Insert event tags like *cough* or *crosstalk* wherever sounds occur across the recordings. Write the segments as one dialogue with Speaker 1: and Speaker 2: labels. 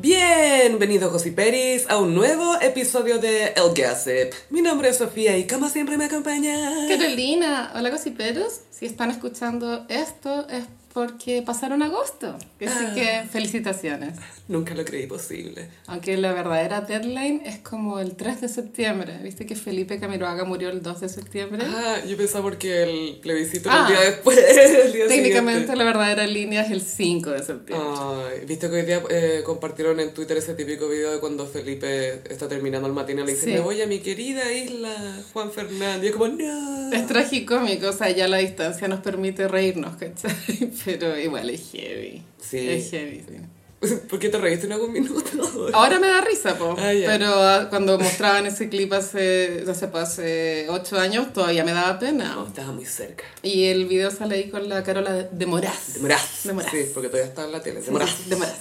Speaker 1: Bienvenidos, Gossiperis, a un nuevo episodio de El Gossip. Mi nombre es Sofía y como siempre me acompaña...
Speaker 2: Carolina, hola gossiperos. Si están escuchando esto es porque pasaron agosto. Así
Speaker 1: Ah.
Speaker 2: que felicitaciones.
Speaker 1: Nunca lo creí posible.
Speaker 2: Aunque la verdadera deadline es como el 3 de septiembre. ¿Viste que Felipe Camiroaga murió el 2 de septiembre?
Speaker 1: Ah, yo pensaba porque el plebiscito
Speaker 2: ¿Eh? Ah.
Speaker 1: el día después, *laughs* el día
Speaker 2: Técnicamente
Speaker 1: siguiente.
Speaker 2: la verdadera línea es el 5 de septiembre.
Speaker 1: Ah. Ay, viste que hoy día eh, compartieron en Twitter ese típico video de cuando Felipe está terminando el matinal y le dice,
Speaker 2: Sí.
Speaker 1: me voy a mi querida isla, Juan Fernández. Y yo como, no.
Speaker 2: Es tragicómico, o sea, ya la distancia nos permite reírnos, ¿cachai? *laughs* Pero igual es heavy.
Speaker 1: Sí.
Speaker 2: Es heavy, sí.
Speaker 1: *laughs* ¿Por qué te reíste en algún
Speaker 2: Ah,
Speaker 1: minuto?
Speaker 2: Ahora me da risa, po.
Speaker 1: Ah, ya.
Speaker 2: pero ah, cuando mostraban ese clip hace, no sé, po, hace 8 años, todavía me daba pena.
Speaker 1: No, estaba muy cerca.
Speaker 2: Y el video sale ahí con la Carola de- de Moraz.
Speaker 1: Demorás.
Speaker 2: Demorás.
Speaker 1: Sí, porque todavía está en la tele.
Speaker 2: Sí,
Speaker 1: Demorás.
Speaker 2: sí, de Moraz.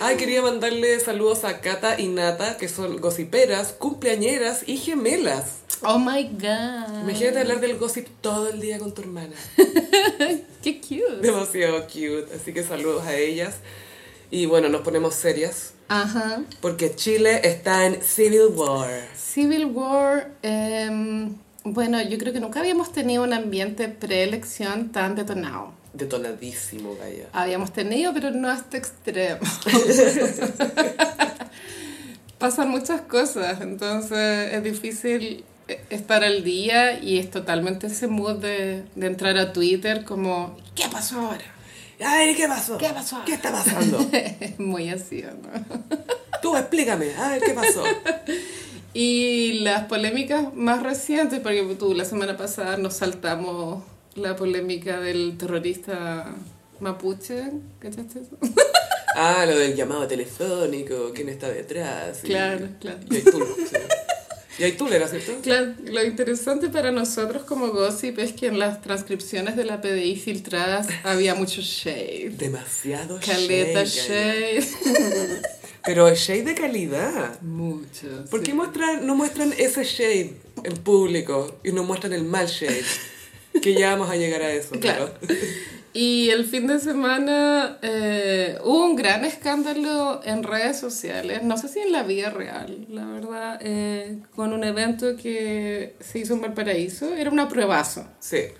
Speaker 1: Ay, quería mandarle saludos a Cata y Nata, que son gossiperas, cumpleañeras y gemelas.
Speaker 2: Oh my god.
Speaker 1: Imagínate hablar del gossip todo el día con tu
Speaker 2: *laughs*
Speaker 1: hermana.
Speaker 2: Qué cute.
Speaker 1: Demasiado cute. Así que saludos a ellas. Y bueno, nos ponemos serias.
Speaker 2: Ajá.
Speaker 1: Porque Chile está en Civil War.
Speaker 2: Civil War. em, bueno, yo creo que nunca habíamos tenido un ambiente preelección tan detonado.
Speaker 1: Detonadísimo, Gaya.
Speaker 2: Habíamos tenido, pero no hasta extremo. Pasan muchas cosas, entonces es difícil eh, estar al día y es totalmente ese mood de, de entrar a Twitter como, ¿qué pasó ahora?
Speaker 1: A ver, ¿qué pasó?
Speaker 2: ¿Qué pasó?
Speaker 1: ¿Qué está
Speaker 2: *laughs*
Speaker 1: pasando?
Speaker 2: Es muy así, ¿o ¿no?
Speaker 1: Tú explícame, a ver, ¿qué pasó?
Speaker 2: Y las polémicas más recientes, porque tú, la semana pasada nos saltamos la polémica del terrorista mapuche, ¿cachaste eso?
Speaker 1: Ah, lo del llamado telefónico, quién está detrás. y-
Speaker 2: Claro, claro.
Speaker 1: Y hay tú, sí. Y hay tú, ¿era cierto?
Speaker 2: Claro, lo interesante para nosotros como gossip es que en las transcripciones de la PDI filtradas había mucho shade.
Speaker 1: Demasiado
Speaker 2: Caleta
Speaker 1: shade.
Speaker 2: shade.
Speaker 1: Gaya. Pero shade de calidad.
Speaker 2: *laughs* Mucho.
Speaker 1: ¿Por
Speaker 2: sí.
Speaker 1: qué muestran, no muestran ese shade en público y no muestran el mal shade? Que ya vamos a llegar a eso.
Speaker 2: Claro.
Speaker 1: pero-
Speaker 2: Y el fin de semana eh, hubo un gran escándalo en redes sociales, no sé si en la vida real, la verdad, eh, con un evento que se hizo en Valparaíso, era una pruebazo.
Speaker 1: Sí. *laughs*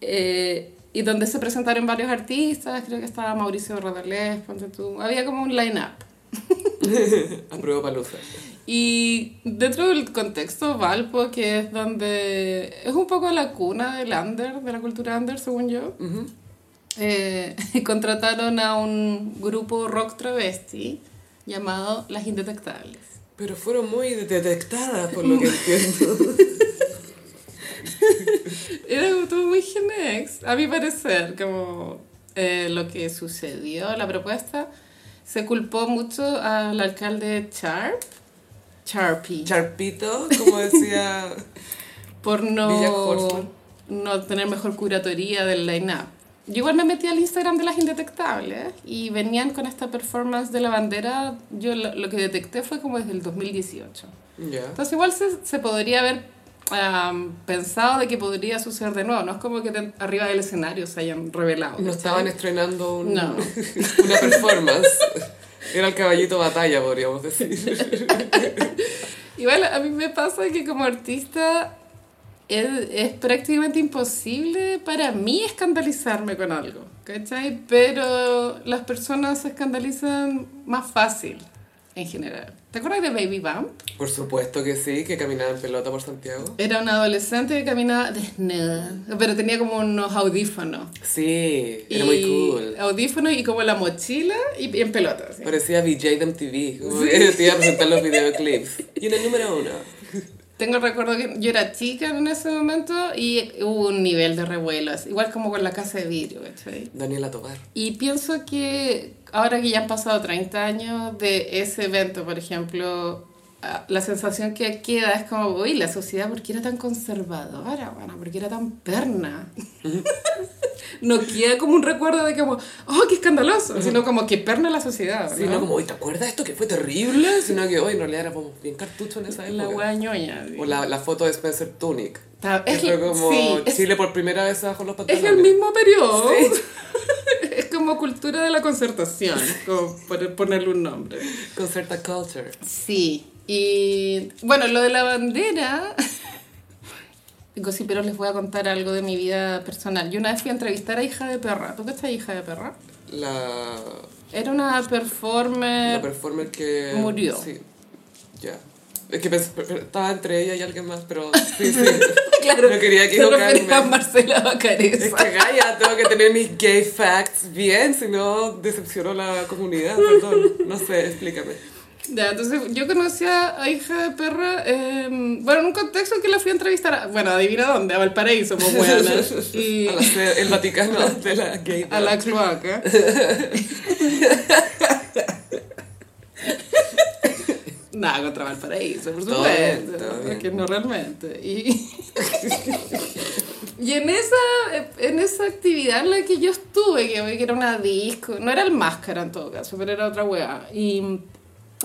Speaker 2: Eh, y donde se presentaron varios artistas, creo que estaba Mauricio Rodalés, ponte tú, había como un line-up.
Speaker 1: Apruebo palusa.
Speaker 2: Y dentro del contexto Valpo, que es donde es un poco la cuna del under, de la cultura under, según yo, eh, *laughs* contrataron a un grupo rock travesti llamado Las Indetectables.
Speaker 1: Pero fueron muy detectadas por lo que
Speaker 2: *laughs*
Speaker 1: entiendo.
Speaker 2: Era como todo muy genex, a mi parecer, como eh, lo que sucedió, la propuesta. Se culpó mucho al alcalde Sharp, Sharpie,
Speaker 1: Charpito, como decía.
Speaker 2: por
Speaker 1: Villa Horseman.
Speaker 2: no, no tener mejor curatoría del line-up. Yo igual me metí al Instagram de las indetectables y venían con esta performance de la bandera. Yo lo, lo que detecté fue como desde el 2018.
Speaker 1: Ya.
Speaker 2: Entonces igual se, se podría haber am, pensado de que podría suceder de nuevo. No es como que de- arriba del escenario se hayan revelado.
Speaker 1: No
Speaker 2: ¿cachai?
Speaker 1: estaban estrenando un-
Speaker 2: No.
Speaker 1: *laughs* una performance. Era el caballito batalla, podríamos decir.
Speaker 2: Igual a mí me pasa que como artista es, es prácticamente imposible para mí escandalizarme con algo, ¿cachai? Pero las personas se escandalizan más fácil en general. ¿Te acuerdas de Baby Bump?
Speaker 1: Por supuesto que sí, que caminaba en pelota por Santiago.
Speaker 2: Era una adolescente que caminaba desnuda, pero tenía como unos audífonos.
Speaker 1: Sí, era
Speaker 2: Y-
Speaker 1: muy cool.
Speaker 2: Audífonos y como la mochila y, y en pelotas. ¿sí?
Speaker 1: Parecía VJ de MTV, como que te iba a presentar los videoclips. Y en el número uno.
Speaker 2: Tengo el recuerdo que yo era chica en ese momento y hubo un nivel de revuelos, igual como con la casa de vidrio, ¿cachai?
Speaker 1: Daniela Tobar.
Speaker 2: Y pienso que ahora que ya han pasado 30 años de ese evento, por ejemplo, ah, la sensación que queda es como, uy, la sociedad, ¿por qué era tan conservadora? Bueno, ¿por qué era tan perna? *laughs* no queda como un recuerdo de como, oh, qué escandaloso, sino como que perna la sociedad.
Speaker 1: Sino
Speaker 2: ¿no?
Speaker 1: como, "Oye, ¿te acuerdas esto que fue terrible? Sino que hoy en realidad éramos bien cartucho en esa
Speaker 2: la
Speaker 1: época.
Speaker 2: wea ñoña. sí.
Speaker 1: O la, la foto de Spencer Tunic.
Speaker 2: Ta-
Speaker 1: Que
Speaker 2: es-
Speaker 1: fue como
Speaker 2: sí, es-
Speaker 1: Chile por primera vez bajo los
Speaker 2: Es
Speaker 1: pantalones.
Speaker 2: el mismo periodo.
Speaker 1: Sí.
Speaker 2: *laughs* es como cultura de la concertación, como por ponerle un nombre.
Speaker 1: Concerta Culture.
Speaker 2: Sí. Y bueno, lo de la bandera. *laughs* Digo, sí, pero les voy a contar algo de mi vida personal. Yo una vez fui a entrevistar a Hija de Perra. ¿Tú qué estás, Hija de Perra?
Speaker 1: La,
Speaker 2: Era una performer.
Speaker 1: la performer que...
Speaker 2: Eh, Murió.
Speaker 1: Sí, ya. Es que pens- pe- pe- estaba entre ella y alguien más,
Speaker 2: *laughs*
Speaker 1: pero sí, sí. No quería
Speaker 2: se refería a
Speaker 1: equivocarme.
Speaker 2: Marcela
Speaker 1: Es
Speaker 2: Bacareza.
Speaker 1: que Gaia, tengo que tener mis gay facts bien, si no decepciono a la comunidad, perdón. No sé, explícame.
Speaker 2: Ya, entonces yo conocí a a hija de perra, eh, bueno, en un contexto en que la fui a entrevistar, a- bueno, adivina dónde, a Valparaíso, pues bueno,
Speaker 1: *laughs*
Speaker 2: y
Speaker 1: A la sede- el
Speaker 2: *laughs*
Speaker 1: Vaticano de la gay.
Speaker 2: a la cloaca. eh? Nada contra Valparaíso, por
Speaker 1: Todo
Speaker 2: supuesto,
Speaker 1: bien, todo bien.
Speaker 2: porque no realmente. Y, y en, esa, en esa actividad en la que yo estuve, que que era una disco, no era el máscara en todo caso, pero era otra weá. Y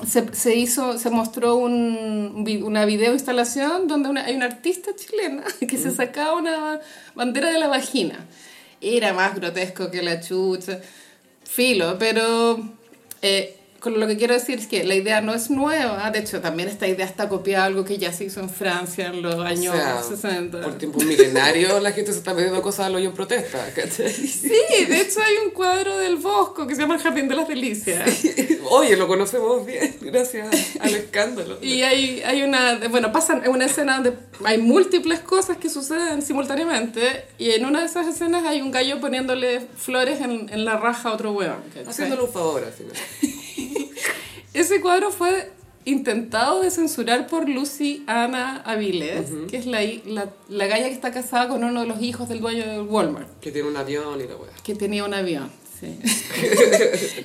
Speaker 2: se, se hizo, se mostró un, vi- una video instalación donde una- hay una artista chilena *laughs* que
Speaker 1: Mm.
Speaker 2: se sacaba una bandera de la vagina. Era más grotesco que la chucha, filo, pero eh, con lo que quiero decir es que la idea no es nueva, de hecho también esta idea está copiada de algo que ya se hizo en Francia en los
Speaker 1: O
Speaker 2: años
Speaker 1: sea,
Speaker 2: 60.
Speaker 1: Por tiempo milenario la gente se está pidiendo cosas al hoyo en protesta, ¿cachai? *laughs*
Speaker 2: Sí, de hecho hay un cuadro del Bosco que se llama El Jardín de las Delicias.
Speaker 1: Oye, lo conocemos bien, gracias al escándalo.
Speaker 2: Y hay, hay una, bueno, pasan una escena donde hay múltiples cosas que suceden simultáneamente y en una de esas escenas hay un gallo poniéndole flores en, en la raja a otro hueón. ¿cachai?
Speaker 1: Haciéndole un favor al final.
Speaker 2: Ese cuadro fue intentado de censurar por Lucy Ana Avilés, que es la, hi- la, la galla que está casada con uno de los hijos del dueño del Walmart.
Speaker 1: Que tiene un avión y la weá.
Speaker 2: que tenía un avión. Sí.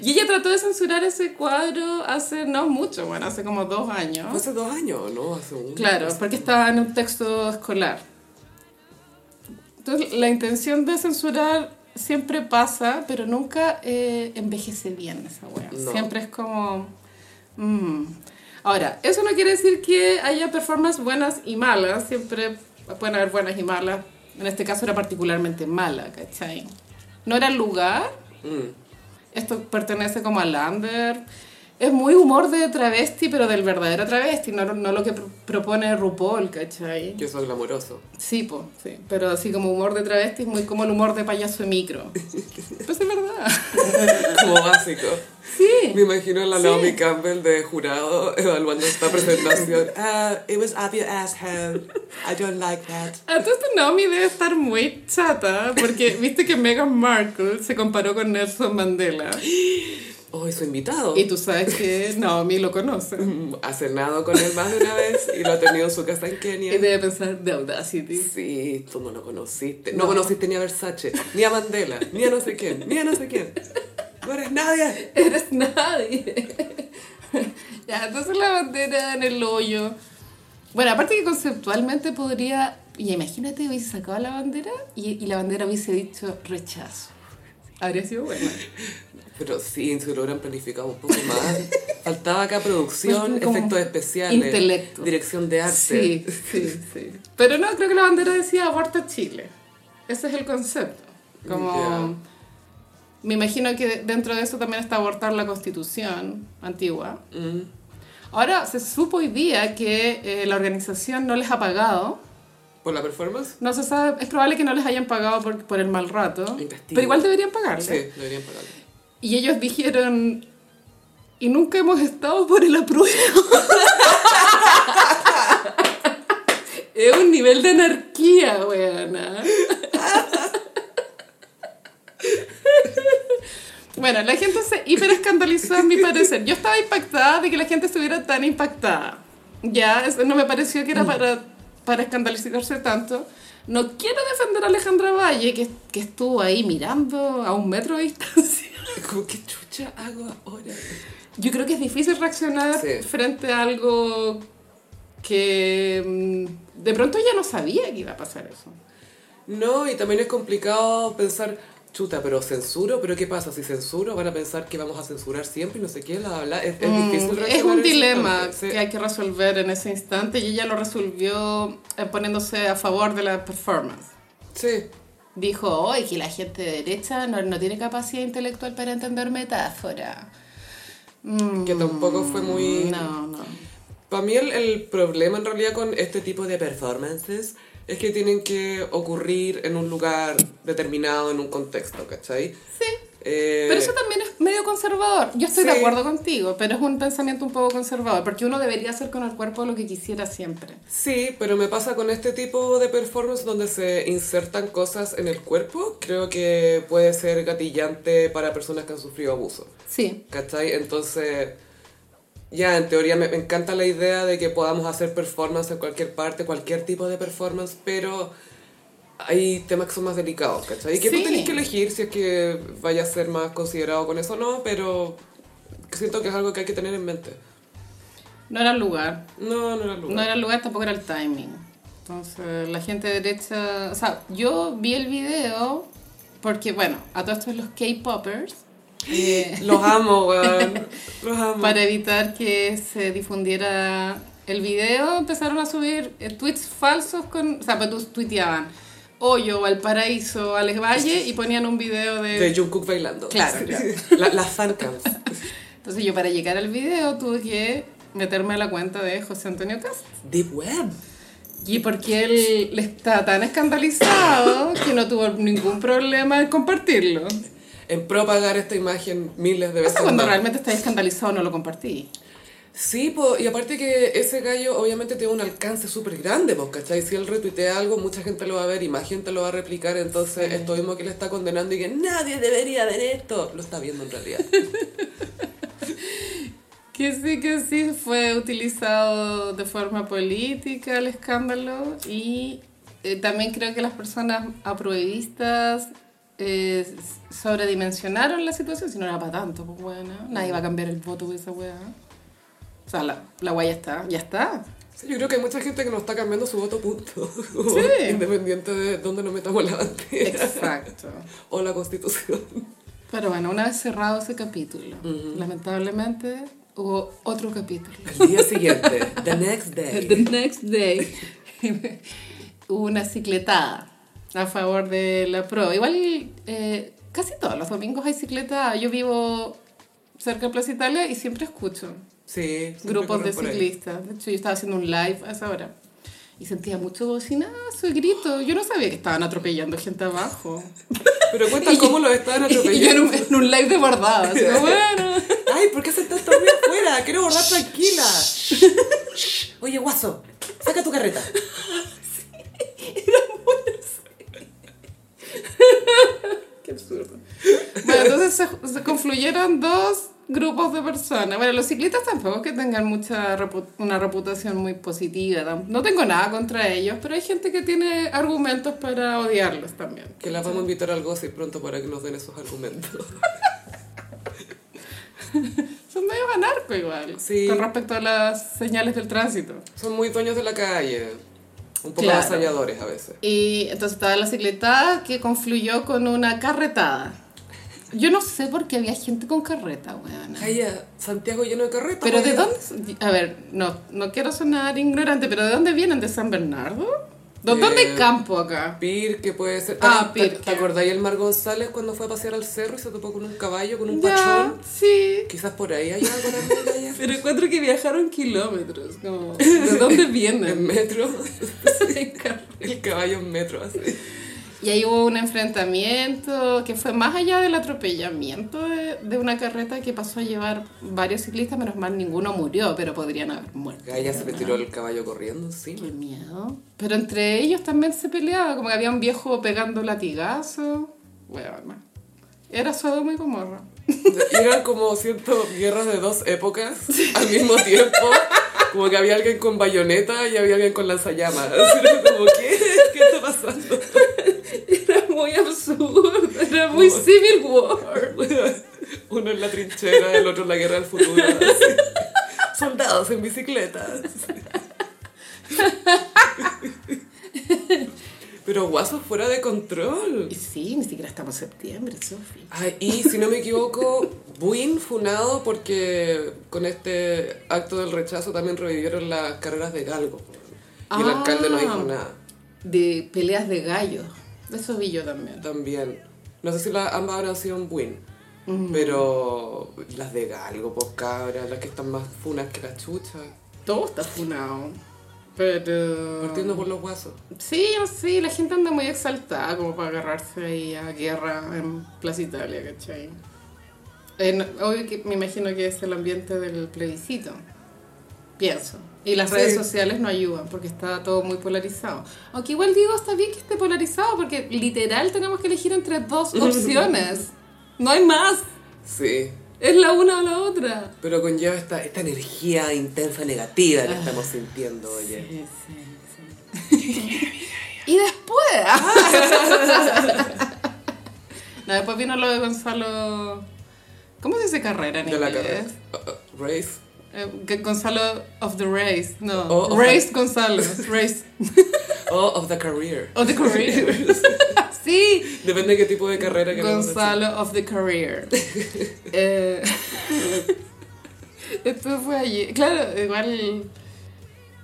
Speaker 2: y ella trató de censurar ese cuadro hace no mucho, bueno, hace como dos años.
Speaker 1: Fue hace dos años, ¿no? Hace un...
Speaker 2: Claro, porque estaba en un texto escolar. Entonces, la intención de censurar siempre pasa, pero nunca eh, envejece bien esa wea.
Speaker 1: No.
Speaker 2: Siempre es como... mm. Ahora, eso no quiere decir que haya performances buenas y malas. Siempre pueden haber buenas y malas. En este caso era particularmente mala, ¿cachai? No era el lugar,
Speaker 1: Mm.
Speaker 2: esto pertenece como al under. Es muy humor de travesti, pero del verdadero travesti, no, no lo que pro- propone RuPaul, ¿cachai?
Speaker 1: Yo soy
Speaker 2: *laughs*
Speaker 1: glamoroso.
Speaker 2: Sí, po, sí. Pero así como humor de travesti, es muy como el humor de payaso de micro. Pues es verdad.
Speaker 1: Como básico. Me
Speaker 2: Sí.
Speaker 1: imagino a la Naomi Campbell de jurado evaluando *laughs* esta presentación. Ah, it was up your asshole. I don't like that.
Speaker 2: Entonces Naomi debe estar muy chata, porque viste que Meghan Markle se comparó con Nelson Mandela.
Speaker 1: Oh, es su invitado.
Speaker 2: Y tú sabes que Naomi lo conoce.
Speaker 1: Mm, Ha cenado con él más de una vez y lo ha tenido en su casa en Kenia.
Speaker 2: Y debe pensar, The Audacity.
Speaker 1: Sí, tú no lo conociste. No,
Speaker 2: No.
Speaker 1: conociste ni a Versace, ni a Mandela, ni a no sé quién, ni a no sé quién. No eres nadie.
Speaker 2: Eres nadie. ya, entonces la bandera en el hoyo. Bueno, aparte que conceptualmente podría. Y imagínate, hubiese sacado la bandera y, y la bandera hubiese dicho rechazo. Habría sido buena.
Speaker 1: Pero sí, se lo hubieran planificado un poco más. Faltaba acá producción,
Speaker 2: Pues como
Speaker 1: efectos especiales,
Speaker 2: intelecto.
Speaker 1: dirección de arte.
Speaker 2: Sí, sí, sí. Pero no, creo que la bandera decía aborta Chile. Ese es el concepto. Como.
Speaker 1: Ya.
Speaker 2: Me imagino que dentro de eso también está abortar la constitución antigua.
Speaker 1: Mm.
Speaker 2: Ahora se supo hoy día que eh, la organización no les ha pagado.
Speaker 1: ¿Por la performance?
Speaker 2: No se sabe, es probable que no les hayan pagado por, por el mal rato.
Speaker 1: Investiga.
Speaker 2: Pero igual deberían pagarle.
Speaker 1: Sí, deberían pagarle.
Speaker 2: Y ellos dijeron, y nunca hemos estado por el apruebo. *laughs* es un nivel de anarquía, weona. bueno, la gente se hiperescandalizó a mi parecer. Yo estaba impactada de que la gente estuviera tan impactada. Ya, eso no me pareció que era para, para escandalizarse tanto. No quiero defender a Alejandra Valle, que, que estuvo ahí mirando a un metro de distancia.
Speaker 1: Como, ¿qué chucha hago ahora?
Speaker 2: Yo creo que es difícil reaccionar
Speaker 1: Sí.
Speaker 2: frente a algo que mm, de pronto ya no sabía que iba a pasar eso.
Speaker 1: No, y también es complicado pensar, chuta, pero censuro, pero ¿qué pasa? Si censuro, van a pensar que vamos a censurar siempre y no sé qué, la habla. Es, es difícil
Speaker 2: Mm, es
Speaker 1: reaccionar
Speaker 2: un
Speaker 1: en ese
Speaker 2: dilema
Speaker 1: instante. Sí.
Speaker 2: que hay que resolver en ese instante y ella lo resolvió eh, poniéndose a favor de la performance.
Speaker 1: Sí.
Speaker 2: dijo hoy que la gente de derecha no, no tiene capacidad intelectual para entender metáfora. Mm,
Speaker 1: Que tampoco fue muy-
Speaker 2: No, no.
Speaker 1: Para mí el, el problema en realidad con este tipo de performances es que tienen que ocurrir en un lugar determinado, en un contexto, ¿cachai?
Speaker 2: Sí.
Speaker 1: Eh,
Speaker 2: Pero eso también es medio conservador. Yo estoy de
Speaker 1: Sí.
Speaker 2: acuerdo contigo, pero es un pensamiento un poco conservador, porque uno debería hacer con el cuerpo lo que quisiera siempre.
Speaker 1: Sí, pero me pasa con este tipo de performance donde se insertan cosas en el cuerpo, creo que puede ser gatillante para personas que han sufrido abuso.
Speaker 2: Sí.
Speaker 1: ¿Cachai? Entonces, ya, en teoría me, me encanta la idea de que podamos hacer performance en cualquier parte, cualquier tipo de performance, pero hay temas que son más delicados, ¿cachai? Y que
Speaker 2: Sí.
Speaker 1: tú tenés que elegir si es que vaya a ser más considerado con eso o no, pero siento que es algo que hay que tener en mente.
Speaker 2: No era el lugar.
Speaker 1: No, no era el lugar.
Speaker 2: No era el lugar, tampoco era el timing. Entonces, la gente derecha. O sea, yo vi el video porque, bueno, a todos estos los
Speaker 1: *gasps*
Speaker 2: K-popers. eh,
Speaker 1: Los amo, weón. Los amo.
Speaker 2: para evitar que se difundiera el video, empezaron a subir eh, tweets falsos con. O sea, pues tu- tuiteaban Hoyo, Valparaíso, Alex Valle y ponían un video de.
Speaker 1: De Jungkook bailando.
Speaker 2: Claro, claro.
Speaker 1: La- las fancams.
Speaker 2: Entonces, yo para llegar al video tuve que meterme a la cuenta de José Antonio Castro.
Speaker 1: Deep Web.
Speaker 2: Y porque él le está tan escandalizado que no tuvo ningún problema en compartirlo.
Speaker 1: En propagar esta imagen miles de
Speaker 2: O
Speaker 1: veces.
Speaker 2: sea, cuando
Speaker 1: más.
Speaker 2: realmente estás escandalizado no lo compartí.
Speaker 1: Sí, po, y aparte que ese gallo obviamente tiene un alcance súper grande, po, ¿cachai? Si él retuitea algo, mucha gente lo va a ver y más gente lo va a replicar, entonces esto mismo que le está condenando y que nadie debería ver esto, lo está viendo en
Speaker 2: *laughs*
Speaker 1: realidad.
Speaker 2: Que sí, que sí, fue utilizado de forma política el escándalo y eh, también creo que las personas apruebistas eh, sobredimensionaron la situación, si no era para tanto, pues bueno, nadie va a cambiar el voto de esa weá. O sea, la, la weá ya está, ya está.
Speaker 1: Sí, yo creo que hay mucha gente que no está cambiando su voto, punto. *laughs*
Speaker 2: Sí.
Speaker 1: Independiente de dónde nos metamos la bandera
Speaker 2: Exacto.
Speaker 1: o la constitución.
Speaker 2: Pero bueno, una vez cerrado ese capítulo, lamentablemente hubo otro capítulo.
Speaker 1: El día siguiente, the next *laughs*
Speaker 2: The next day *laughs* hubo una cicletada a favor de la pro. Igual eh, casi todos los domingos hay cicletada. Yo vivo cerca de Plaza Italia y siempre escucho
Speaker 1: Sí. siempre
Speaker 2: grupos de
Speaker 1: corren por ahí.
Speaker 2: ciclistas. De hecho, yo estaba haciendo un live a esa hora. Y sentía mucho bocinazo y grito. Yo no sabía que estaban atropellando gente
Speaker 1: *laughs*
Speaker 2: abajo.
Speaker 1: Pero cuentan cómo los estaban
Speaker 2: *laughs* Y yo en
Speaker 1: atropellando.
Speaker 2: un, en un live de bordado.
Speaker 1: *laughs*
Speaker 2: Así como, bueno.
Speaker 1: Ay, ¿por qué sentaste también afuera? Quiero borrar tranquila. Oye, guaso, saca tu carreta.
Speaker 2: Qué absurdo. Bueno, entonces se, se confluyeron dos grupos de personas. Bueno, los ciclistas tampoco es que tengan mucha repu- una reputación muy positiva. tam- No tengo nada contra ellos, pero hay gente que tiene argumentos para odiarlos también.
Speaker 1: Que las vamos a invitar al gossip pronto para que nos den esos argumentos.
Speaker 2: Son medio anarco igual,
Speaker 1: Sí.
Speaker 2: con respecto a las señales del tránsito.
Speaker 1: Son muy dueños de la calle. Un poco
Speaker 2: Claro.
Speaker 1: avasalladores a veces.
Speaker 2: Y entonces estaba la cicletada que confluyó con una carretada. Yo no sé por qué había gente con carreta, weón.
Speaker 1: Calla, Santiago lleno de carretas.
Speaker 2: Pero de
Speaker 1: oye.
Speaker 2: dónde, a ver, no, no quiero sonar ignorante, pero ¿de dónde vienen? ¿De San Bernardo? ¿De
Speaker 1: Eh,
Speaker 2: dónde hay campo acá?
Speaker 1: Pir, que puede ser.
Speaker 2: Ah,
Speaker 1: ¿Te- te-
Speaker 2: Pir,
Speaker 1: ¿Te
Speaker 2: que-
Speaker 1: acordáis el Mar González cuando fue a pasear al cerro y se topó con un caballo, con un
Speaker 2: Ya,
Speaker 1: pachón?
Speaker 2: sí.
Speaker 1: Quizás por ahí hay algo también, Calla.
Speaker 2: Pero encuentro que viajaron kilómetros, como, ¿de *laughs* dónde
Speaker 1: En
Speaker 2: vienen?
Speaker 1: metro. *laughs* El caballo en metro, así.
Speaker 2: y ahí hubo un enfrentamiento que fue más allá del atropellamiento de, de una carreta que pasó a llevar varios ciclistas, menos mal ninguno murió, pero podrían haber muerto.
Speaker 1: Calla se le tiró el caballo corriendo
Speaker 2: Qué
Speaker 1: encima.
Speaker 2: miedo. Pero entre ellos también se peleaba, como que había un viejo pegando latigazo. Bueno, era Sodoma y Gomorra.
Speaker 1: Eran como, siento, guerras de dos épocas al mismo tiempo. Como que había alguien con bayoneta y había alguien con lanzallamas. Así era Como, ¿qué? ¿Qué está pasando?
Speaker 2: *laughs* Era muy absurdo, era muy
Speaker 1: Como-
Speaker 2: Civil War.
Speaker 1: Uno en la trinchera, el otro en la guerra del futuro. así. Soldados en bicicletas. Pero guasos fuera de control.
Speaker 2: Y sí, ni siquiera estamos en septiembre, Sofi.
Speaker 1: Ay, y si no me equivoco, Buin funado porque con este acto del rechazo también revivieron las carreras de galgo. Y el
Speaker 2: Ah.
Speaker 1: alcalde no dijo nada.
Speaker 2: De peleas de gallos. Eso vi yo también.
Speaker 1: También. No sé si las ambas habrán sido un win. Pero las de Galgo, pues cabras, las que están más funas que las chuchas.
Speaker 2: Todo está funado. Pero...
Speaker 1: Partiendo por los guasos.
Speaker 2: Sí, sí, la gente anda muy exaltada como para agarrarse ahí a guerra en Plaza Italia, ¿cachai? En- obvio que me imagino que es el ambiente del plebiscito, pienso. Y las
Speaker 1: Sí.
Speaker 2: redes sociales no ayudan porque está todo muy polarizado. Aunque igual digo, está bien que esté polarizado porque literal tenemos que elegir entre dos opciones. No hay más.
Speaker 1: Sí.
Speaker 2: Es la una o la otra.
Speaker 1: Pero conlleva esta, esta energía intensa negativa que estamos sintiendo, oye.
Speaker 2: Y después. no, después vino lo de Gonzalo. ¿Cómo se dice carrera en
Speaker 1: De la
Speaker 2: inglés?
Speaker 1: carrera. Uh, uh, race.
Speaker 2: Eh, que- Gonzalo of the Race. No.
Speaker 1: O- o-
Speaker 2: race
Speaker 1: *laughs*
Speaker 2: Gonzalo. Race
Speaker 1: Oh, of the career.
Speaker 2: of the Career.
Speaker 1: *laughs*
Speaker 2: sí.
Speaker 1: Depende de qué tipo de carrera queramos
Speaker 2: Gonzalo of
Speaker 1: *laughs*
Speaker 2: the Career. Eh, *laughs* esto fue allí. Claro, igual.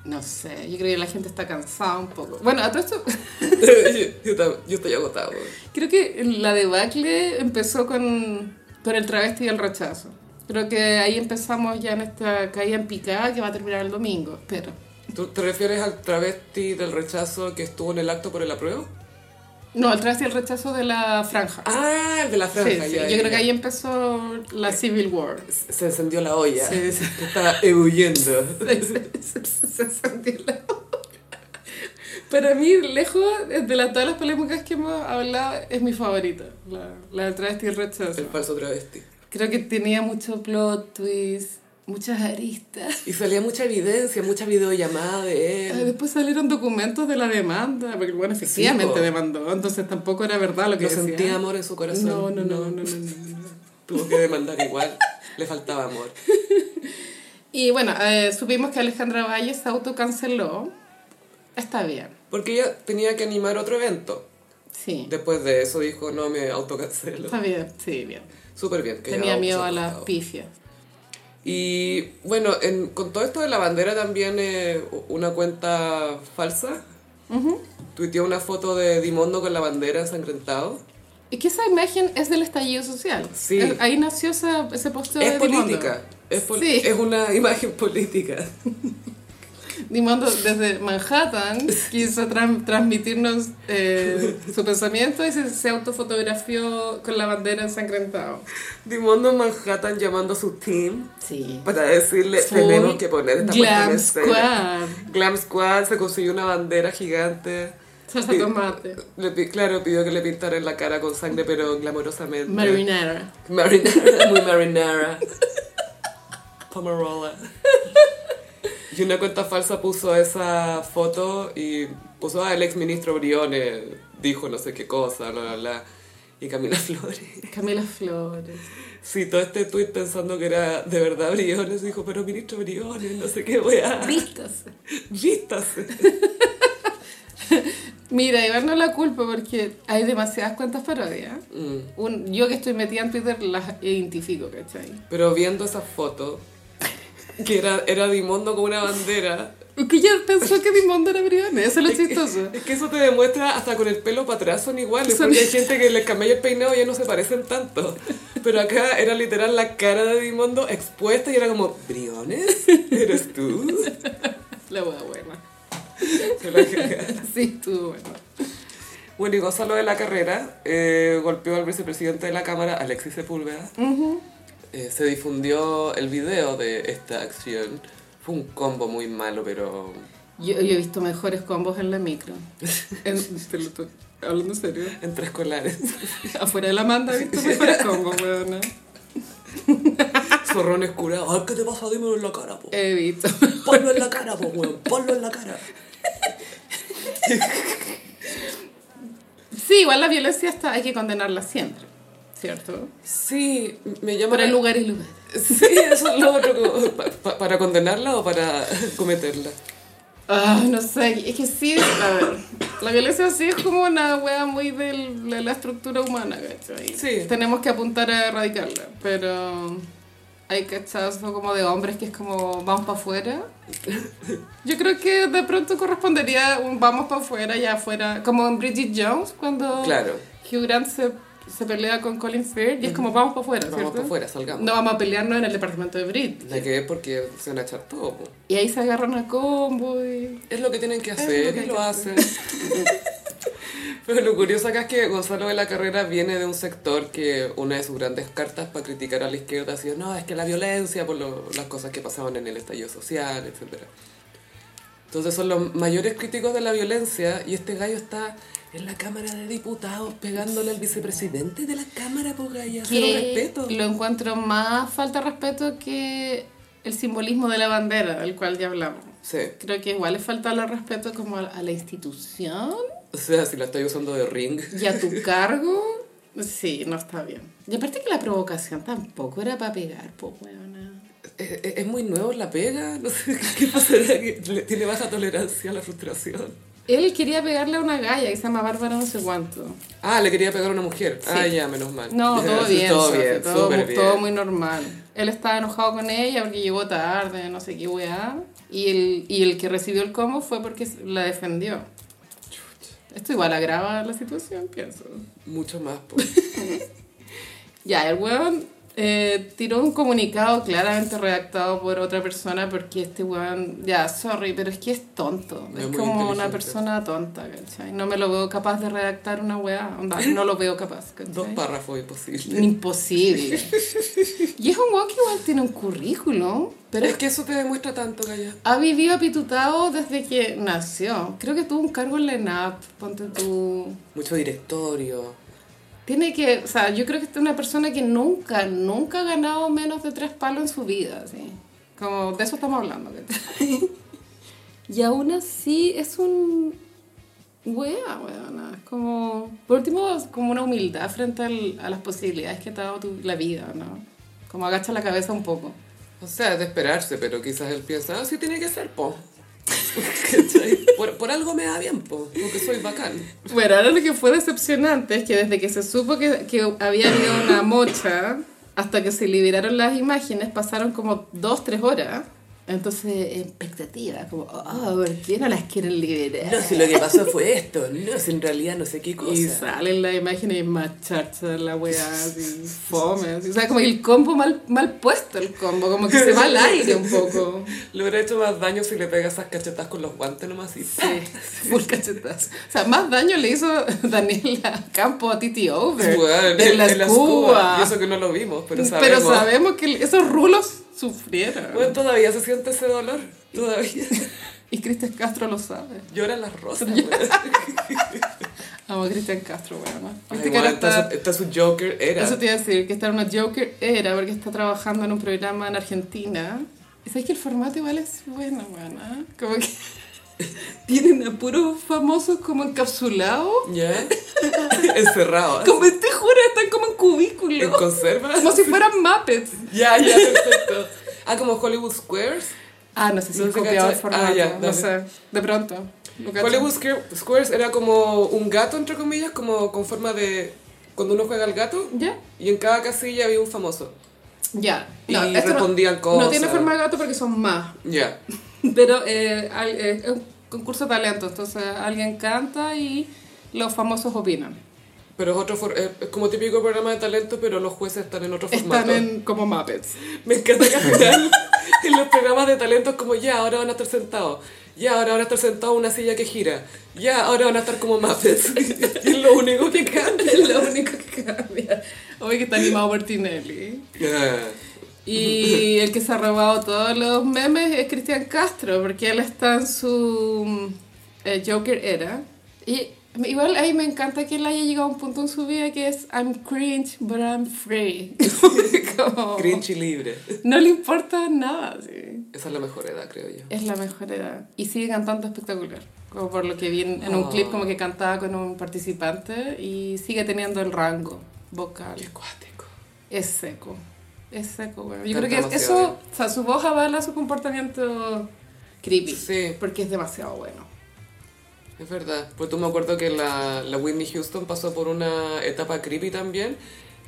Speaker 2: No sé, yo creo que la gente está cansada un poco. Bueno, a todo esto.
Speaker 1: hacer. *laughs* yo, tam- yo estoy agotado.
Speaker 2: Creo que la debacle empezó con, con el travesti y el rechazo. Creo que ahí empezamos ya en esta caída en picada que va a terminar el domingo, espero.
Speaker 1: ¿Tú te refieres al travesti del rechazo que estuvo en el acto por el apruebo?
Speaker 2: No, el travesti y el rechazo de la franja.
Speaker 1: Ah, el de la franja.
Speaker 2: Sí, sí,
Speaker 1: ya,
Speaker 2: Yo
Speaker 1: ya,
Speaker 2: creo que
Speaker 1: ya.
Speaker 2: ahí empezó la Civil War.
Speaker 1: Se se encendió la olla. *laughs*
Speaker 2: Sí, sí.
Speaker 1: Que estaba ebulliendo. *laughs*
Speaker 2: Se- se- se- *laughs* se encendió la- Para mí, lejos de la- todas las polémicas que hemos hablado, es mi favorita, la, la del travesti y el rechazo.
Speaker 1: El falso travesti.
Speaker 2: Creo que tenía mucho plot twist, muchas aristas.
Speaker 1: Y salía mucha evidencia, mucha videollamada de
Speaker 2: Ah,
Speaker 1: él.
Speaker 2: Después salieron documentos de la demanda, porque bueno, efectivamente
Speaker 1: po.
Speaker 2: demandó, entonces tampoco era verdad lo que
Speaker 1: No
Speaker 2: decía.
Speaker 1: sentía amor en su corazón.
Speaker 2: No, no, no, no, no, no, no.
Speaker 1: Tuvo que demandar igual. Le faltaba amor.
Speaker 2: Y bueno, eh, supimos que Alejandra Valle se autocanceló. Está bien,
Speaker 1: Porque ella tenía que animar otro evento.
Speaker 2: sí.
Speaker 1: Después de eso dijo, no me autocancelo.
Speaker 2: Está bien, sí, bien.
Speaker 1: Súper bien. que
Speaker 2: Ah. Tenía
Speaker 1: haya
Speaker 2: miedo a
Speaker 1: autocancelado.
Speaker 2: las pifias.
Speaker 1: Y bueno, en- con todo esto de la bandera también eh, una cuenta falsa tuiteó una foto de Dimondo con la bandera ensangrentado.
Speaker 2: Y que esa imagen es del estallido social.
Speaker 1: Sí.
Speaker 2: Es- ahí nació esa- ese posteo
Speaker 1: es
Speaker 2: de
Speaker 1: política. Es, pol-
Speaker 2: Sí.
Speaker 1: es una *laughs* imagen política.
Speaker 2: Dimando desde Manhattan *laughs* quiso tran- transmitirnos eh, su pensamiento y se, se autofotografió con la bandera ensangrentado.
Speaker 1: Dimondo en Manhattan llamando a su team
Speaker 2: Sí.
Speaker 1: para decirle, Pues tenemos que poner esta puesta en
Speaker 2: Glam
Speaker 1: escena.
Speaker 2: Squad.
Speaker 1: Glam Squad se consiguió una bandera gigante.
Speaker 2: Salsa
Speaker 1: Sí.
Speaker 2: tomate.
Speaker 1: Le pi- claro, pidió que le pintaran la cara con sangre, pero glamorosamente.
Speaker 2: Marinara.
Speaker 1: Marinara, *laughs* muy marinara. Pomarola. Y una cuenta falsa puso esa foto y puso, ah, el exministro Briones dijo no sé qué cosa, bla, bla, bla. Y Camila *laughs* Flores.
Speaker 2: Camila Flores.
Speaker 1: Citó este tuit pensando que era de verdad Briones. Dijo, pero ministro Briones, no sé qué weá.
Speaker 2: Vistas.
Speaker 1: Vístase.
Speaker 2: Mira, igual no la culpo porque hay demasiadas cuentas parodias.
Speaker 1: Mm.
Speaker 2: Un- yo que estoy metida en Twitter las identifico, ¿cachai?
Speaker 1: Pero viendo esa foto, que era, era Dimondo con una bandera.
Speaker 2: Que yo pensó que Dimondo era Briones, eso es lo chistoso.
Speaker 1: Es que eso te demuestra hasta con el pelo para atrás son iguales,
Speaker 2: Son-
Speaker 1: porque hay gente que les cambia el peinado y ya no se parecen tanto. Pero acá era literal la cara de Dimondo expuesta y era como, ¿Briones? ¿Eres tú?
Speaker 2: La hueá buena. *laughs*
Speaker 1: Se la caga.
Speaker 2: Sí, estuvo bueno.
Speaker 1: Bueno, y Gonzalo de la Carrera eh, golpeó al vicepresidente de la Cámara, Alexis Sepúlveda. Eh, se difundió el video de esta acción. Fue un combo muy malo, pero...
Speaker 2: Yo, yo he visto mejores combos en la
Speaker 1: *laughs*
Speaker 2: micro. En- te lo estoy hablando en serio.
Speaker 1: entre
Speaker 2: *laughs*
Speaker 1: escolares.
Speaker 2: Afuera de la manda he visto mejores combos, weona.
Speaker 1: Zorrones curados. A ver, ¿qué te pasa? Dímelo en la cara, po.
Speaker 2: He visto.
Speaker 1: Ponlo en la cara, po, weón. Ponlo en la cara.
Speaker 2: Sí, igual la violencia está, hay que condenarla siempre, ¿cierto?
Speaker 1: Sí, me llama...
Speaker 2: Pero en lugar y lugar.
Speaker 1: *laughs* Sí, eso es lo otro. como, pa- pa- ¿Para condenarla o para cometerla?
Speaker 2: Ah, no sé, es que sí, a ver, la violencia sí es como una wea muy del- de la estructura humana, ¿cachai?
Speaker 1: Sí.
Speaker 2: Tenemos que apuntar a erradicarla, pero hay cachazos como de hombres que es como vamos para afuera. *laughs* Yo creo que de pronto correspondería un vamos para afuera y afuera, como en Bridget Jones cuando
Speaker 1: Claro.
Speaker 2: Hugh Grant se, se pelea con Colin Firth y es como vamos para afuera,
Speaker 1: Vamos
Speaker 2: ¿cierto?
Speaker 1: para afuera, salgamos.
Speaker 2: No vamos a pelearnos en el departamento de Brit.
Speaker 1: Ya que es porque se van a echar todo. po.
Speaker 2: Y ahí se agarran a combo y...
Speaker 1: Es lo que tienen que
Speaker 2: Es lo
Speaker 1: hacer
Speaker 2: que hay
Speaker 1: y lo
Speaker 2: que
Speaker 1: hacen. *laughs* Pero lo curioso acá es que Gonzalo de la Carrera viene de un sector que una de sus grandes cartas para criticar a la izquierda ha sido, no, es que la violencia por lo- las cosas que pasaban en el estallido social, etc. Entonces son los mayores críticos de la violencia y este gallo está en la Cámara de Diputados pegándole al vicepresidente de la Cámara, por gallo. Cero
Speaker 2: que
Speaker 1: respeto.
Speaker 2: lo encuentro más falta de respeto que el simbolismo de la bandera, del cual ya hablamos.
Speaker 1: Sí.
Speaker 2: Creo que igual es faltarle al respeto como a, a la institución
Speaker 1: O sea, si la estoy usando de ring.
Speaker 2: y
Speaker 1: *laughs*
Speaker 2: a tu cargo. Sí, no está bien. Y aparte que la provocación tampoco era para pegar, po, weona.
Speaker 1: Es, Eh, es- es muy nuevo en la pega, *laughs* no sé qué pasará, que le- tiene baja tolerancia a la frustración.
Speaker 2: Él quería pegarle a una galla que se llama Bárbara no sé cuánto.
Speaker 1: Ah, le quería pegar a una mujer.
Speaker 2: Sí.
Speaker 1: Ah, ya, menos mal. *laughs*
Speaker 2: No, todo
Speaker 1: Sí,
Speaker 2: bien,
Speaker 1: todo
Speaker 2: Sofi,
Speaker 1: bien,
Speaker 2: todo,
Speaker 1: súper
Speaker 2: mu-
Speaker 1: bien.
Speaker 2: todo muy normal. Él estaba enojado con ella porque llegó tarde, no sé qué weá. Y el, y el que recibió el combo fue porque la defendió. Esto igual agrava la situación, pienso.
Speaker 1: Mucho más,
Speaker 2: *laughs*
Speaker 1: pues.
Speaker 2: Ya, el weón eh, tiró un comunicado claramente redactado por otra persona porque este weón, ya, sorry, pero es que es tonto.
Speaker 1: No
Speaker 2: Es,
Speaker 1: es muy
Speaker 2: como una
Speaker 1: inteligente.
Speaker 2: persona tonta, ¿cachai? No me lo veo capaz de redactar una weá. Onda, no lo veo capaz, ¿cachai?
Speaker 1: Dos párrafos imposibles.
Speaker 2: Imposible. Y es un weón que igual tiene un currículum, pero
Speaker 1: Pero es
Speaker 2: es-
Speaker 1: que eso te demuestra tanto, Gaya.
Speaker 2: ha vivido apitutado desde que nació. Creo que tuvo un cargo en la ENAP, ponte tú.
Speaker 1: Mucho directorio.
Speaker 2: Tiene que, o sea, yo creo que es una persona que nunca, nunca ha ganado menos de tres palos en su vida, ¿sí? Como de eso estamos hablando. ¿cachai? *laughs* Y aún así es un... Wea, weona. Es como, por último, es como una humildad frente al- a las posibilidades que te ha dado tu- la vida, ¿no? Como agacha la cabeza un poco.
Speaker 1: O sea, es de esperarse, pero quizás él piensa, ah, sí tiene que ser, po. *laughs* ¿Cachai? por, por algo me da bien, po. Porque soy bacán.
Speaker 2: Bueno, ahora lo que fue decepcionante es que desde que se supo que, que había habido una mocha hasta que se liberaron las imágenes pasaron como dos, tres horas. Entonces, expectativa, como, oh, ¿por qué no las quieren liberar?
Speaker 1: si lo que pasó fue esto. No, si en realidad no sé qué
Speaker 2: Y salen las imágenes más charchas, la weá,
Speaker 1: *laughs*
Speaker 2: así, fome. así. O sea, como que el combo mal, mal puesto, el combo, como que se va al aire un poco.
Speaker 1: Le hubiera hecho más daño si le pega esas cachetas con los guantes nomás y
Speaker 2: Sí, *laughs* full cachetazo. O sea, más daño le hizo *laughs* Daniela Campo a Titi Over
Speaker 1: Bueno,
Speaker 2: de
Speaker 1: en-
Speaker 2: la
Speaker 1: en la escuba.
Speaker 2: escuba.
Speaker 1: Y eso que no lo vimos, pero
Speaker 2: Pero
Speaker 1: sabemos.
Speaker 2: sabemos, que esos rulos sufrieron.
Speaker 1: Bueno, todavía se siente ese dolor. Todavía. *laughs*
Speaker 2: Y Cristian Castro lo sabe.
Speaker 1: Lloran las rosas, weón.
Speaker 2: Amo a Cristian Castro, weón.
Speaker 1: Ay,
Speaker 2: Viste que
Speaker 1: weón,
Speaker 2: ahora
Speaker 1: Está,
Speaker 2: está-
Speaker 1: su- está su Joker era.
Speaker 2: Eso te iba a decir, que estar una Joker era porque está trabajando en un programa en Argentina. Y sabes que el formato igual es bueno, weón. ¿ah? Como que *laughs* tienen a puros famosos como encapsulados. *laughs*
Speaker 1: ¿Ya? Encerrado. ¿eh?
Speaker 2: Como este jura, están como en
Speaker 1: En
Speaker 2: cubículo.
Speaker 1: conservas.
Speaker 2: Como si fueran Muppets.
Speaker 1: Ya, ya, perfecto. Ah, como Hollywood Squares.
Speaker 2: Ah, no sé si
Speaker 1: No
Speaker 2: he
Speaker 1: sé,
Speaker 2: copiado el
Speaker 1: ¿cachai?
Speaker 2: formato.
Speaker 1: Ah, ya, dale.
Speaker 2: no sé. De pronto. ¿Lo cachai?
Speaker 1: Hollywood Square- Squares era como un gato, entre comillas, como con forma de. Cuando uno juega al gato.
Speaker 2: ¿Ya?
Speaker 1: Y en cada casilla había un famoso.
Speaker 2: Ya.
Speaker 1: Y
Speaker 2: esto
Speaker 1: respondían
Speaker 2: no,
Speaker 1: cosas.
Speaker 2: No tiene forma de gato porque son más.
Speaker 1: Ya.
Speaker 2: Pero eh, al- eh, es un concurso de talento. Entonces alguien canta y los famosos opinan.
Speaker 1: Pero es otro for- es es como típico programa de talento, pero los jueces están en otro
Speaker 2: Están
Speaker 1: formato.
Speaker 2: en, como Muppets. *laughs*
Speaker 1: Me encanta que al final, *laughs* en los programas de talentos como ya, ahora van a estar sentados. Ya, ahora van a estar sentados en una silla que gira. Ya, ahora van a estar como Muppets. *laughs* Y es lo único que cambia.
Speaker 2: Es lo único que cambia. Oye, que está animado por Tinelli. Y el que se ha robado todos los memes es Cristian Castro, porque él está en su mm, eh, Joker era. Y igual ahí me encanta que él haya llegado a un punto en su vida que es I'm cringe, but I'm free. *laughs* Como-
Speaker 1: Cringe y libre.
Speaker 2: no le importa nada, sí.
Speaker 1: Esa es la mejor edad, creo yo.
Speaker 2: Es la mejor edad. Y sigue cantando espectacular. Como por lo que vi en, en un
Speaker 1: Oh.
Speaker 2: clip como que cantaba con un participante y sigue teniendo el rango vocal.
Speaker 1: Qué cuático.
Speaker 2: Es seco. Es seco, weón. Yo
Speaker 1: Canta
Speaker 2: creo que es-
Speaker 1: demasiado
Speaker 2: eso, o sea, su voz avala su comportamiento creepy.
Speaker 1: Sí.
Speaker 2: Porque es demasiado bueno.
Speaker 1: Es verdad. Pues tú me acuerdo que la, la Whitney Houston pasó por una etapa creepy también.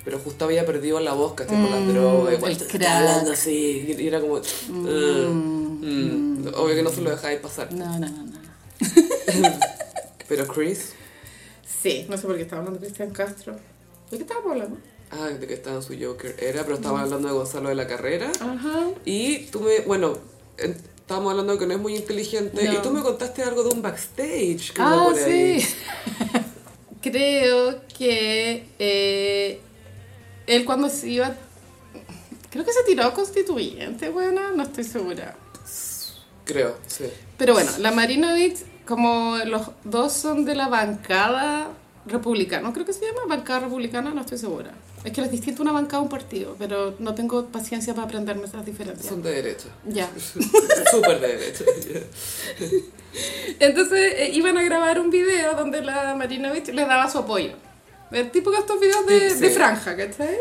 Speaker 1: pero justo había perdido la voz, ¿cachai? Con las drogas, igual
Speaker 2: Mm, el
Speaker 1: te está
Speaker 2: crack.
Speaker 1: hablando así, y y era como, "Ah, mm". obvio que no se lo dejáis pasar.
Speaker 2: No, no, no, no.
Speaker 1: Pero Chris,
Speaker 2: Sí, no sé por qué estaba hablando de Cristian Castro. ¿De qué estábamos hablando?
Speaker 1: ah, de que estaba en su Joker, era, pero estaba hablando de Gonzalo de la Carrera,
Speaker 2: Ajá.
Speaker 1: y tú me, bueno, en- estábamos hablando de que no es muy inteligente,
Speaker 2: No.
Speaker 1: y tú me contaste algo de un backstage que hubo
Speaker 2: Ah,
Speaker 1: por ahí.
Speaker 2: sí. *laughs* Creo que eh, él cuando se iba... Creo que se tiró a constituyente, bueno, no estoy segura.
Speaker 1: Creo, sí.
Speaker 2: Pero bueno, la Marinovich, como los dos son de la bancada republicana, creo que se llama bancada republicana, no estoy segura. Es que es distinto una bancada a un partido, pero no tengo paciencia para aprenderme esas diferencias.
Speaker 1: Son de derecha. *laughs*
Speaker 2: Ya.
Speaker 1: Súper de derecha. *laughs*
Speaker 2: Entonces eh, iban a grabar un video donde la Marinovich les daba su apoyo. El tipo que estos videos de,
Speaker 1: Sí.
Speaker 2: de franja, ¿cachai?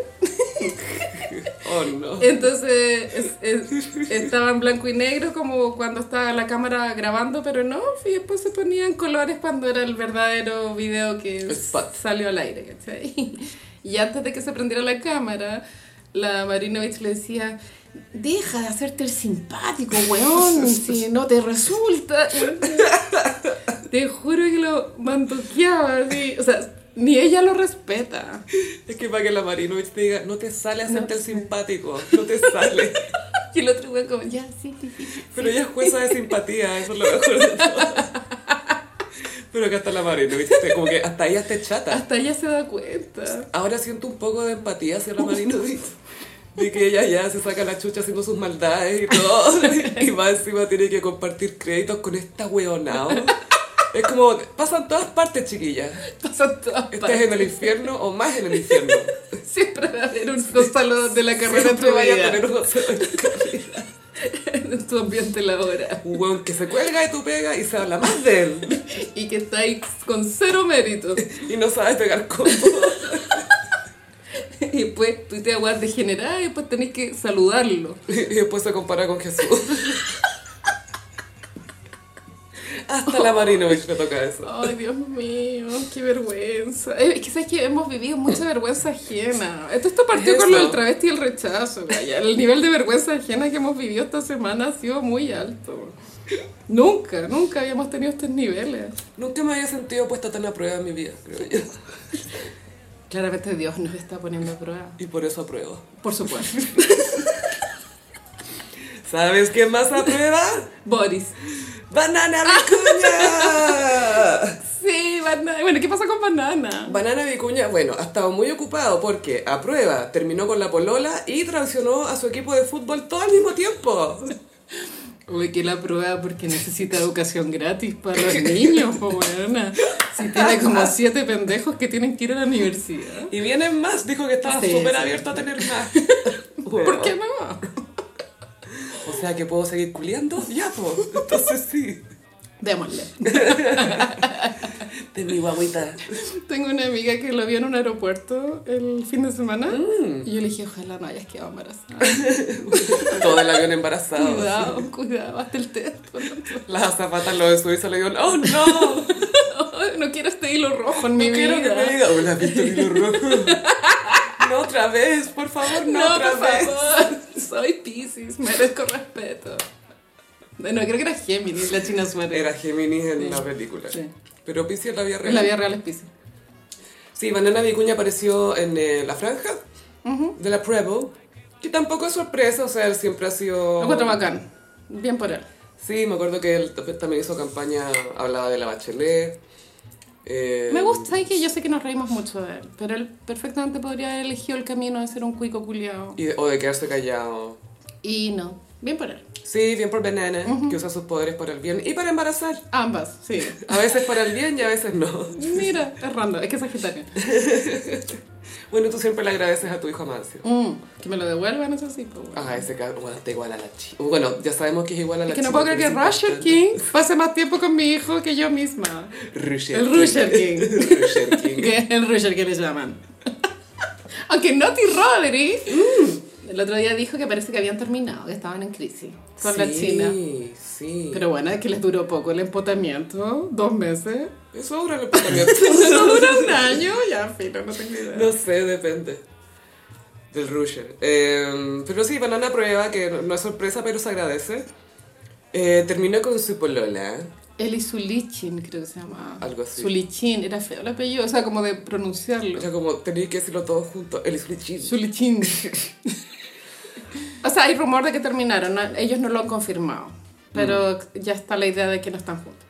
Speaker 1: Oh, no.
Speaker 2: Entonces es- es- estaba en blanco y negro como cuando estaba la cámara grabando, pero no, y después se ponían colores cuando era el verdadero video que
Speaker 1: Spot.
Speaker 2: salió al aire, ¿cachai? Y antes de que se prendiera la cámara, la Marinovich le decía, deja de hacerte el simpático,
Speaker 1: *laughs*
Speaker 2: weón, si no te resulta. *laughs* Te juro que lo mantoqueaba, así, o sea, ni ella lo respeta.
Speaker 1: Es que para que la Marinovich te diga, no te sale hacerte
Speaker 2: No.
Speaker 1: el simpático, no te
Speaker 2: *laughs*
Speaker 1: sale.
Speaker 2: Y el otro weón como, ya, sí, sí, sí.
Speaker 1: Pero ella es jueza de simpatía, eso es lo mejor de todo. *laughs* Pero acá está la Marinovich, te- como que hasta ella te chata.
Speaker 2: Hasta ella se da
Speaker 1: *laughs*
Speaker 2: cuenta.
Speaker 1: Ahora siento un poco de empatía hacia la Marinovich. De que ella ya se saca la chucha haciendo sus maldades y todo. *laughs* Y más encima tiene que compartir créditos con esta weonao. Es como, pasan todas partes, chiquillas.
Speaker 2: Pasa en todas
Speaker 1: Estás
Speaker 2: partes.
Speaker 1: en el infierno o más en el infierno.
Speaker 2: Siempre va a haber un Gonzalo de la carrera en
Speaker 1: Siempre
Speaker 2: tu
Speaker 1: vaya a
Speaker 2: vida,
Speaker 1: tener un Gonzalo en la carrera.
Speaker 2: en tu ambiente laboral.
Speaker 1: Un weón que se cuelga de tu pega y se habla más de él.
Speaker 2: Y que está ahí con cero méritos.
Speaker 1: Y no sabe pegar combos.
Speaker 2: Y después tú te aguas degenerada y después tenés que saludarlo.
Speaker 1: *laughs* Y después se compara con Jesús. *laughs* Hasta la Marinovich le toca eso.
Speaker 2: Ay, Dios mío, qué vergüenza. Eh, Es que sabes que hemos vivido mucha vergüenza ajena. Esto, esto partió
Speaker 1: Eso.
Speaker 2: con lo del travesti y el rechazo, gaya. El nivel de vergüenza ajena que hemos vivido esta semana ha sido muy alto. Nunca, nunca habíamos tenido estos niveles.
Speaker 1: Nunca me había sentido puesta tan a prueba en mi vida, creo yo.
Speaker 2: Claramente este Dios nos está poniendo a prueba.
Speaker 1: Y por eso apruebo.
Speaker 2: Por supuesto. *laughs*
Speaker 1: ¿Sabes qué más *laughs* aprueba?
Speaker 2: Boris.
Speaker 1: ¡Banana Vicuña!
Speaker 2: Sí, banana. Bueno, ¿qué pasa con banana?
Speaker 1: Banana Vicuña, bueno, ha estado muy ocupado porque aprueba, terminó con la polola y traicionó a su equipo de fútbol todo al mismo tiempo.
Speaker 2: Uy, que la prueba porque necesita educación gratis para los niños, po, weona. Si tiene como siete pendejos que tienen que ir a la universidad.
Speaker 1: Y vienen más, dijo que estaba
Speaker 2: Sí,
Speaker 1: súper
Speaker 2: sí.
Speaker 1: abierto a tener *laughs* más.
Speaker 2: ¿Por qué no?
Speaker 1: O sea que puedo seguir culiando, ya pues. Entonces sí.
Speaker 2: Démosle.
Speaker 1: De mi guaguita.
Speaker 2: Tengo una amiga que lo vio en un aeropuerto el fin de semana
Speaker 1: Mm.
Speaker 2: y yo le dije, ojalá no hayas quedado embarazada.
Speaker 1: Ah, Todo el avión embarazado.
Speaker 2: Cuidado, cuidado, hasta el teto.
Speaker 1: Las azafatas lo de Suiza le dijeron, oh no, no
Speaker 2: *laughs* No quiero este hilo rojo en mi vida.
Speaker 1: quiero que me diga, hola, ¿viste el hilo rojo? *laughs* No otra vez, por favor, no,
Speaker 2: No,
Speaker 1: otra
Speaker 2: por
Speaker 1: vez.
Speaker 2: favor. *laughs* Soy Pisces, merezco respeto. No, creo que era Géminis, la China Suárez.
Speaker 1: Era Géminis en
Speaker 2: Sí.
Speaker 1: la película.
Speaker 2: Sí.
Speaker 1: Pero Pisi en la vía real.
Speaker 2: La vida real es Pisces.
Speaker 1: Sí, Banana Vicuña apareció en eh, La Franja de la Prevo. Que tampoco es sorpresa, o sea, él siempre ha sido...
Speaker 2: Lo encuentro bacán. Bien por él.
Speaker 1: Sí, me acuerdo que él t- también hizo campaña, hablaba de la Bachelet. eh,
Speaker 2: Me gusta y que yo sé que nos reímos mucho de él, pero él perfectamente podría haber elegido el camino de ser un cuico culiao.
Speaker 1: y- o de quedarse callado.
Speaker 2: Y no. Bien por él.
Speaker 1: Sí, bien por Banana, que usa sus poderes para el bien y para embarazar.
Speaker 2: Ambas,
Speaker 1: *laughs*
Speaker 2: sí.
Speaker 1: A veces para el bien y a veces no.
Speaker 2: Mira, es random, es que es Sagitario.
Speaker 1: Bueno, tú siempre le agradeces a tu hijo Amancio.
Speaker 2: Mm, que me lo devuelvan, eso sí. pues, bueno.
Speaker 1: Ah, ese cabrón, bueno, está igual a la chica. Bueno, ya sabemos que es igual a la
Speaker 2: Es
Speaker 1: chica.
Speaker 2: que no puedo creer que
Speaker 1: pero es
Speaker 2: Rusher King pase más tiempo con mi hijo que yo misma.
Speaker 1: Rusher
Speaker 2: El
Speaker 1: King.
Speaker 2: Rusher King.
Speaker 1: *laughs* Rusher King.
Speaker 2: que es el Rusher que le llaman. *laughs* Aunque Naughty Rodri
Speaker 1: Mm.
Speaker 2: el otro día dijo que parece que habían terminado, que estaban en crisis *laughs* con la
Speaker 1: Sí,
Speaker 2: China.
Speaker 1: Sí,
Speaker 2: Pero bueno, es que les duró poco el empotamiento, dos meses. *laughs*
Speaker 1: Eso dura el empoderamiento.
Speaker 2: Eso dura un año, ya, filo, no tengo idea.
Speaker 1: No sé, depende. del Rusher. Eh, pero sí, Banana prueba, que no es sorpresa, pero se agradece. Eh, terminó con su polola.
Speaker 2: Eli Zulichin, creo que se llamaba.
Speaker 1: Algo así.
Speaker 2: Zulichin, era feo el apellido, o sea, como de pronunciarlo.
Speaker 1: O sea, como tenéis que decirlo todo junto. El Zulichin.
Speaker 2: Zulichin. *laughs* o sea, hay rumor de que terminaron, ¿no? ellos no lo han confirmado, pero
Speaker 1: Mm.
Speaker 2: ya está la idea de que no están juntos.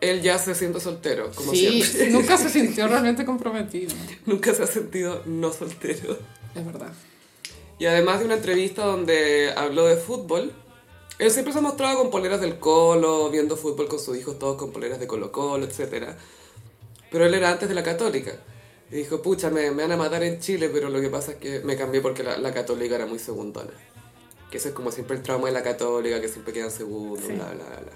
Speaker 1: Él ya se siente soltero, como
Speaker 2: sí,
Speaker 1: siempre.
Speaker 2: *laughs* nunca se sintió realmente comprometido.
Speaker 1: *laughs* Nunca se ha sentido no soltero.
Speaker 2: Es verdad.
Speaker 1: Y además de una entrevista donde habló de fútbol, él siempre se ha mostrado con poleras del Colo, viendo fútbol con sus hijos todos con poleras de Colo Colo, etc. Pero él era antes de la católica. Y dijo, pucha, me, me van a matar en Chile, pero lo que pasa es que me cambié porque la, la católica era muy segundona. Que eso es como siempre el trauma de la católica, que siempre quedan segundos,
Speaker 2: Sí.
Speaker 1: bla, bla, bla, bla.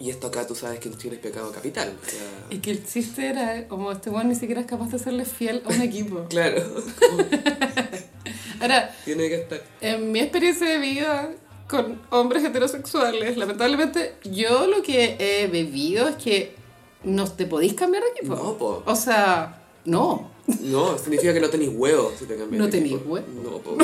Speaker 1: Y esto acá tú sabes que en Chile es pecado capital. o sea,
Speaker 2: Y que el chiste era, como este weón ni siquiera es capaz de serle fiel a un equipo.
Speaker 1: claro, *laughs*
Speaker 2: Ahora,
Speaker 1: tiene que estar...
Speaker 2: en mi experiencia de vida con hombres heterosexuales, lamentablemente, yo lo que he bebido es que no te podéis cambiar de equipo.
Speaker 1: No, po.
Speaker 2: O sea, no.
Speaker 1: No, significa que no tenéis huevos si te cambias
Speaker 2: No
Speaker 1: de
Speaker 2: tenéis
Speaker 1: equipo.
Speaker 2: huevos.
Speaker 1: No, po.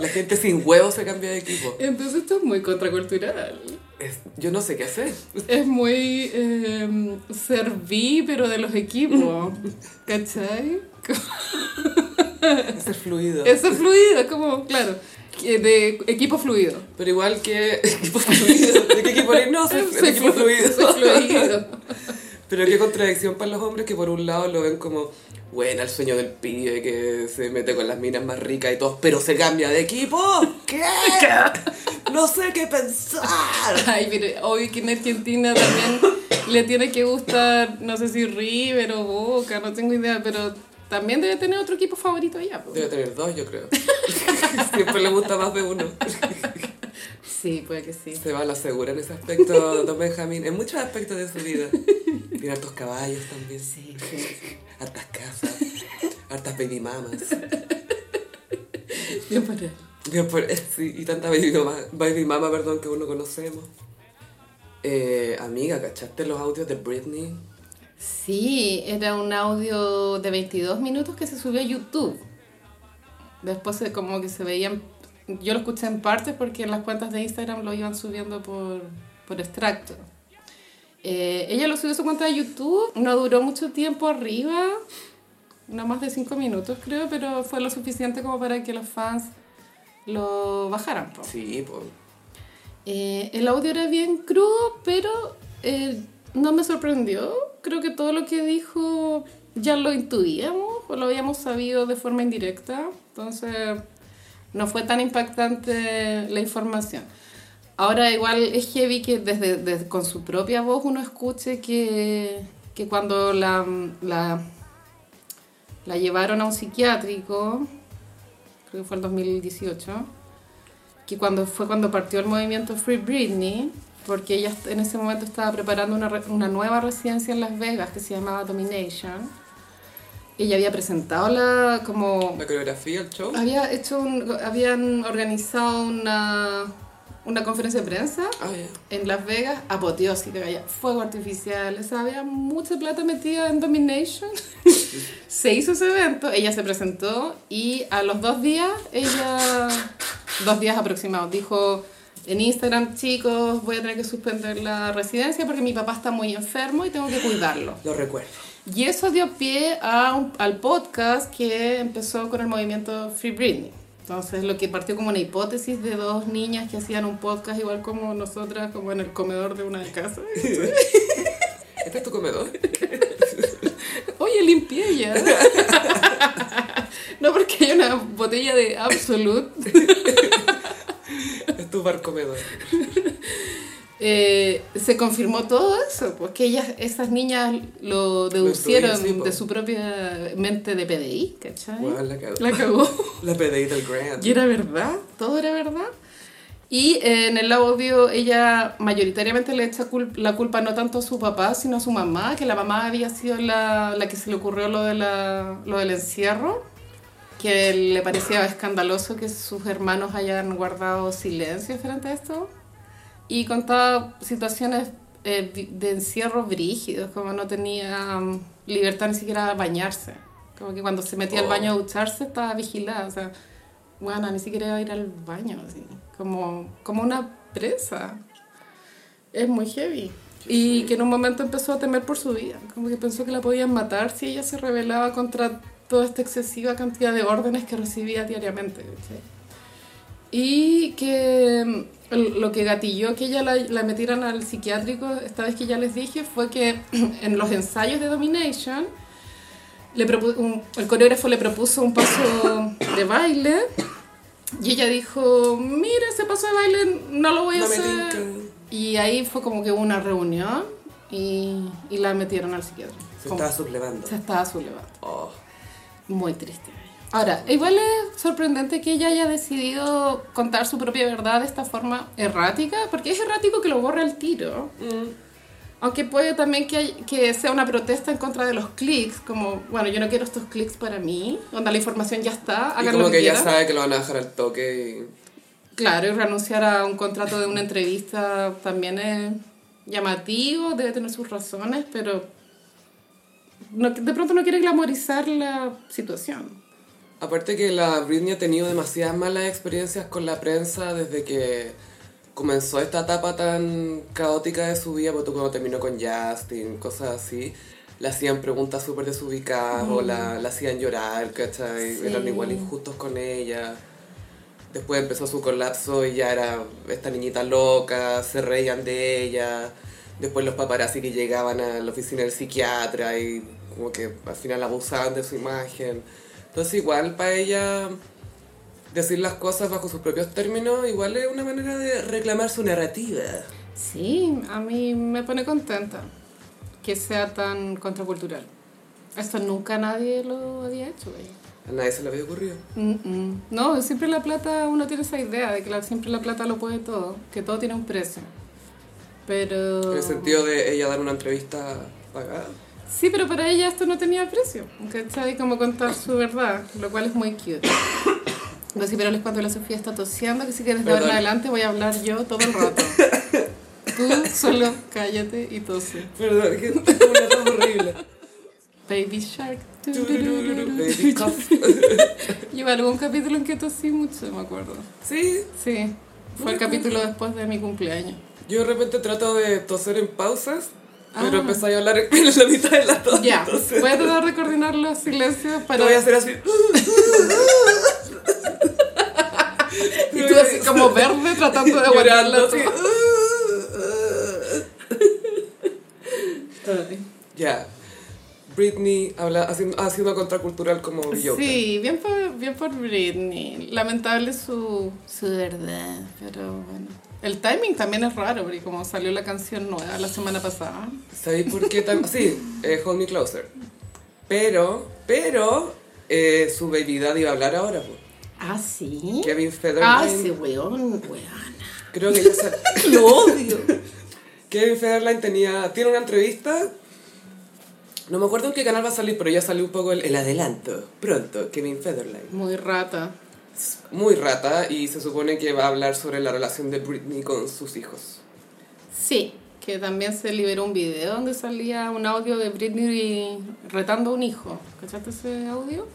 Speaker 1: La gente sin huevos se cambia de equipo.
Speaker 2: Entonces esto es muy contracultural.
Speaker 1: Es- yo no sé qué hacer.
Speaker 2: Es muy eh, serví, pero de
Speaker 1: *laughs*
Speaker 2: los equipos. ¿Cachai?
Speaker 1: Ser fluido.
Speaker 2: Eso es fluido, es como, claro, que de equipo fluido.
Speaker 1: Pero igual que equipo fluido. ¿De qué equipo eres? No, soy,
Speaker 2: Soy
Speaker 1: de equipo
Speaker 2: flu- soy fluido.
Speaker 1: Pero qué contradicción para los hombres que por un lado lo ven como, bueno, el sueño del pibe que se mete con las minas más ricas y todo, pero se cambia de equipo. ¿Qué? No sé qué pensar.
Speaker 2: Ay, pero hoy que en Argentina también le tiene que gustar, no sé si River o Boca, no tengo idea, pero también debe tener otro equipo favorito allá. po.
Speaker 1: Debe tener dos, yo creo. *laughs* Siempre le gusta más de uno.
Speaker 2: Sí, puede que sí.
Speaker 1: Se va a la segura en ese aspecto, don Benjamín, en muchos aspectos de su vida. Tiene hartos caballos también,
Speaker 2: Sí, *laughs* sí.
Speaker 1: hartas casas, hartas baby mamas.
Speaker 2: Yo para.
Speaker 1: Bien por- sí, y tanta baby mama, baby mama, perdón, que uno conocemos. Eh, amiga, ¿cachaste los audios de Britney?
Speaker 2: Sí, era un audio de 22 minutos que se subió a YouTube. Después se- como que se veían, yo lo escuché en partes porque en las cuentas de Instagram lo iban subiendo por, por extracto. Eh, ella lo subió a su cuenta de YouTube, no duró mucho tiempo arriba, no más de 5 minutos creo, pero fue lo suficiente como para que los fans lo bajaran. po.
Speaker 1: Sí, pues, po.
Speaker 2: Eh, el audio era bien crudo, pero eh, no me sorprendió. Creo que todo lo que dijo ya lo intuíamos o lo habíamos sabido de forma indirecta. Entonces, no fue tan impactante la información. Ahora igual es heavy que desde, desde- con su propia voz uno escuche que, que cuando la, la, la llevaron a un psiquiátrico, creo que fue el 2018, que cuando fue cuando partió el movimiento Free Britney, porque ella en ese momento estaba preparando una, re- una nueva residencia en Las Vegas que se llamaba Domination. Ella había presentado la como
Speaker 1: La coreografía, el show.
Speaker 2: había hecho un- habían organizado una, una conferencia de prensa
Speaker 1: Ah, ya.
Speaker 2: en Las Vegas, apoteósica, había fuego artificial, o sea, había mucha plata metida en Domination. *laughs* se hizo ese evento, ella se presentó y a los dos días, ella, dos días aproximados, dijo en Instagram, chicos, voy a tener que suspender la residencia porque mi papá está muy enfermo y tengo que cuidarlo.
Speaker 1: Lo recuerdo.
Speaker 2: Y eso dio pie a un- al podcast que empezó con el movimiento Free Britney. Entonces, lo que partió como una hipótesis de dos niñas que hacían un podcast igual como nosotras, como en el comedor de una casa. *laughs*
Speaker 1: ¿Este es tu comedor?
Speaker 2: Oye, limpié ya. *laughs* No porque hay una botella de Absolute.
Speaker 1: Es tu bar comedor.
Speaker 2: Eh, se confirmó todo eso, porque ellas, esas niñas lo deducieron
Speaker 1: sí, po.
Speaker 2: de su propia mente de PDI, ¿cachai?
Speaker 1: Guau, la cagó.
Speaker 2: La cagó.
Speaker 1: La PDI del Grand.
Speaker 2: Y era verdad, todo era verdad. Y eh, en el audio ella mayoritariamente le echa cul- la culpa no tanto a su papá, sino a su mamá, que la mamá había sido la, la que se le ocurrió lo, de la- lo del encierro, que le parecía escandaloso que sus hermanos hayan guardado silencio frente a esto. Y contaba situaciones eh, vi- de encierros brígidos, como no tenía mm, libertad ni siquiera a bañarse. Como que cuando se metía al
Speaker 1: Oh.
Speaker 2: baño a ducharse estaba vigilada, o sea, bueno, ni siquiera iba a ir al baño, así, como, como una presa. Es muy heavy. Y que en un momento empezó a temer por su vida, como que pensó que la podían matar si ella se rebelaba contra toda esta excesiva cantidad de órdenes que recibía diariamente. ¿cachai? Y que mm, lo que gatilló que ella la, la metieran al psiquiátrico, esta vez que ya les dije, fue que *clears throat* en los ensayos de Domination, le propu- un- el coreógrafo le propuso un paso de baile y ella dijo, mira, ese paso de baile no lo voy a
Speaker 1: No me
Speaker 2: hacer.
Speaker 1: tinca.
Speaker 2: Y ahí fue como que hubo una reunión y, y la metieron al psiquiátrico.
Speaker 1: Se
Speaker 2: Como-
Speaker 1: estaba sublevando.
Speaker 2: se estaba sublevando.
Speaker 1: Oh.
Speaker 2: Muy triste. Ahora, igual es sorprendente que ella haya decidido contar su propia verdad de esta forma errática, porque es errático que lo borra el tiro.
Speaker 1: Mm.
Speaker 2: Aunque puede también que, hay- que sea una protesta en contra de los clics, como, bueno, yo no quiero estos clics para mí, donde la información ya está,
Speaker 1: Y
Speaker 2: hagan
Speaker 1: como
Speaker 2: lo
Speaker 1: que
Speaker 2: que
Speaker 1: ya
Speaker 2: quieran.
Speaker 1: sabe que lo van a dejar al toque
Speaker 2: Claro, y renunciar a un contrato de una entrevista también es llamativo, debe tener sus razones, pero no- de pronto no quiere glamorizar la situación.
Speaker 1: y... Aparte que la Britney ha tenido demasiadas malas experiencias con la prensa desde que comenzó esta etapa tan caótica de su vida, porque cuando terminó con Justin, cosas así, le hacían preguntas súper desubicadas o la, la hacían llorar, ¿cachai?
Speaker 2: Mm. Sí.
Speaker 1: Eran igual injustos con ella. Después empezó su colapso y ya era esta niñita loca, se reían de ella. Después los paparazzi que llegaban a la oficina del psiquiatra y como que al final abusaban de su imagen. Entonces igual para ella decir las cosas bajo sus propios términos igual es una manera de reclamar su narrativa.
Speaker 2: Sí, a mí me pone contenta que sea tan contracultural. Esto nunca nadie lo había hecho. güey.
Speaker 1: A nadie se le había ocurrido.
Speaker 2: Mm-mm. No, siempre la plata, uno tiene esa idea de que la- siempre la plata lo puede todo, que todo tiene un precio. Pero...
Speaker 1: En el sentido de ella dar una entrevista pagada.
Speaker 2: Sí, pero para ella esto no tenía precio, ¿cachai? Como contar su verdad, lo cual es muy cute. Lo sí, pero les cuento la Sofía está tosiendo, que si quieres de ahora en
Speaker 1: Perdón.
Speaker 2: adelante voy a hablar yo todo el rato. Tú solo cállate y tose.
Speaker 1: Perdón, que es una cosa horrible.
Speaker 2: Baby Shark.
Speaker 1: Turururu, baby cough. *laughs*
Speaker 2: Lleva algún capítulo en que tosí mucho, me acuerdo.
Speaker 1: Sí,
Speaker 2: Sí, fue el capítulo después de mi cumpleaños.
Speaker 1: *laughs* Yo de repente trato de toser en pausas,
Speaker 2: Ah.
Speaker 1: pero empecé a hablar en *laughs* la mitad de la tos.
Speaker 2: Ya,
Speaker 1: entonces
Speaker 2: voy a tratar de coordinar los silencios
Speaker 1: te
Speaker 2: para...
Speaker 1: voy a hacer así.
Speaker 2: Y tú así como verde tratando de
Speaker 1: *laughs* Llorando,
Speaker 2: aguantarlo.
Speaker 1: así. Ya. Britney habla, haciendo, ha sido contracultural como Beyoncé.
Speaker 2: Sí, bien por, bien por Britney. Lamentable su, su verdad, pero bueno. El timing también es raro, porque como salió la canción nueva la semana pasada.
Speaker 1: ¿Sabéis por qué también? Sí, eh, Hold Me Closer. Pero, pero, eh, su baby daddy iba a hablar ahora, pues.
Speaker 2: Ah, sí.
Speaker 1: Kevin Federline.
Speaker 2: Ah, sí, weón, weón.
Speaker 1: Creo que ya
Speaker 2: *laughs*
Speaker 1: sa-
Speaker 2: Lo odio.
Speaker 1: Kevin Federline tenía, tiene una entrevista. No me acuerdo en qué canal va a salir, pero ya salió un poco el, el adelanto. Pronto, Kevin Federline.
Speaker 2: Muy rata.
Speaker 1: Es Muy rata y se supone que va a hablar sobre la relación de Britney con sus hijos.
Speaker 2: Sí. Que también se liberó un video donde salía un audio de Britney retando a un hijo. ¿Cachaste ese audio?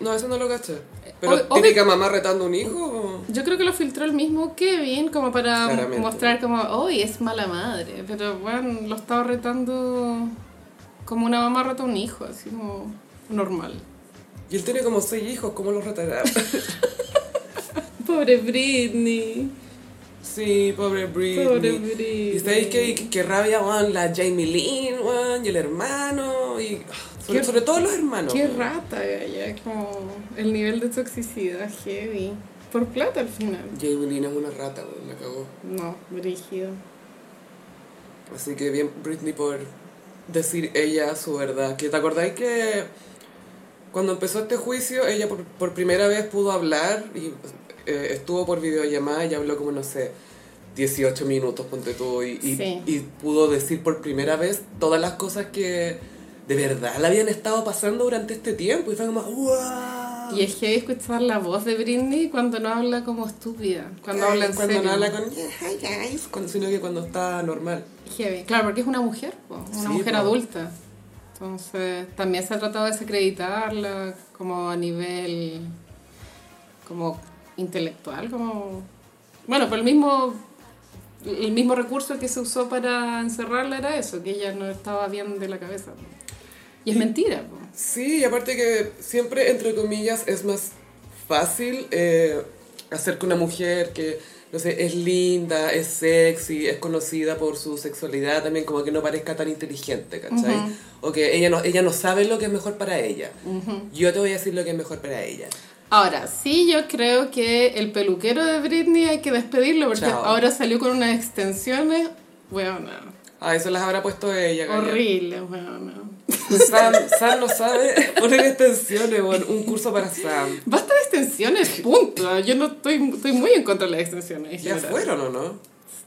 Speaker 1: No, eso no lo caché.
Speaker 2: Ob-
Speaker 1: Pero
Speaker 2: obvi-
Speaker 1: típica mamá retando a un hijo.
Speaker 2: Yo creo que lo filtró el mismo Kevin como para
Speaker 1: Claramente.
Speaker 2: mostrar como, hoy es mala madre, pero bueno, lo estaba retando como una mamá reta a un hijo, así como normal.
Speaker 1: Y él tiene como seis hijos, ¿cómo los retará? *laughs*
Speaker 2: Pobre Britney,
Speaker 1: sí, pobre Britney.
Speaker 2: pobre Britney.
Speaker 1: Y sabéis que, que rabia, weón, la Jamie Lynn, weón, y el hermano, y ah, sobre,
Speaker 2: Qué-
Speaker 1: sobre todo los hermanos.
Speaker 2: Qué
Speaker 1: weón.
Speaker 2: rata, gaya, como el nivel de toxicidad heavy. Por plata al final.
Speaker 1: Jamie Lynn es una rata, weón, la cagó.
Speaker 2: No, brígido.
Speaker 1: Así que bien Britney por decir ella su verdad. Que te acordáis que cuando empezó este juicio, ella por, por primera vez pudo hablar y eh, estuvo por videollamada y habló como, no sé, 18 minutos, ponte tú, y, y-
Speaker 2: Sí.
Speaker 1: y pudo decir por primera vez todas las cosas que de verdad le habían estado pasando durante este tiempo. Y fue como, ¡wow!
Speaker 2: Y es heavy escuchar la voz de Britney cuando no habla como estúpida, cuando
Speaker 1: Ay,
Speaker 2: habla en
Speaker 1: cuando
Speaker 2: serio.
Speaker 1: no habla con "Hi, guys", cuando- sino que cuando está normal.
Speaker 2: Heavy. Claro, porque es una mujer, po, una
Speaker 1: Sí,
Speaker 2: mujer
Speaker 1: po.
Speaker 2: adulta. Entonces, también se ha tratado de desacreditarla como a nivel como intelectual, como bueno, pero el mismo el mismo recurso que se usó para encerrarla era eso, que ella no estaba bien de la cabeza. Y es mentira. po.
Speaker 1: Sí, y aparte que siempre, entre comillas, es más fácil eh, hacer que una mujer que, no sé, es linda, es sexy, es conocida por su sexualidad también, como que no parezca tan inteligente, ¿cachai? O que ella no, ella no sabe lo que es mejor para ella. Yo te voy a decir lo que es mejor para ella.
Speaker 2: Ahora, sí, yo creo que el peluquero de Britney hay que despedirlo porque
Speaker 1: Chao.
Speaker 2: ahora salió con unas extensiones, bueno,
Speaker 1: Ah, eso las habrá puesto ella, calla.
Speaker 2: horrible, bueno.
Speaker 1: Sam, Sam no sabe poner extensiones, weón. un curso para Sam.
Speaker 2: Basta de extensiones, punto. Yo no estoy, estoy muy en contra de las extensiones. en
Speaker 1: ¿Ya
Speaker 2: general.
Speaker 1: fueron o no?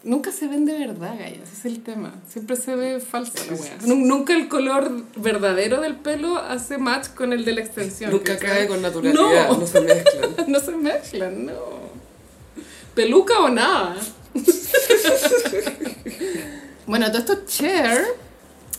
Speaker 2: Nunca se ven de verdad, Gaya, ese es el tema. Siempre se ve falsa la
Speaker 1: *laughs*
Speaker 2: wea. Nu- Nunca el color verdadero del pelo hace match con el de la extensión.
Speaker 1: Nunca
Speaker 2: ¿cachai?
Speaker 1: cae con naturalidad, no, se mezclan.
Speaker 2: *laughs* No se mezclan, no. Peluca o nada. *laughs* bueno, todo esto Cher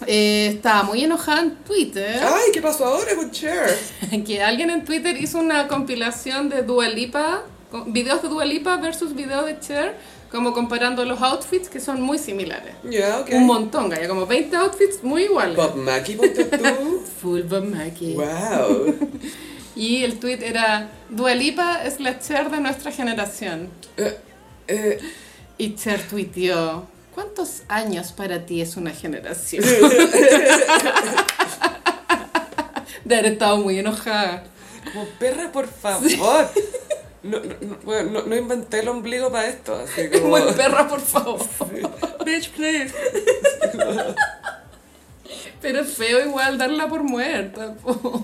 Speaker 2: eh, estaba muy enojada en Twitter.
Speaker 1: Ay, ¿qué pasó ahora con Cher?
Speaker 2: *laughs* Que alguien en Twitter hizo una compilación de Dualipa, videos de Dualipa versus videos de Cher, como comparando los outfits que son muy similares.
Speaker 1: Ya, ok.
Speaker 2: Un montón, gaya, como 20 outfits muy iguales.
Speaker 1: Bob Mackie, ponte tú.
Speaker 2: *laughs* Full Bob Mackie.
Speaker 1: wow.
Speaker 2: Y el tweet era, Dualipa es la Cher de nuestra generación.
Speaker 1: Eh, eh,
Speaker 2: Y Cher tuiteó, ¿cuántos años para ti es una generación? *laughs* De haber estado muy enojada.
Speaker 1: como perra, por favor. No, no, no, bueno, no- no inventé el ombligo para esto,
Speaker 2: *laughs*
Speaker 1: así como...
Speaker 2: Como el perra, por favor.
Speaker 1: Bitch, please.
Speaker 2: *laughs* Pero es feo igual darla por muerta. po.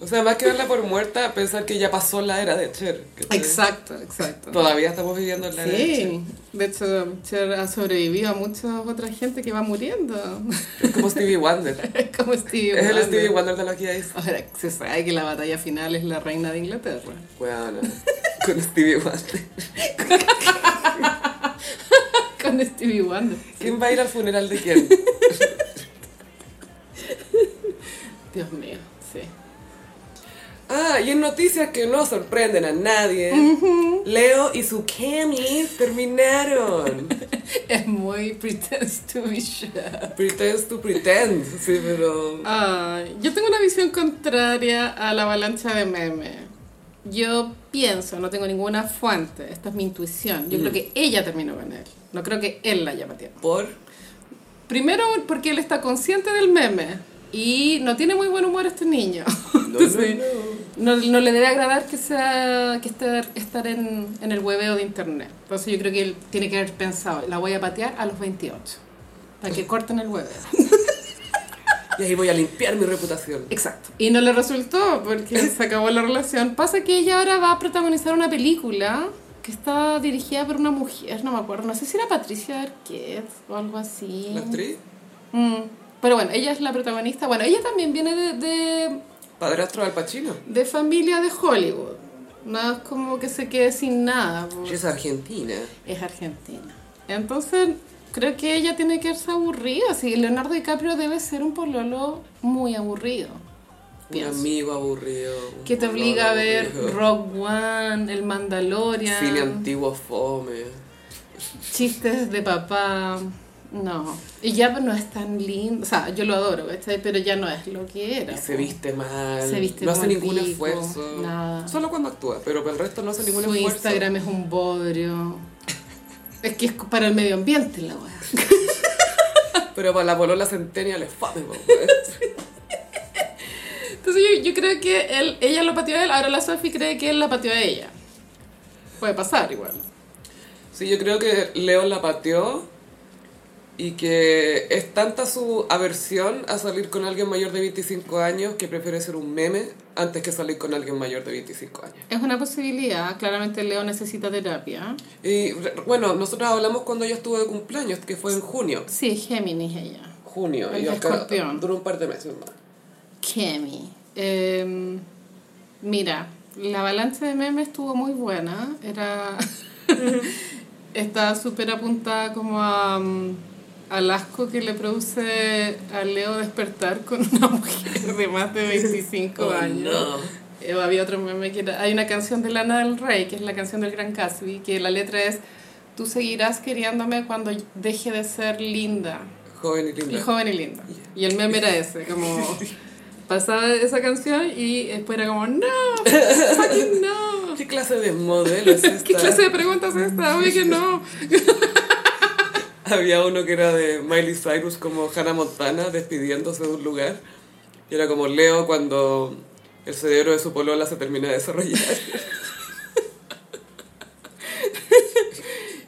Speaker 1: O sea, más que darla por muerta, pensar que ya pasó la era de Cher. ¿cachai?
Speaker 2: Exacto, exacto.
Speaker 1: Todavía estamos viviendo la era de Cher.
Speaker 2: Sí, de hecho, Cher ha sobrevivido a mucha otra gente que va muriendo. *laughs*
Speaker 1: Es como Stevie Wonder.
Speaker 2: Es como *laughs* Stevie
Speaker 1: Es el
Speaker 2: Wonder.
Speaker 1: Stevie Wonder de los gays.
Speaker 2: Ahora se sabe que la batalla final es la reina de Inglaterra.
Speaker 1: Bueno, con Stevie Wonder.
Speaker 2: Con Stevie Wonder.
Speaker 1: ¿Quién va a ir al funeral de quién?
Speaker 2: Dios mío, sí.
Speaker 1: Ah, y en noticias que no sorprenden a nadie, Leo y su Cami terminaron.
Speaker 2: *laughs* Es muy pretends to be shy.
Speaker 1: Pretends to pretend, sí, pero...
Speaker 2: Ah, yo tengo una visión contraria a la avalancha de memes. Yo pienso, no tengo ninguna fuente, esta es mi intuición. Yo creo que ella terminó con él. No creo que él la haya pateado.
Speaker 1: ¿Por?
Speaker 2: Primero porque él está consciente del meme y no tiene muy buen humor este niño. *laughs*
Speaker 1: *laughs* No,
Speaker 2: Entonces,
Speaker 1: no, no.
Speaker 2: no, no le debe agradar que sea que estar, estar en, en el hueveo de internet. Entonces yo creo que él tiene que haber pensado, la voy a patear a los 28. Para que corten
Speaker 1: *laughs*
Speaker 2: el hueveo.
Speaker 1: Y ahí voy a limpiar mi reputación.
Speaker 2: Exacto. Y no le resultó porque se acabó la relación. Pasa que ella ahora va a protagonizar una película que está dirigida por una mujer, no me acuerdo, no sé si era Patricia Arquette o algo así.
Speaker 1: ¿La actriz?
Speaker 2: Mm. Pero bueno, ella es la protagonista. Bueno, ella también viene de, de,
Speaker 1: Padrastro Al Pacino.
Speaker 2: de familia de Hollywood. No es como que se quede sin nada. po.
Speaker 1: Ella es argentina.
Speaker 2: Es argentina. Entonces, creo que ella tiene que ser aburrida. Sí, Leonardo DiCaprio debe ser un pololo muy aburrido. Pienso.
Speaker 1: Un amigo aburrido. un
Speaker 2: Que te
Speaker 1: color
Speaker 2: obliga a ver
Speaker 1: aburrido.
Speaker 2: Rock One, El Mandalorian,
Speaker 1: Cine antiguo fome.
Speaker 2: chistes de papá. No. Y ya no es tan lindo. O sea, yo lo adoro, ¿cachai? Pero ya no es lo que era.
Speaker 1: Y se viste mal.
Speaker 2: Se viste
Speaker 1: no hace
Speaker 2: como el
Speaker 1: ningún
Speaker 2: pico,
Speaker 1: esfuerzo.
Speaker 2: nada.
Speaker 1: Solo cuando actúa, pero para el resto no hace
Speaker 2: Su
Speaker 1: ningún esfuerzo.
Speaker 2: Instagram es un bodrio. Es que es para el medio ambiente la weá.
Speaker 1: Pero para la polola centennial es fome, po, ¿eh?
Speaker 2: Entonces yo, yo creo que él, ella lo pateó a él, ahora la Sophie cree que él la pateó a ella. Puede pasar igual.
Speaker 1: Sí, yo creo que Leo la pateó y que es tanta su aversión a salir con alguien mayor de 25 años que prefiere ser un meme antes que salir con alguien mayor de 25 años.
Speaker 2: Es una posibilidad, claramente Leo necesita terapia.
Speaker 1: Y re- bueno, nosotros hablamos cuando ella estuvo de cumpleaños, que fue en junio.
Speaker 2: Sí, Géminis ella.
Speaker 1: Junio,
Speaker 2: El
Speaker 1: y acá
Speaker 2: escorpión.
Speaker 1: duró un par de meses más.
Speaker 2: Kemi. Em, mira, la avalancha de memes estuvo muy buena. *laughs* Era. Está súper apuntada como a. mm, al asco que le produce a Leo despertar con una mujer de más de 25
Speaker 1: Oh,
Speaker 2: años.
Speaker 1: no.
Speaker 2: Eh, había otro meme que era- hay una canción de Lana del Rey, que es la canción del Gran Cassidy, que la letra es Tú seguirás queriéndome cuando deje de ser linda,
Speaker 1: Joven y
Speaker 2: y
Speaker 1: linda.
Speaker 2: joven y linda. Y el meme era ese, *laughs* como pasaba esa canción y después era como, *laughs* no, fucking no.
Speaker 1: ¿Qué clase de modelo es esta?
Speaker 2: *laughs* ¿Qué clase de preguntas es esta? Obvio que no.
Speaker 1: *laughs* Había uno que era de Miley Cyrus como Hannah Montana despidiéndose de un lugar. Y era como Leo cuando el cerebro de su polola se termina de desarrollar.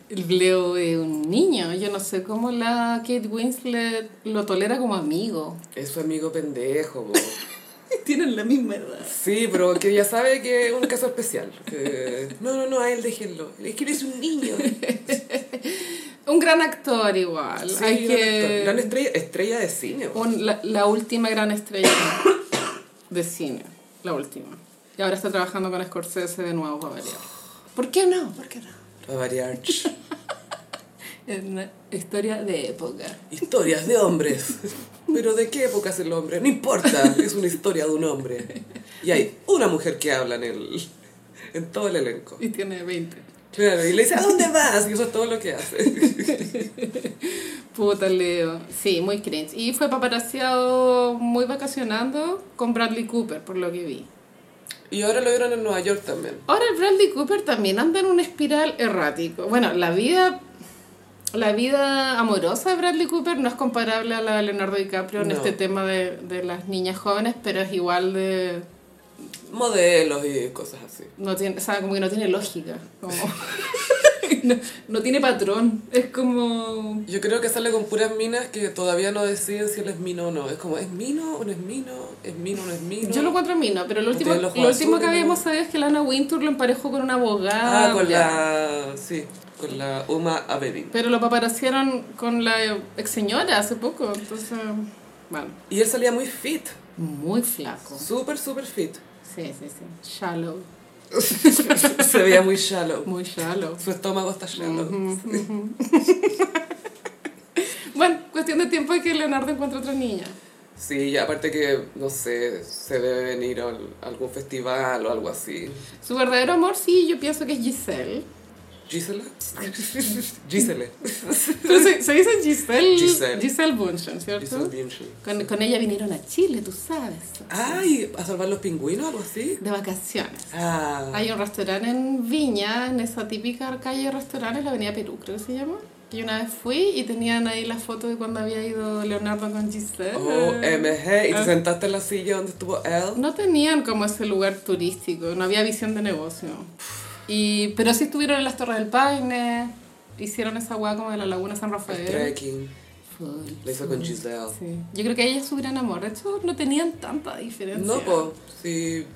Speaker 2: El *laughs* Leo es un niño, yo no sé cómo la Kate Winslet lo tolera como amigo.
Speaker 1: *laughs* Es su amigo pendejo. po.
Speaker 2: *laughs* Tienen la misma edad.
Speaker 1: Sí, pero que ya sabe que es un caso especial. que- No, no, no, a él déjenlo. Es que él es un niño.
Speaker 2: Un gran actor igual.
Speaker 1: *laughs* Sí,
Speaker 2: Hay
Speaker 1: gran
Speaker 2: que...
Speaker 1: actor. Gran estrella, estrella de cine. po.
Speaker 2: Un- la, la última gran estrella de cine, la última. Y ahora está trabajando con Scorsese de nuevo para variar. ¿Por qué no? ¿Por qué no?
Speaker 1: A variar. *laughs*
Speaker 2: Es una historia de época.
Speaker 1: Historias de hombres. Pero ¿de qué época es el hombre? No importa, es una historia de un hombre. Y hay una mujer que habla en, el, en todo el elenco.
Speaker 2: Y tiene 20.
Speaker 1: Claro, y le dice, ¿a dónde vas? Y eso es todo lo que hace.
Speaker 2: Puta Leo. Sí, muy cringe. Y fue paparazziado muy vacacionando con Bradley Cooper, por lo que vi.
Speaker 1: Y ahora lo vieron en Nueva York también.
Speaker 2: Ahora el Bradley Cooper también anda en una espiral errático. Bueno, la vida la vida amorosa de Bradley Cooper no es comparable a la de Leonardo DiCaprio en
Speaker 1: No.
Speaker 2: este tema de, de las niñas jóvenes, pero es igual de
Speaker 1: Modelos y cosas así.
Speaker 2: no tiene, o sea, como que no tiene lógica, como- *laughs* no, no tiene patrón, es como
Speaker 1: Yo creo que sale con puras minas que todavía no deciden si él es mino o no. Es como, ¿es mino o no es mino? ¿Es mino o no es mino?
Speaker 2: yo lo encuentro mino, pero lo último,
Speaker 1: tiene el ojo
Speaker 2: lo último
Speaker 1: azul,
Speaker 2: que
Speaker 1: ¿no?
Speaker 2: habíamos sabido es que Lana Wintour lo emparejó con una abogada.
Speaker 1: Ah, con la... Sí, con la Uma Abedin.
Speaker 2: Pero lo paparazziaron con la ex señora hace poco, entonces, bueno.
Speaker 1: Y él salía muy fit.
Speaker 2: Muy flaco.
Speaker 1: Súper, súper fit. *laughs*
Speaker 2: Sí, sí, sí. Shallow.
Speaker 1: Se veía muy shallow.
Speaker 2: Muy shallow.
Speaker 1: Su estómago está shallow.
Speaker 2: Bueno, cuestión de tiempo de que Leonardo encuentre otra niña.
Speaker 1: Sí, y aparte que, no sé, se debe venir a algún festival o algo así.
Speaker 2: Su verdadero amor, sí, yo pienso que es Giselle.
Speaker 1: ¿Gisela? Gisele.
Speaker 2: Pero se, se dice Giselle.
Speaker 1: Giselle.
Speaker 2: Giselle. Bunchen,
Speaker 1: Gisele
Speaker 2: ¿cierto?
Speaker 1: Bündchen.
Speaker 2: Con, con ella vinieron a Chile, tú sabes.
Speaker 1: Ay, a salvar los pingüinos, algo así.
Speaker 2: De vacaciones.
Speaker 1: Ah,
Speaker 2: Hay un restaurante en Viña, en esa típica calle de restaurantes, la Avenida Perú, creo que se llama. Que yo una vez fui y tenían ahí la foto de cuando había ido Leonardo con Giselle.
Speaker 1: Oh, OMG. Y te
Speaker 2: Ah.
Speaker 1: sentaste en la silla donde estuvo él.
Speaker 2: No tenían como ese lugar turístico, no había visión de negocio. Y, pero sí estuvieron en las Torres del Paine, hicieron esa hueá como de la Laguna San
Speaker 1: El
Speaker 2: Rafael.
Speaker 1: trekking.
Speaker 2: Full.
Speaker 1: Lo hizo con Giselle.
Speaker 2: Sí. Yo creo que ella es su gran amor, de hecho no tenían tanta diferencia.
Speaker 1: No, pues, sí.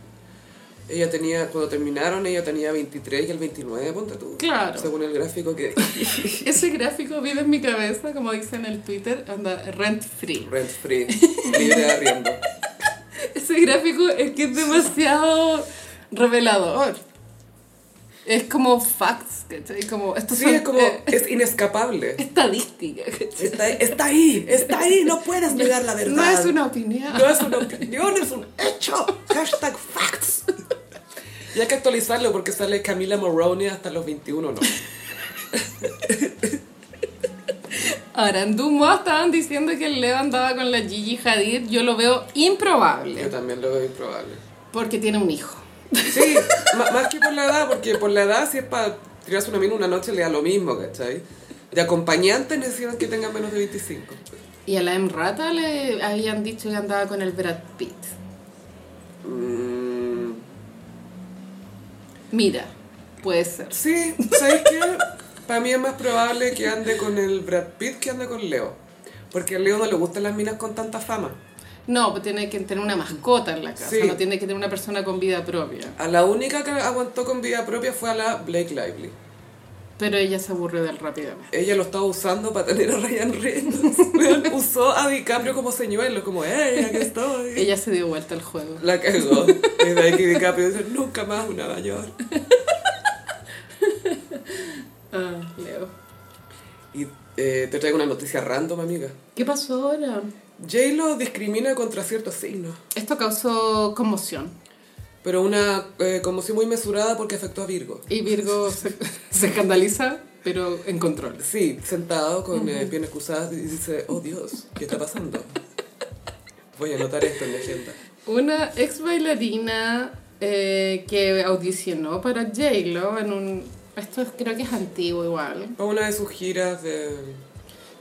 Speaker 1: Ella tenía, cuando terminaron, ella tenía 23 y el 29, ponte tú.
Speaker 2: Claro.
Speaker 1: Según el gráfico que
Speaker 2: *laughs*
Speaker 1: *laughs*
Speaker 2: Ese gráfico vive en mi cabeza, como dice en el Twitter, anda rent free.
Speaker 1: Rent free, libre de arriendo.
Speaker 2: Ese gráfico es que es demasiado revelador. Es como facts, ¿cachai? Como, estos
Speaker 1: Sí,
Speaker 2: son,
Speaker 1: es como,
Speaker 2: eh,
Speaker 1: es
Speaker 2: *laughs*
Speaker 1: inescapable.
Speaker 2: estadística, ¿cachai?
Speaker 1: Está, está ahí, está ahí, no puedes negar la verdad.
Speaker 2: No es una opinión.
Speaker 1: No es una opinión, es un hecho. Hashtag facts. Y hay que actualizarlo porque sale Camila Moroni hasta los 21, ¿no?
Speaker 2: Ahora, en Dumont estaban diciendo que el Leo andaba con la Gigi Hadid. Yo lo veo
Speaker 1: *laughs* Yo
Speaker 2: improbable.
Speaker 1: también lo veo improbable.
Speaker 2: Porque tiene un hijo.
Speaker 1: Sí, ma- más que por la edad, porque por la edad si es para tirarse una mina una noche le da lo mismo, ¿cachai? De acompañantes necesitan que tengan menos de 25.
Speaker 2: Y a la Emrata le habían dicho que andaba con el Brad Pitt.
Speaker 1: Mm,
Speaker 2: Mira, puede ser.
Speaker 1: sí, ¿sabes qué? Para mí es más probable que ande con el Brad Pitt que ande con Leo. Porque a Leo no le gustan las minas con tanta fama.
Speaker 2: No, pues tiene que tener una mascota en la casa.
Speaker 1: Sí.
Speaker 2: No tiene que tener una persona con vida propia.
Speaker 1: A la única que aguantó con vida propia fue a la Blake Lively.
Speaker 2: Pero ella se aburrió de él rápidamente.
Speaker 1: Ella lo estaba usando para tener a Ryan Reynolds. Weón, Usó a DiCaprio como señuelo, como, ¡eh, aquí estoy!
Speaker 2: Ella se dio vuelta al juego.
Speaker 1: La cagó. Y de ahí que DiCaprio dice, nunca más una mayor.
Speaker 2: Ah, Leo.
Speaker 1: Y eh, te traigo una noticia random, amiga.
Speaker 2: ¿Qué pasó ahora?
Speaker 1: J-Lo discrimina contra ciertos signos,
Speaker 2: Esto causó conmoción.
Speaker 1: pero una eh, conmoción muy mesurada porque afectó a Virgo.
Speaker 2: Y Virgo se, *laughs* se escandaliza, pero en control.
Speaker 1: Sí, sentado con eh, piernas cruzadas y dice, oh Dios, ¿qué está pasando? Voy a anotar esto en mi agenda.
Speaker 2: Una ex bailarina eh, que audicionó para J-Lo en un... Esto es- creo que es antiguo igual.
Speaker 1: Para una de sus giras de...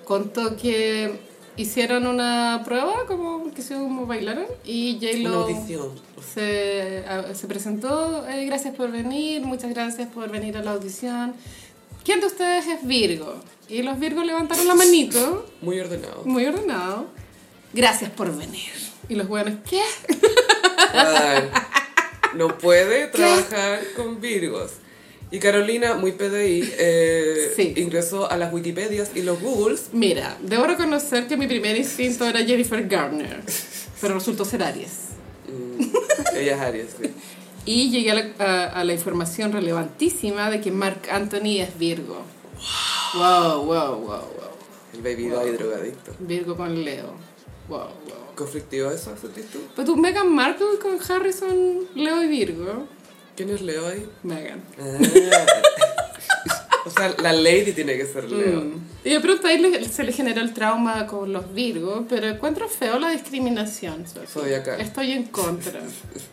Speaker 2: Contó que hicieron una prueba, como que se como bailaron, y
Speaker 1: Una
Speaker 2: J-Lo
Speaker 1: audición.
Speaker 2: se, a- se presentó. eh, gracias por venir, muchas gracias por venir a la audición. ¿Quién de ustedes es Virgo? Y los Virgos levantaron la manito,
Speaker 1: Muy
Speaker 2: *laughs*
Speaker 1: ordenado.
Speaker 2: muy ordenado. Gracias por venir. Y los buenos, ¿qué?
Speaker 1: Ay, no puede trabajar con Virgos. Y Carolina, muy PDI, eh,
Speaker 2: Sí.
Speaker 1: ingresó a las Wikipedias y los Googles.
Speaker 2: Mira, debo reconocer que mi primer instinto era Jennifer Garner, pero resultó ser Aries.
Speaker 1: Mm, ella es Aries, sí.
Speaker 2: Y llegué a la, a- a la información relevantísima de que Mark Anthony es Virgo. Wow, wow, wow, wow.
Speaker 1: El baby daddy drogadicto.
Speaker 2: Virgo con Leo. Wow, wow.
Speaker 1: ¿Conflictivo eso, sentís tú?
Speaker 2: Pues tú, Meghan Markle con Harrison, Leo y Virgo.
Speaker 1: ¿Quién es Leo ahí?
Speaker 2: Meghan.
Speaker 1: Ah. *laughs* o sea, la lady tiene que ser Leo.
Speaker 2: Mm. Y de pronto ahí le- se le generó el trauma con los Virgos, pero encuentro feo la discriminación. Sophie.
Speaker 1: Zodiacal.
Speaker 2: Estoy en contra.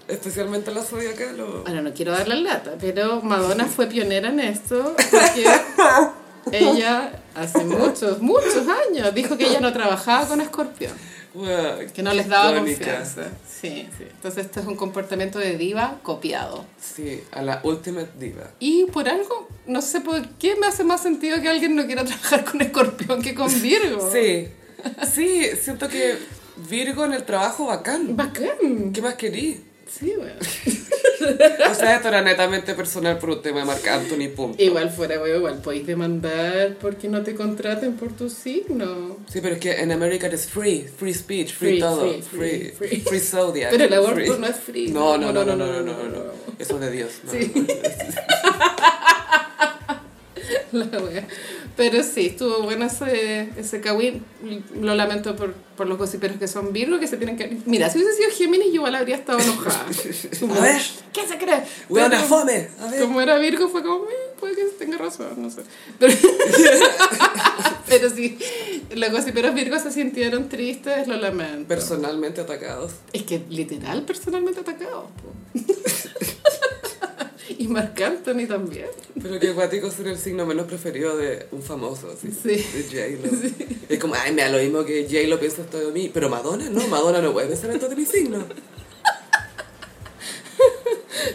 Speaker 1: Especialmente la zodiaca, lo...
Speaker 2: Ahora no quiero dar la lata, pero Madonna fue pionera en esto porque
Speaker 1: *laughs*
Speaker 2: ella hace muchos, muchos años dijo que ella no trabajaba con escorpión,
Speaker 1: Guau,
Speaker 2: que no les daba
Speaker 1: tónica.
Speaker 2: confianza. Sí, sí. Entonces esto es un comportamiento de diva copiado.
Speaker 1: Sí, a la ultimate diva.
Speaker 2: Y por algo, no sé por qué me hace más sentido que alguien no quiera trabajar con escorpión que con Virgo.
Speaker 1: Sí, sí, siento que Virgo en el trabajo bacán.
Speaker 2: Bacán.
Speaker 1: ¿Qué más querí?
Speaker 2: Sí, bueno.
Speaker 1: O sea, esto era netamente personal por un tema de marca Anthony Punto.
Speaker 2: Igual fuera, bueno, igual podéis demandar porque no te contraten por tu signo.
Speaker 1: Sí, pero es que en América es free, free speech, free,
Speaker 2: Free,
Speaker 1: todo,
Speaker 2: free,
Speaker 1: free,
Speaker 2: free,
Speaker 1: free,
Speaker 2: free.
Speaker 1: zodiac.
Speaker 2: Pero el aborto
Speaker 1: free.
Speaker 2: no es free.
Speaker 1: No, no, no, no, no, no, no, no, no. Eso es de Dios. no,
Speaker 2: Sí.
Speaker 1: no, no.
Speaker 2: *laughs* La wea. Pero sí, estuvo bueno ese, ese kawin. Lo lamento por, por los gossiperos que son Virgo, que se tienen que... Mira, si hubiese sido Géminis, yo igual habría
Speaker 1: *laughs*
Speaker 2: estado enojada.
Speaker 1: A ver.
Speaker 2: ¿Qué se cree?
Speaker 1: Weona
Speaker 2: Pero-
Speaker 1: fome. A ver.
Speaker 2: Como era Virgo, fue como, "Eh, puede que tenga razón, no sé. Pero, *laughs* pero sí, los gossiperos Virgo se sintieron tristes, lo lamento.
Speaker 1: Personalmente atacados.
Speaker 2: es que literal, personalmente atacados. po. *laughs* y Marc Anthony también.
Speaker 1: Pero que acuático ser el signo menos preferido de un famoso, así.
Speaker 2: Sí.
Speaker 1: De J-Lo. Es como, ay, me da lo mismo que J-Lo piensa esto de mí. Pero Madonna no, Madonna no puede pensar esto de mi signo.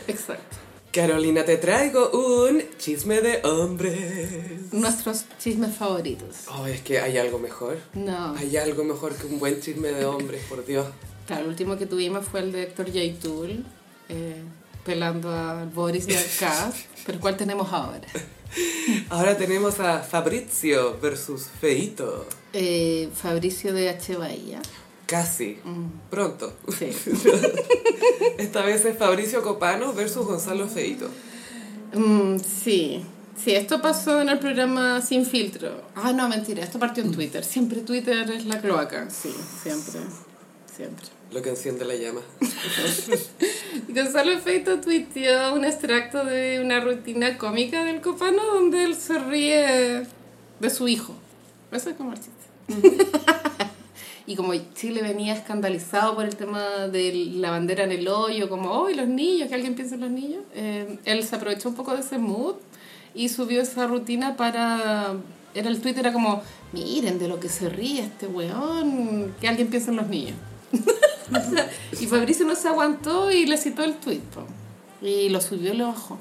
Speaker 2: Exacto.
Speaker 1: Carolina, te traigo un chisme de hombres.
Speaker 2: Nuestros chismes favoritos.
Speaker 1: Oh, es que hay algo mejor.
Speaker 2: No.
Speaker 1: Hay algo mejor que un buen chisme de hombres, por Dios.
Speaker 2: Claro, el último que tuvimos fue el de Héctor J. Tool, eh, pelando a Boris y a *laughs* Cass. Pero ¿cuál tenemos ahora?
Speaker 1: Ahora tenemos a Fabrizio versus Feito.
Speaker 2: Eh, Fabricio de H. Bahía. Mm,
Speaker 1: Casi. Pronto.
Speaker 2: Sí.
Speaker 1: Esta vez es Fabricio Copano versus Gonzalo Feito.
Speaker 2: Mm, sí. Sí, esto pasó en el programa Sin Filtro. Ah, no, mentira, esto partió en Twitter. Siempre Twitter es la cloaca. Sí, siempre. Siempre.
Speaker 1: Lo que enciende la llama.
Speaker 2: Gonzalo Feito tuiteó un extracto de una rutina cómica del Copano donde él se ríe de su hijo. Eso es como el chiste. *laughs* y como Chile venía escandalizado por el tema de la bandera en el hoyo, como, oh, y los niños, que alguien piensa en los niños, eh, él se aprovechó un poco de ese mood y subió esa rutina para... Era el tweet, era como, miren de lo que se ríe este weón, que alguien piensa en los niños. Y Fabricio no se aguantó y le citó el tweet. po. Y lo subió y lo bajó.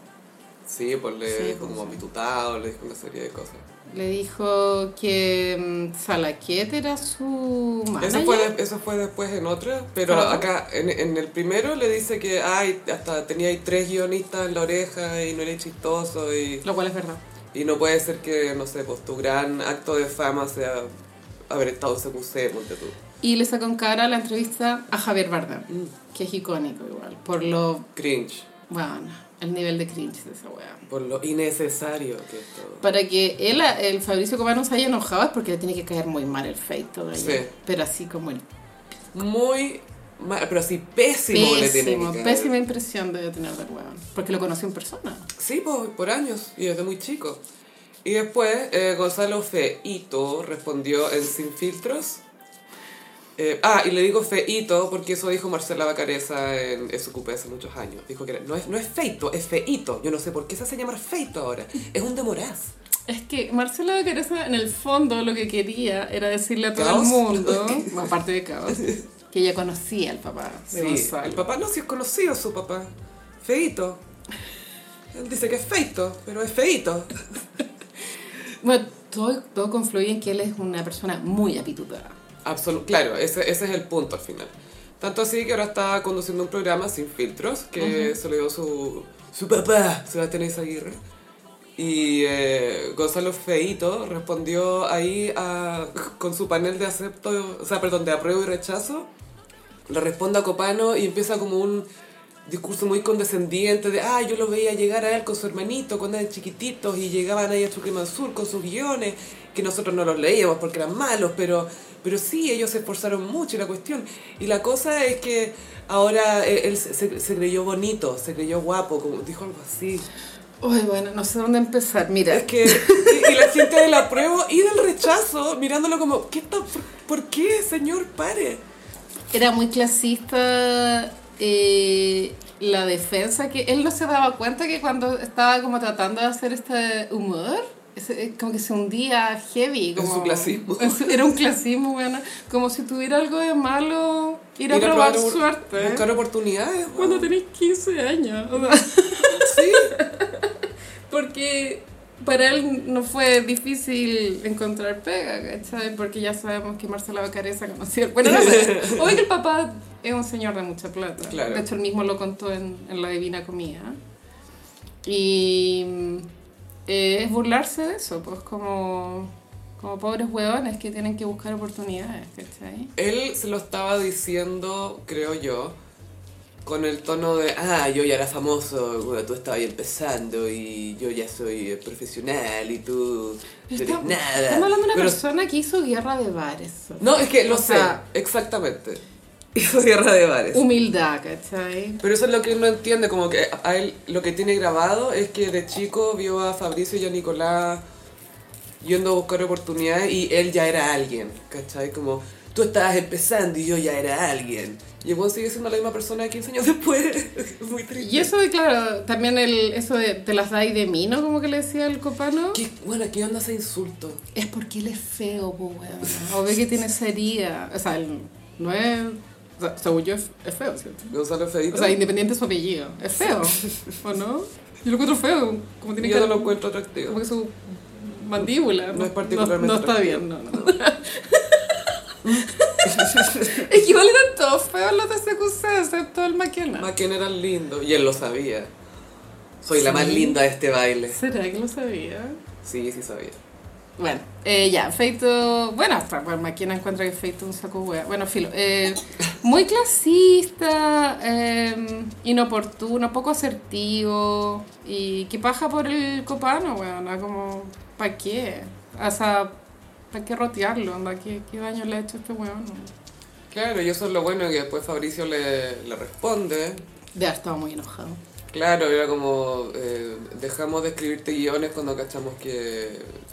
Speaker 1: Sí, pues le
Speaker 2: Sí,
Speaker 1: dijo como vomitutado, le dijo una serie de cosas.
Speaker 2: Le dijo que mm, Salaquet era su
Speaker 1: Eso
Speaker 2: manager.
Speaker 1: fue, de- eso fue después en otra, pero
Speaker 2: Ajá.
Speaker 1: acá en, en el primero le dice que ay, hasta tenía ahí tres guionistas en la oreja y no era chistoso y,
Speaker 2: Lo cual es verdad.
Speaker 1: y no puede ser que, no sé, pues tu gran acto de fama sea haber estado en CQC, ponte tú.
Speaker 2: Y le sacó en cara Mm. la entrevista a Javier Bardem, que es icónico igual, por lo...
Speaker 1: Cringe.
Speaker 2: Bueno, el nivel de cringe de esa weá.
Speaker 1: Por lo innecesario que es todo.
Speaker 2: Para que él, el Fabricio Copano se haya enojado es porque le tiene que caer muy mal el fake todavía.
Speaker 1: Sí.
Speaker 2: Pero así como el
Speaker 1: Muy mal, pero así pésimo, le tiene
Speaker 2: pésimo,
Speaker 1: que caer.
Speaker 2: pésima impresión debe tener del weón. Porque lo conoció en persona.
Speaker 1: Sí, por, por años y desde muy chico. Y después eh, Gonzalo Feito respondió en Sin Filtros. Eh, ah, y le digo Feito porque eso dijo Marcela Bacareza en, en su cupé hace muchos años. Dijo que era- no es, no es Feito, es Feito. Yo no sé por qué se hace llamar Feito ahora. Es un demoraz.
Speaker 2: Es que Marcela de Careza en el fondo lo que quería era decirle a todo
Speaker 1: Caos.
Speaker 2: el
Speaker 1: *laughs*
Speaker 2: mundo, aparte de caos, que ella conocía al papá *laughs* de
Speaker 1: Sí,
Speaker 2: Gonzalo.
Speaker 1: el papá no, si es conocido su papá. Feito. Él dice que es Feito, pero es Feito.
Speaker 2: Bueno, todo, todo confluye en que él es una persona muy apitutada.
Speaker 1: Absolu- claro, ese, ese es el punto al final. Tanto así que ahora está conduciendo un programa sin filtros que se lo dio su, su papá, Sebastián Aguirre. Y eh, Gonzalo Feito respondió ahí a- con su panel de acepto, o sea, perdón, de apruebo y rechazo. Le responde a Copano y empieza como un discurso muy condescendiente de, ah, yo lo veía llegar a él con su hermanito cuando eran chiquititos y llegaban ahí a Chucky Mansur con sus guiones, que nosotros no los leíamos porque eran malos, pero, pero sí, ellos se esforzaron mucho y la cuestión. Y la cosa es que ahora eh, él se, se- se creyó bonito, se creyó guapo, como dijo algo así.
Speaker 2: Uy, bueno, no sé dónde empezar. Mira,
Speaker 1: Es que, y, y la gente del apruebo y del rechazo mirándolo como, ¿qué está, por, por qué, señor, pare?
Speaker 2: era muy clasista eh, la defensa, que él no se daba cuenta que cuando estaba como tratando de hacer este humor, ese- eh, como que se hundía heavy.
Speaker 1: En
Speaker 2: Como,
Speaker 1: su clasismo.
Speaker 2: en su- Era un clasismo, bueno, como si tuviera algo de malo ir a
Speaker 1: Ir a
Speaker 2: probar,
Speaker 1: probar,
Speaker 2: suerte.
Speaker 1: Buscar oportunidades. weón.
Speaker 2: ¿Eh? Cuando tenés 15 años, o sea,
Speaker 1: Sí.
Speaker 2: porque para él no fue difícil encontrar pega, ¿cachai? Porque ya sabemos que Marcela Bacareza conocía. Bueno, no
Speaker 1: *laughs*
Speaker 2: sé. Hoy el papá es un señor de mucha plata.
Speaker 1: Claro.
Speaker 2: De hecho, él mismo lo contó en, en La Divina Comida. Y mm, eh, es burlarse de eso, pues como, como pobres hueones que tienen que buscar oportunidades, ¿cachai?
Speaker 1: Él se lo estaba diciendo, creo yo, con el tono de, ah, yo ya era famoso, bueno, tú estabas ahí empezando y yo ya soy eh, profesional y tú no eres
Speaker 2: Estamos
Speaker 1: nada.
Speaker 2: estamos hablando de una
Speaker 1: Pero-
Speaker 2: persona que hizo guerra de bares.
Speaker 1: No, es que lo
Speaker 2: O
Speaker 1: sé,
Speaker 2: sea-
Speaker 1: exactamente. *laughs* Hizo guerra de bares.
Speaker 2: Humildad, ¿cachai?
Speaker 1: Pero eso es lo que él no entiende, como que a él lo que tiene grabado es que de chico vio a Fabricio y a Nicolás yendo a buscar oportunidades y él ya era alguien, ¿cachai? Como tú estabas empezando y yo ya era alguien. Y el weón sigue siendo la misma persona 15 años después. *laughs* Es muy triste.
Speaker 2: Y eso, de, claro, también el, eso de te las da y de mí, ¿no? Como que le decía el copano.
Speaker 1: ¿Qué, bueno, ¿qué onda ese insulto?
Speaker 2: Es porque él es feo, po, weón. *laughs* Obvio que tiene sería. O sea, él no es. O sea, según yo, es, es feo, ¿cierto?
Speaker 1: Gonzalo Feito.
Speaker 2: O sea, independiente de su apellido. Es feo, ¿o no? Yo lo encuentro feo. Como tiene
Speaker 1: yo
Speaker 2: que.
Speaker 1: no lo encuentro atractivo.
Speaker 2: Como que su mandíbula.
Speaker 1: No es particularmente
Speaker 2: No, no está
Speaker 1: atractivo.
Speaker 2: bien, no, no. *laughs* es que igual eran todos feos los de CQC, excepto el maquena.
Speaker 1: Más que era lindo. Y él lo sabía. Soy la más
Speaker 2: Sí.
Speaker 1: linda de este baile.
Speaker 2: ¿Será que lo sabía?
Speaker 1: Sí, sí sabía.
Speaker 2: Bueno, eh, ya, Feito. Bueno, hasta bueno, Maquina encuentra que Feito es un saco hueá. Bueno, filo. eh, muy clasista, eh, inoportuno, poco asertivo. Y que paja por el copano, weón. ¿no? Como, ¿para qué? O sea, ¿para qué rotearlo? onda? ¿Qué, ¿Qué daño le ha hecho este weón?
Speaker 1: Claro, y eso es lo bueno que después Fabricio le, le responde.
Speaker 2: De haber estado muy enojado.
Speaker 1: Claro, era como, eh, dejamos de escribirte guiones cuando cachamos que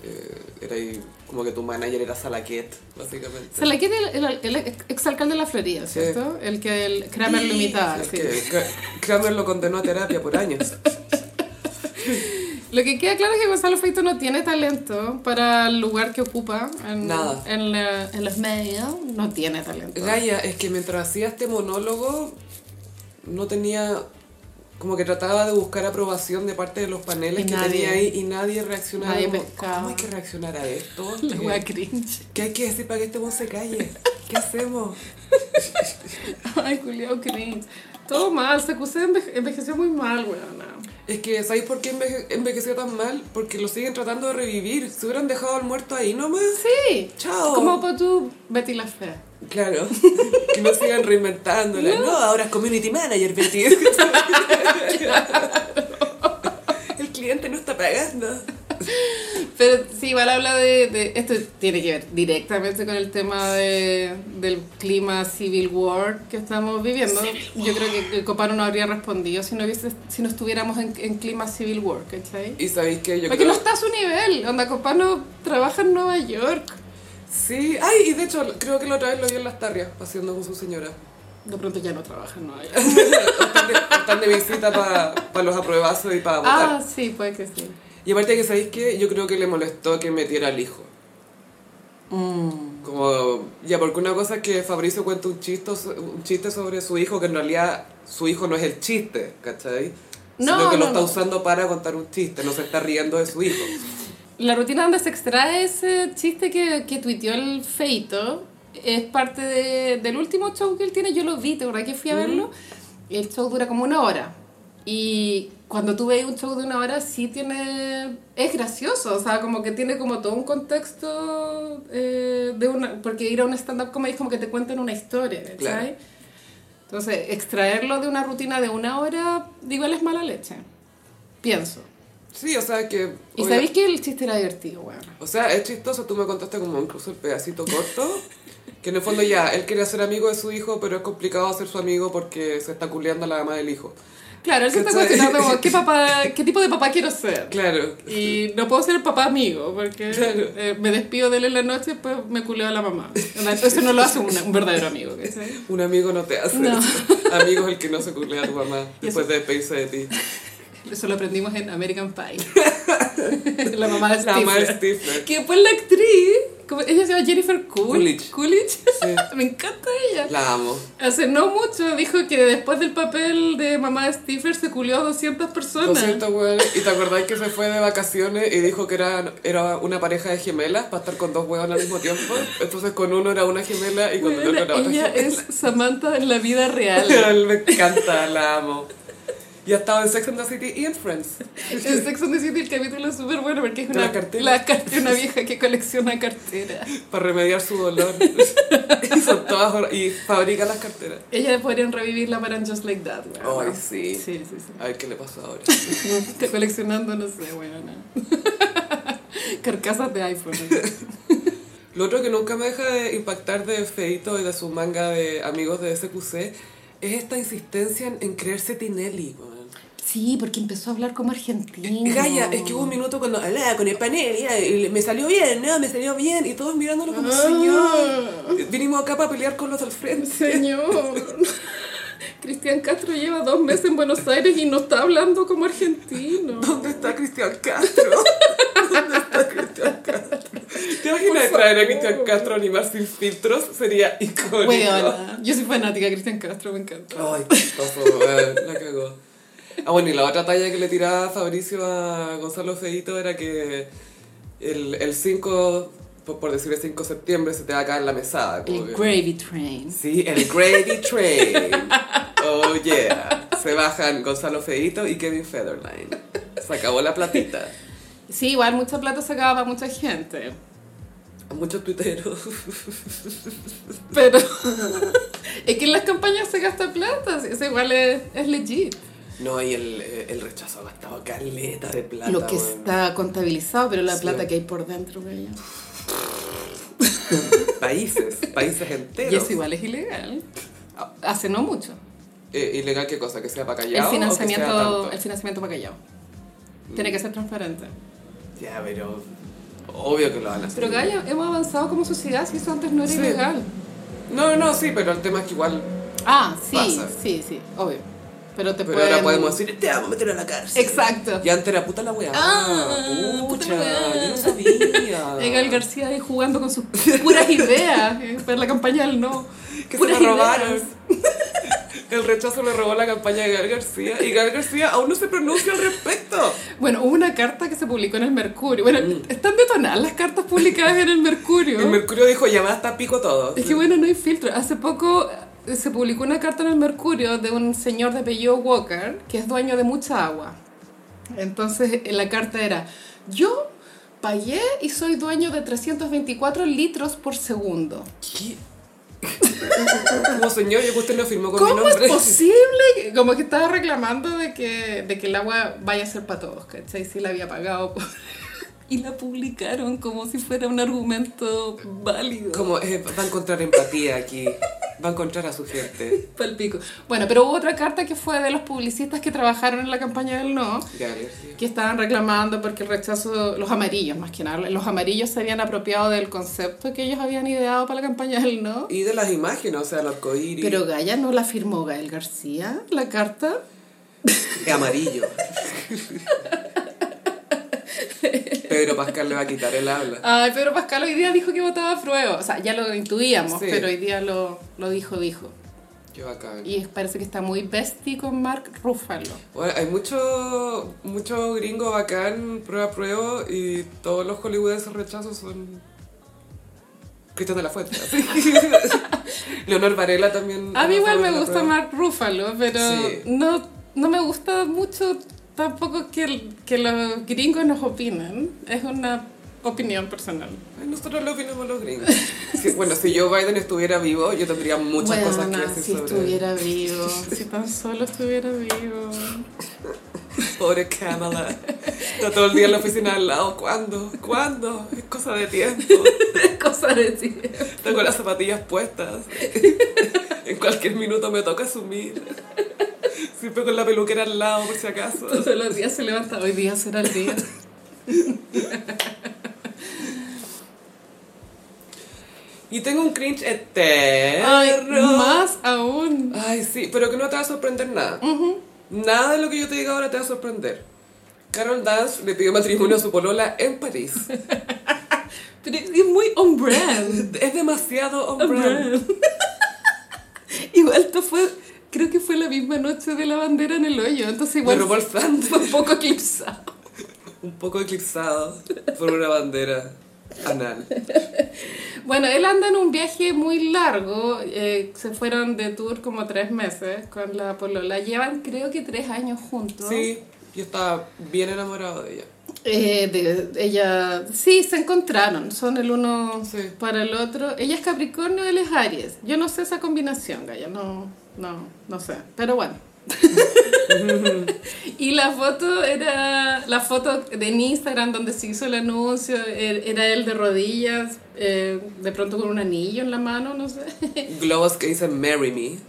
Speaker 1: eh, era ahí- como que tu manager era Salaquet, básicamente.
Speaker 2: O sea, la que era el, el, el exalcalde de la Florida, ¿cierto? El que el Kramer lo imitaba.
Speaker 1: Es
Speaker 2: sí.
Speaker 1: que Kra- Kramer lo condenó a terapia por años.
Speaker 2: Lo que queda claro es que Gonzalo Feito no tiene talento para el lugar que ocupa en,
Speaker 1: Nada.
Speaker 2: en, la- en los medios. No tiene talento.
Speaker 1: Gaia, es que mientras hacía este monólogo, no tenía... Como que trataba de buscar aprobación de parte de los paneles
Speaker 2: Y
Speaker 1: que
Speaker 2: nadie-
Speaker 1: tenía ahí y nadie reaccionaba.
Speaker 2: nadie
Speaker 1: como,
Speaker 2: pescaba.
Speaker 1: ¿Cómo hay que reaccionar a esto?
Speaker 2: *laughs*
Speaker 1: Eh,
Speaker 2: La
Speaker 1: ¿Qué-
Speaker 2: wea cringe. *laughs*
Speaker 1: ¿Qué hay que decir para que este buen se calle? ¿Qué hacemos?
Speaker 2: Ay, Julio, cringe. Todo mal. Se acusé envejeció muy mal, weona.
Speaker 1: Es que, ¿sabéis por qué enveje- envejeció tan mal? Porque lo siguen tratando de revivir. Si hubieran dejado al muerto ahí nomás.
Speaker 2: Sí.
Speaker 1: Chao.
Speaker 2: Como para tú, Betty la Fea.
Speaker 1: Claro. *laughs* que no *laughs* sigan reinventándola. No, ahora es community manager, Betty. pagando.
Speaker 2: Pero sí, igual habla de, de- Esto tiene que ver directamente con el tema de, del clima civil war que estamos viviendo. Yo creo que el Copano no habría respondido si no, hubiese- si no estuviéramos en, en clima civil war, ¿cachai?
Speaker 1: Y sabéis que yo
Speaker 2: Porque
Speaker 1: creo...
Speaker 2: no está a su nivel. Onda Copano trabaja en Nueva York.
Speaker 1: Sí, ay, y de hecho creo que la otra vez lo vi en las tarrias paseando con su señora.
Speaker 2: De pronto ya no trabaja en Nueva York.
Speaker 1: están, de, están de visita para los apruebazos y para votar.
Speaker 2: Ah, sí, puede que sí.
Speaker 1: Y aparte que sabéis que yo creo que le molestó que metiera al hijo.
Speaker 2: Mm.
Speaker 1: Como, ya, porque una cosa es que Fabricio cuenta un, chiste un chiste sobre su hijo, que en realidad su hijo no es el chiste, ¿cachai?
Speaker 2: No,
Speaker 1: Sino que lo
Speaker 2: no,
Speaker 1: está
Speaker 2: no.
Speaker 1: usando para contar un chiste, no se está riendo de su hijo.
Speaker 2: La rutina donde se extrae ese chiste que, que tuiteó el Feito es parte de- del último show que él tiene. Yo lo vi, ¿te acordás que fui a verlo? El show dura como una hora. Y cuando tú ves un show de una hora, sí tiene. Es gracioso, o sea, como que tiene como todo un contexto eh, de una. Porque ir a un stand-up comedy es como que te cuentan una historia, ¿sabes?
Speaker 1: Claro.
Speaker 2: Entonces, extraerlo de una rutina de una hora, igual es mala leche. Pienso.
Speaker 1: Sí, o sea que...
Speaker 2: Y
Speaker 1: obvia-
Speaker 2: sabéis que el chiste era divertido, weón.
Speaker 1: O sea, es chistoso, tú me contaste como incluso el pedacito corto, que en el fondo ya, él quería ser amigo de su hijo, pero es complicado ser su amigo porque se está culeando a la mamá del hijo.
Speaker 2: Claro, él se está
Speaker 1: ¿Cachai?
Speaker 2: cuestionando
Speaker 1: *laughs*
Speaker 2: como, ¿qué, papá, qué tipo de papá quiero ser.
Speaker 1: Claro.
Speaker 2: Y no puedo ser el papá amigo, porque
Speaker 1: Claro.
Speaker 2: eh, me despido de él en la noche y después me culeo a la mamá. Eso no lo hace un, un verdadero amigo. ¿cachai?
Speaker 1: Un amigo no te hace
Speaker 2: No.
Speaker 1: eso. Amigo es el que no se culea a tu
Speaker 2: *laughs*
Speaker 1: mamá
Speaker 2: Y
Speaker 1: después de despedirse de ti.
Speaker 2: Eso lo aprendimos en American Pie.
Speaker 1: *laughs*
Speaker 2: la mamá de
Speaker 1: La mamá de
Speaker 2: Stifler.
Speaker 1: Stifler.
Speaker 2: Que fue la actriz, como- ella se llama Jennifer Cool-
Speaker 1: Coolidge.
Speaker 2: Coolidge.
Speaker 1: Sí.
Speaker 2: *laughs* me encanta ella.
Speaker 1: La amo.
Speaker 2: Hace no mucho dijo que después del papel de mamá de Stifler se culió a 200
Speaker 1: Lo
Speaker 2: personas.
Speaker 1: siento, güey. Y te acordás que se fue de vacaciones y dijo que era, era una pareja de gemelas para estar con dos huevos al mismo tiempo. Entonces con uno era una gemela y con el otro
Speaker 2: Bueno,
Speaker 1: era otra
Speaker 2: ella
Speaker 1: gemela.
Speaker 2: es Samantha en la vida real.
Speaker 1: Él *laughs* me encanta, la amo. Y ha estado en Sex and the City y en Friends.
Speaker 2: En Sex and the City *laughs* el capítulo es súper bueno porque es
Speaker 1: De
Speaker 2: una
Speaker 1: la cartera.
Speaker 2: la carte- una vieja que colecciona carteras.
Speaker 1: Para remediar su dolor. *laughs* y, son todas hor- y fabrica las carteras.
Speaker 2: Ella podrían revivirla para en Just Like That, weón.
Speaker 1: Ay, sí.
Speaker 2: Sí, sí, sí.
Speaker 1: A ver qué le pasó ahora.
Speaker 2: Está coleccionando, no sé, weón. *laughs* Carcasas de iPhone.
Speaker 1: Lo otro que nunca me deja de impactar de Feito y de su manga de amigos de SQC es esta insistencia en, en creerse Tinelli. weón.
Speaker 2: Sí, porque empezó a hablar como argentino.
Speaker 1: Gaya, es que hubo un minuto cuando hablaba con el panel y, y me salió bien, no, me salió bien. Y todos mirándolo
Speaker 2: Ah.
Speaker 1: como, señor, vinimos acá para pelear con los del frente. *laughs*
Speaker 2: Señor. *laughs* Cristian Castro lleva dos meses en Buenos Aires y no está hablando
Speaker 1: *laughs*
Speaker 2: como argentino.
Speaker 1: ¿Dónde está Cristian Castro? *laughs* ¿Dónde está Cristian Castro? ¿Te imaginas
Speaker 2: Por
Speaker 1: traer a
Speaker 2: favor.
Speaker 1: Cristian Castro a animar sin filtros? Sería icónico.
Speaker 2: Weona, yo soy fanática de Cristian Castro, me encanta.
Speaker 1: Ay, qué chistoso, *laughs* weón, la cagó. Ah, bueno, y la otra talla que le tiraba Fabricio a Gonzalo Feito era que el, el 5, por, por decir el 5 de septiembre, se te va a caer la mesada. como
Speaker 2: El
Speaker 1: que-
Speaker 2: Gravy Train.
Speaker 1: Sí, el Grady Train. Oh yeah. Se bajan Gonzalo Feito y Kevin Federline. Se acabó la platita.
Speaker 2: Sí, igual mucha plata se acaba para mucha gente.
Speaker 1: A muchos tuiteros.
Speaker 2: *laughs* Pero es que en las campañas se gasta plata, sí, eso igual es, es legit.
Speaker 1: No, y el, eh, el rechazo ha gastado caleta de plata.
Speaker 2: Lo que
Speaker 1: weón.
Speaker 2: está contabilizado, pero la
Speaker 1: Sí.
Speaker 2: plata que hay por dentro, güey.
Speaker 1: Países, países
Speaker 2: Y
Speaker 1: enteros.
Speaker 2: eso igual es ilegal. Hace no mucho.
Speaker 1: Eh, ¿Ilegal qué cosa? ¿Que sea Mm. para
Speaker 2: El
Speaker 1: callado?
Speaker 2: financiamiento, el financiamiento para Callao. Tiene que ser transparente.
Speaker 1: Ya, pero. Obvio que lo van a hacer.
Speaker 2: Pero Gaya, hemos avanzado como sociedad si eso antes no era
Speaker 1: Sí.
Speaker 2: ilegal.
Speaker 1: No, no, sí, pero el tema es que igual.
Speaker 2: Ah, sí,
Speaker 1: Pasa.
Speaker 2: sí, sí, obvio. Pero te
Speaker 1: Pero
Speaker 2: pueden-
Speaker 1: ahora podemos decir, te vamos a meter a la cárcel.
Speaker 2: Exacto.
Speaker 1: Y antes era puta la weá.
Speaker 2: Ah, puta la weá.
Speaker 1: yo no sabía.
Speaker 2: *laughs* Llega el García ahí jugando con sus puras
Speaker 1: *laughs*
Speaker 2: ideas eh, para la campaña del no.
Speaker 1: Que se
Speaker 2: puras
Speaker 1: la robaron. *laughs*
Speaker 2: ideas.
Speaker 1: El rechazo le robó la campaña de Gal García. Y Gal García aún no se pronuncia al respecto.
Speaker 2: Bueno, hubo una carta que se publicó en el Mercurio. Bueno, están detonadas las cartas publicadas en el Mercurio.
Speaker 1: Mm. El Mercurio dijo, ya basta, pico todo.
Speaker 2: Es que bueno, no hay filtro. Hace poco eh, se publicó una carta en el Mercurio de un señor de apellido Walker, que es dueño de mucha agua. Entonces en la carta era, yo pagué y soy dueño de 324 litros por segundo.
Speaker 1: ¿Qué? *laughs* Como señor, yo que usted no firmó con mi
Speaker 2: ¿Cómo es
Speaker 1: nombre.
Speaker 2: posible? Como que estaba reclamando de que, de que el agua vaya a ser para todos, ¿cachai? Si la había pagado. *laughs* por- Y la publicaron como si fuera un argumento válido.
Speaker 1: Como eh, va a encontrar empatía aquí. Va a encontrar a su gente.
Speaker 2: Palpico. Bueno, pero hubo otra carta que fue de los publicistas que trabajaron en la campaña del no,
Speaker 1: Gales.
Speaker 2: que estaban reclamando porque el rechazo, los amarillos más que nada, los amarillos se habían apropiado del concepto que ellos habían ideado para la campaña del no.
Speaker 1: Y de las imágenes, o sea, el arcoíris
Speaker 2: Pero Gaya no la firmó Gael García, la carta.
Speaker 1: es amarillo. Pedro Pascal le va a quitar el habla.
Speaker 2: Ay, Pedro Pascal hoy día dijo que votaba a prueba. O sea, ya lo intuíamos,
Speaker 1: Sí.
Speaker 2: pero hoy día lo, lo dijo, dijo.
Speaker 1: Qué bacán.
Speaker 2: Y parece que está muy bestie con Mark Ruffalo.
Speaker 1: Bueno, hay mucho, mucho gringo bacán, prueba a prueba, y todos los hollywoodenses rechazos son Cristian de la Fuente. *laughs* así. Leonor Varela también.
Speaker 2: A mí igual
Speaker 1: fue
Speaker 2: me
Speaker 1: la
Speaker 2: gusta
Speaker 1: prueba.
Speaker 2: Mark Ruffalo, pero
Speaker 1: Sí.
Speaker 2: no, no me gusta mucho tampoco que, el- que los gringos nos opinen. Es una opinión personal.
Speaker 1: Ay, Nosotros lo opinamos los gringos. Sí, bueno, si Joe Biden estuviera vivo, yo tendría muchas
Speaker 2: Bueno,
Speaker 1: cosas que
Speaker 2: no,
Speaker 1: decir
Speaker 2: si
Speaker 1: sobre
Speaker 2: estuviera vivo, si tan solo estuviera vivo.
Speaker 1: Pobre Kamala. Está todo el día en la oficina al lado. ¿Cuándo? ¿Cuándo? Es cosa de tiempo.
Speaker 2: Cosa de ti.
Speaker 1: Tengo las zapatillas puestas. En cualquier minuto me toca asumir. Siempre con la peluquera al lado, por si acaso.
Speaker 2: Todos los días se levanta, hoy día será el día.
Speaker 1: Y tengo un cringe eterno.
Speaker 2: Ay, más aún.
Speaker 1: Ay, sí, pero que no te va a sorprender nada. Nada de lo que yo te diga ahora te va a sorprender. Carol Dance le pidió matrimonio a su polola en París.
Speaker 2: *laughs* Pero es muy on brand.
Speaker 1: Es demasiado on
Speaker 2: On
Speaker 1: brand.
Speaker 2: brand. igual esto fue, creo que fue la misma noche de la bandera en el hoyo, entonces
Speaker 1: Me
Speaker 2: igual
Speaker 1: robó el sándwich.
Speaker 2: *laughs* fue un poco eclipsado.
Speaker 1: Un poco eclipsado por una bandera anal.
Speaker 2: Bueno, él anda en un viaje muy largo, eh, se fueron de tour como tres meses con la polola, llevan creo que tres años juntos.
Speaker 1: Sí, yo estaba bien enamorado de ella.
Speaker 2: Eh, de- ella, sí, se encontraron, son el uno
Speaker 1: Sí.
Speaker 2: para el otro. Ella es Capricornio, él es Aries. Yo no sé esa combinación, Gaya, no, no, no sé, pero bueno. y la foto era la foto de en Instagram donde se hizo el anuncio, er- era él de rodillas, eh, de pronto con un anillo en la mano, no sé. *laughs*
Speaker 1: Globos que dicen marry me.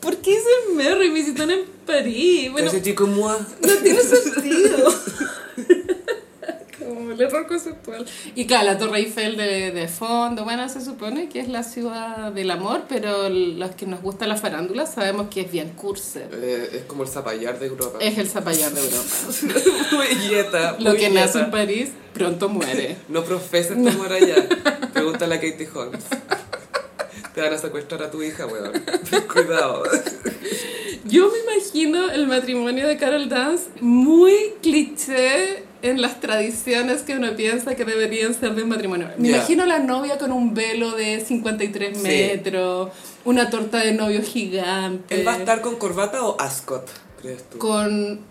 Speaker 2: ¿Por qué se Merry me están en París? Bueno,
Speaker 1: Ese chico moi.
Speaker 2: No *laughs* tiene sentido. Como el error conceptual. Y claro, la Torre Eiffel de, de fondo, bueno, se supone que es la ciudad del amor, pero los que nos gusta la farándula sabemos que es bien curse.
Speaker 1: Eh, es como el zapallar de Europa.
Speaker 2: Es el zapallar de Europa.
Speaker 1: *laughs* muy yeta.
Speaker 2: Eh. Lo
Speaker 1: muy
Speaker 2: que nace
Speaker 1: yeta.
Speaker 2: en París pronto muere.
Speaker 1: No profeses tu amor allá. Pregúntale a Katie Holmes. *laughs* Te van a secuestrar a tu hija, weón. *laughs* Cuidado.
Speaker 2: Eh. Yo me imagino el matrimonio de Carol Dance muy cliché en las tradiciones que uno piensa que deberían ser de un matrimonio. Me
Speaker 1: Ya.
Speaker 2: imagino la novia con un velo de 53
Speaker 1: Sí.
Speaker 2: metros, una torta de novio gigante.
Speaker 1: ¿Él va a estar con corbata o ascot, crees tú?
Speaker 2: Con. *laughs*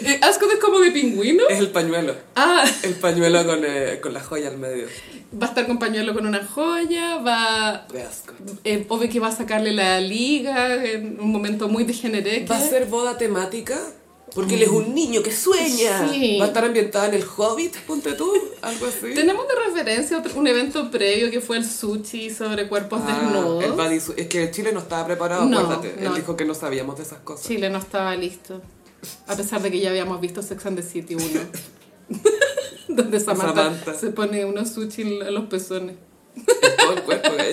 Speaker 2: Eh, ¿Ascot es como de pingüino?
Speaker 1: Es el pañuelo.
Speaker 2: Ah,
Speaker 1: El pañuelo con, eh, con la joya al medio.
Speaker 2: va a estar con pañuelo con una joya, va.
Speaker 1: De ascot.
Speaker 2: eh, obvio que va a sacarle la liga en un momento muy degeneré.
Speaker 1: Va a ser boda temática porque él es un niño que sueña.
Speaker 2: Sí.
Speaker 1: Va a estar ambientada en el Hobbit, ponte tú, algo así.
Speaker 2: Tenemos de referencia otro- un evento previo que fue el sushi sobre cuerpos
Speaker 1: Ah, el
Speaker 2: desnudos.
Speaker 1: bodysuit. es que Chile no estaba preparado,
Speaker 2: No,
Speaker 1: acuérdate.
Speaker 2: no.
Speaker 1: Él dijo que no sabíamos de esas cosas.
Speaker 2: Chile no estaba listo. A pesar de que ya habíamos visto Sex and the City 1.
Speaker 1: *laughs*
Speaker 2: donde Samantha,
Speaker 1: Samantha.
Speaker 2: se pone unos sushi en los pezones.
Speaker 1: Era *laughs* todo el cuerpo, gay.